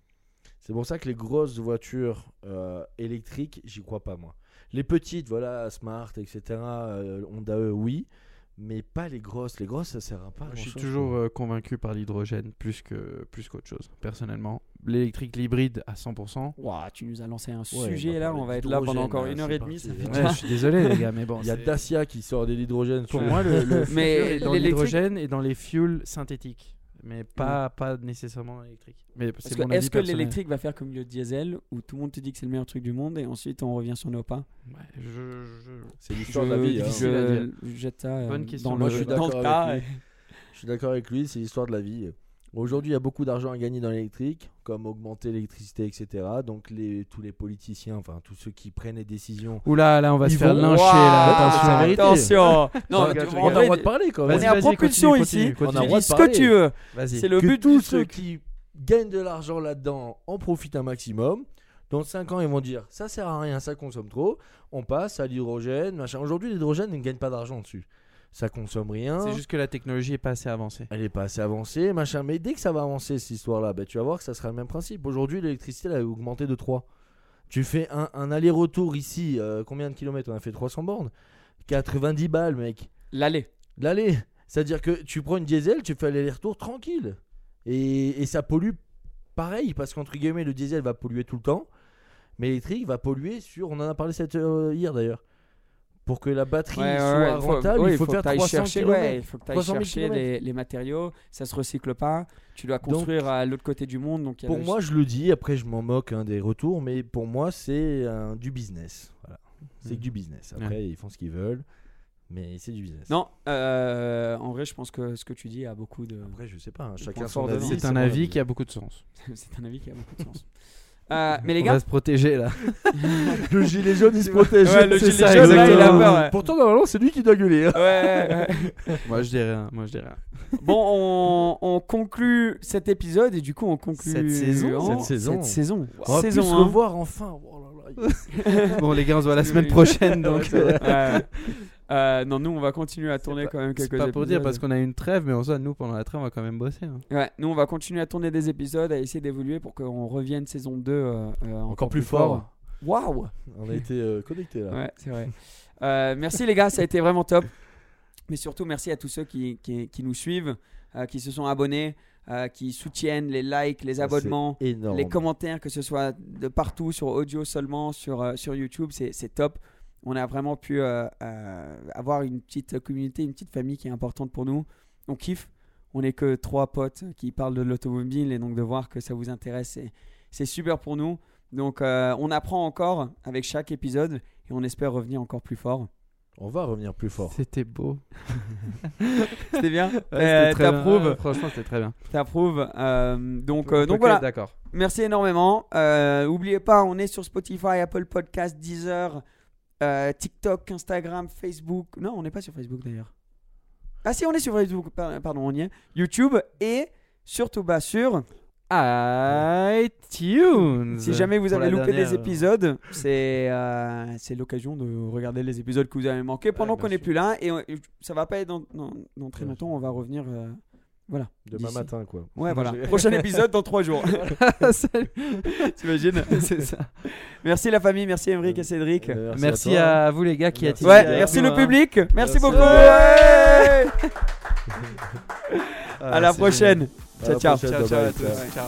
Speaker 3: C'est pour ça que les grosses voitures euh, électriques, j'y crois pas moi. Les petites, voilà, Smart, etc. euh, Honda E, oui, mais pas les grosses. Les grosses, ça sert à pas.
Speaker 2: Moi, je suis
Speaker 3: grand-chose,
Speaker 2: toujours
Speaker 3: quoi.
Speaker 2: euh, convaincu par l'hydrogène plus que plus qu'autre chose, personnellement. L'électrique, l'hybride à 100%.
Speaker 1: Ouah, tu nous as lancé un
Speaker 3: Ouais,
Speaker 1: sujet
Speaker 3: bah,
Speaker 1: là,
Speaker 3: parler
Speaker 1: on va être là pendant
Speaker 3: d'hydrogène,
Speaker 1: encore
Speaker 3: là,
Speaker 1: une
Speaker 3: c'est
Speaker 1: heure et
Speaker 3: parti,
Speaker 1: demie. ça
Speaker 3: ouais.
Speaker 1: fait
Speaker 2: Ouais, je suis désolé les gars, mais bon.
Speaker 3: Il y a
Speaker 2: c'est-
Speaker 3: Dacia qui sort de l'hydrogène.
Speaker 2: Pour
Speaker 3: sur-
Speaker 2: moi, le, le futur
Speaker 1: euh, Mais
Speaker 2: est dans
Speaker 1: l'électrique-
Speaker 2: l'hydrogène et dans les fuels synthétiques, mais pas pas nécessairement l'électrique. Mais
Speaker 1: Parce
Speaker 2: c'est
Speaker 1: que
Speaker 2: mon avis
Speaker 1: Est-ce que
Speaker 2: personnel.
Speaker 1: l'électrique va faire comme le diesel où tout le monde te dit que c'est le meilleur truc du monde et ensuite on revient sur nos pas
Speaker 2: Ouais, je- je-
Speaker 3: C'est
Speaker 1: Je,
Speaker 3: l'histoire de la vie. hein.
Speaker 2: difficile à dire.
Speaker 1: je jette ça euh,
Speaker 2: Bonne question.
Speaker 1: dans
Speaker 3: Moi,
Speaker 1: le,
Speaker 3: je suis
Speaker 1: dans le
Speaker 3: d'accord
Speaker 1: tas.
Speaker 3: avec lui. Je suis d'accord avec lui, c'est l'histoire de la vie. Aujourd'hui, il y a beaucoup d'argent à gagner dans l'électrique, comme augmenter l'électricité, etc. Donc les, tous les politiciens, enfin tous ceux qui prennent les décisions.
Speaker 2: Oula, là, on va
Speaker 3: Ils
Speaker 2: se faire
Speaker 3: vont-
Speaker 2: lyncher.
Speaker 3: Ouah,
Speaker 2: là,
Speaker 3: c'est la
Speaker 2: attention.
Speaker 3: vérité.
Speaker 1: Ah, Attention Non,
Speaker 3: Enfin,
Speaker 1: tu-
Speaker 3: tu-
Speaker 1: on
Speaker 3: on a le droit
Speaker 1: va-
Speaker 3: de parler quand
Speaker 1: on
Speaker 3: même.
Speaker 1: est à
Speaker 2: Vas-y,
Speaker 1: propulsion
Speaker 2: continue,
Speaker 1: ici.
Speaker 2: continue,
Speaker 3: On a le droit
Speaker 1: Dis
Speaker 3: de
Speaker 1: ce que
Speaker 3: parler.
Speaker 1: tu veux.
Speaker 2: Vas-y.
Speaker 1: C'est le
Speaker 3: que
Speaker 1: but
Speaker 3: tous
Speaker 1: du
Speaker 3: ceux
Speaker 1: truc.
Speaker 3: qui gagnent de l'argent là-dedans en profitent un maximum. Dans 5 ans, ils vont dire ça sert à rien, ça consomme trop. On passe à l'hydrogène, machin. Aujourd'hui, l'hydrogène ne gagne pas d'argent dessus. Ça consomme rien.
Speaker 2: C'est juste que la technologie est pas assez avancée.
Speaker 3: Elle est pas assez avancée, machin. Mais dès que ça va avancer, cette histoire-là, bah, tu vas voir que ça sera le même principe. Aujourd'hui, l'électricité, elle a augmenté de 3. Tu fais un, un aller-retour ici, euh, combien de kilomètres On a fait 300 bornes. 90 balles, mec.
Speaker 1: L'aller.
Speaker 3: L'aller. C'est-à-dire que tu prends une diesel, tu fais l'aller-retour tranquille. Et, et ça pollue pareil, parce qu'entre guillemets, le diesel va polluer tout le temps. Mais l'électrique va polluer sur. On en a parlé cette, euh, hier d'ailleurs. Pour que la batterie soit
Speaker 1: faut-
Speaker 3: rentable,
Speaker 1: oui,
Speaker 3: il faut,
Speaker 1: que
Speaker 3: faire
Speaker 1: t'ailles
Speaker 3: 300
Speaker 1: chercher,
Speaker 3: kilomètres.
Speaker 1: ouais, il faut que tu
Speaker 3: 300 000
Speaker 1: chercher les, les matériaux, ça se recycle pas, tu dois construire à l'autre côté du monde. Donc il y a
Speaker 3: Pour
Speaker 1: le-
Speaker 3: moi, je le dis, après je m'en moque hein, des retours, mais pour moi, c'est euh, du business. Voilà. C'est
Speaker 2: Mm.
Speaker 3: que du business. Après, ils font ce qu'ils veulent, mais c'est du business.
Speaker 1: Non, euh, en vrai, je pense que ce que tu dis a beaucoup de.
Speaker 3: Après, je sais pas, hein, chacun
Speaker 1: point
Speaker 3: son
Speaker 1: fort de
Speaker 3: avis.
Speaker 1: vue.
Speaker 2: C'est un
Speaker 3: mon
Speaker 2: avis qui a beaucoup de sens.
Speaker 3: Ah,
Speaker 1: C'est un avis qui a beaucoup de sens. Euh, mais les
Speaker 2: on
Speaker 1: gars,
Speaker 2: va se protéger là.
Speaker 3: Le gilet jaune, il se protège.
Speaker 1: Ouais, le
Speaker 3: c'est
Speaker 1: gilet
Speaker 3: ça,
Speaker 1: jaune, là, il a
Speaker 3: exactement.
Speaker 1: peur, ouais.
Speaker 3: Pourtant, normalement, c'est lui qui doit gueuler. hein.
Speaker 1: ouais, ouais.
Speaker 2: moi je dis rien. Moi je dis rien.
Speaker 1: bon, on, on conclut cet épisode et du coup, on conclut
Speaker 2: Cette saison.
Speaker 1: en-
Speaker 3: Cette saison.
Speaker 1: Cette saison.
Speaker 3: On va
Speaker 1: Saison hein.
Speaker 3: plus
Speaker 1: un.
Speaker 3: le voir enfin. Oh là là, il-
Speaker 2: bon les gars, on se voit la semaine prochaine donc. euh,
Speaker 1: Ouais. Euh, non, nous, on va continuer à tourner
Speaker 2: pas-
Speaker 1: quand même
Speaker 2: C'est
Speaker 1: quelques
Speaker 2: pas pour dire
Speaker 1: épisodes.
Speaker 2: parce qu'on a une trêve, mais en soi, nous pendant la trêve, on va quand même bosser. hein.
Speaker 1: Ouais, nous on va continuer à tourner des épisodes, à essayer d'évoluer pour qu'on revienne saison 2 euh, euh, encore,
Speaker 3: Encore plus fort.
Speaker 1: Waouh
Speaker 3: On a été euh, connectés là.
Speaker 1: Ouais, c'est vrai. Euh, merci les gars, ça a été vraiment top. Mais surtout merci à tous ceux qui, qui, qui nous suivent, euh, qui se sont abonnés, euh, qui soutiennent les likes, les
Speaker 3: Ça,
Speaker 1: abonnements,
Speaker 3: c'est Énorme.
Speaker 1: les commentaires, que ce soit de partout, sur audio seulement, sur, euh, sur YouTube, c'est c'est top. On a vraiment pu euh, euh, avoir une petite communauté, une petite famille qui est importante pour nous. On kiffe. On n'est que trois potes qui parlent de l'automobile et donc de voir que ça vous intéresse, c'est- c'est super pour nous. Donc euh, on apprend encore avec chaque épisode et on espère revenir encore plus fort.
Speaker 3: On va revenir plus fort.
Speaker 2: C'était beau.
Speaker 1: C'était bien
Speaker 2: Ouais, c'était
Speaker 1: Euh,
Speaker 2: très bien.
Speaker 1: T'approuves
Speaker 2: Ouais, Franchement, c'était très bien.
Speaker 1: T'approuves Euh, Donc,
Speaker 2: On
Speaker 1: euh,
Speaker 2: peut
Speaker 1: donc
Speaker 2: que
Speaker 1: voilà.
Speaker 2: être D'accord.
Speaker 1: Merci énormément. Euh, Oubliez pas, on est sur Spotify, Apple Podcast, Deezer, euh, TikTok, Instagram, Facebook. Non, on n'est pas sur Facebook d'ailleurs. Ah si, on est sur Facebook. Par- Pardon, on y est. YouTube et surtout bas sur.
Speaker 2: iTunes.
Speaker 1: Si jamais vous
Speaker 2: Pour
Speaker 1: avez
Speaker 2: la
Speaker 1: loupé
Speaker 2: dernière,
Speaker 1: des épisodes, c'est euh, c'est l'occasion de regarder les épisodes que vous avez manqués pendant
Speaker 3: bien
Speaker 1: qu'on n'est
Speaker 3: sûr.
Speaker 1: plus là et on- et ça va pas être dans, dans- dans très
Speaker 3: Bien
Speaker 1: longtemps. On va revenir. euh, voilà.
Speaker 3: Demain
Speaker 1: D'ici-
Speaker 3: matin, quoi.
Speaker 1: Ouais, voilà. Prochain épisode dans trois jours.
Speaker 2: euh, salut.
Speaker 1: T'imagines
Speaker 2: C'est ça.
Speaker 1: Merci la famille, merci Emeric et Cédric.
Speaker 3: Euh,
Speaker 2: Merci
Speaker 3: toi.
Speaker 2: à, vous les gars qui
Speaker 3: Merci.
Speaker 2: attirez.
Speaker 1: Ouais,
Speaker 3: Merci
Speaker 1: merci
Speaker 3: à
Speaker 1: le
Speaker 3: toi, hein.
Speaker 1: public, merci
Speaker 3: Merci.
Speaker 1: beaucoup.
Speaker 3: Ouais.
Speaker 1: Ouais. Ah, À la prochaine.
Speaker 3: À la
Speaker 1: Ciao, ciao.
Speaker 3: prochaine, bye
Speaker 1: Ciao, ciao à
Speaker 3: bye.
Speaker 1: tous. Ouais. Ciao.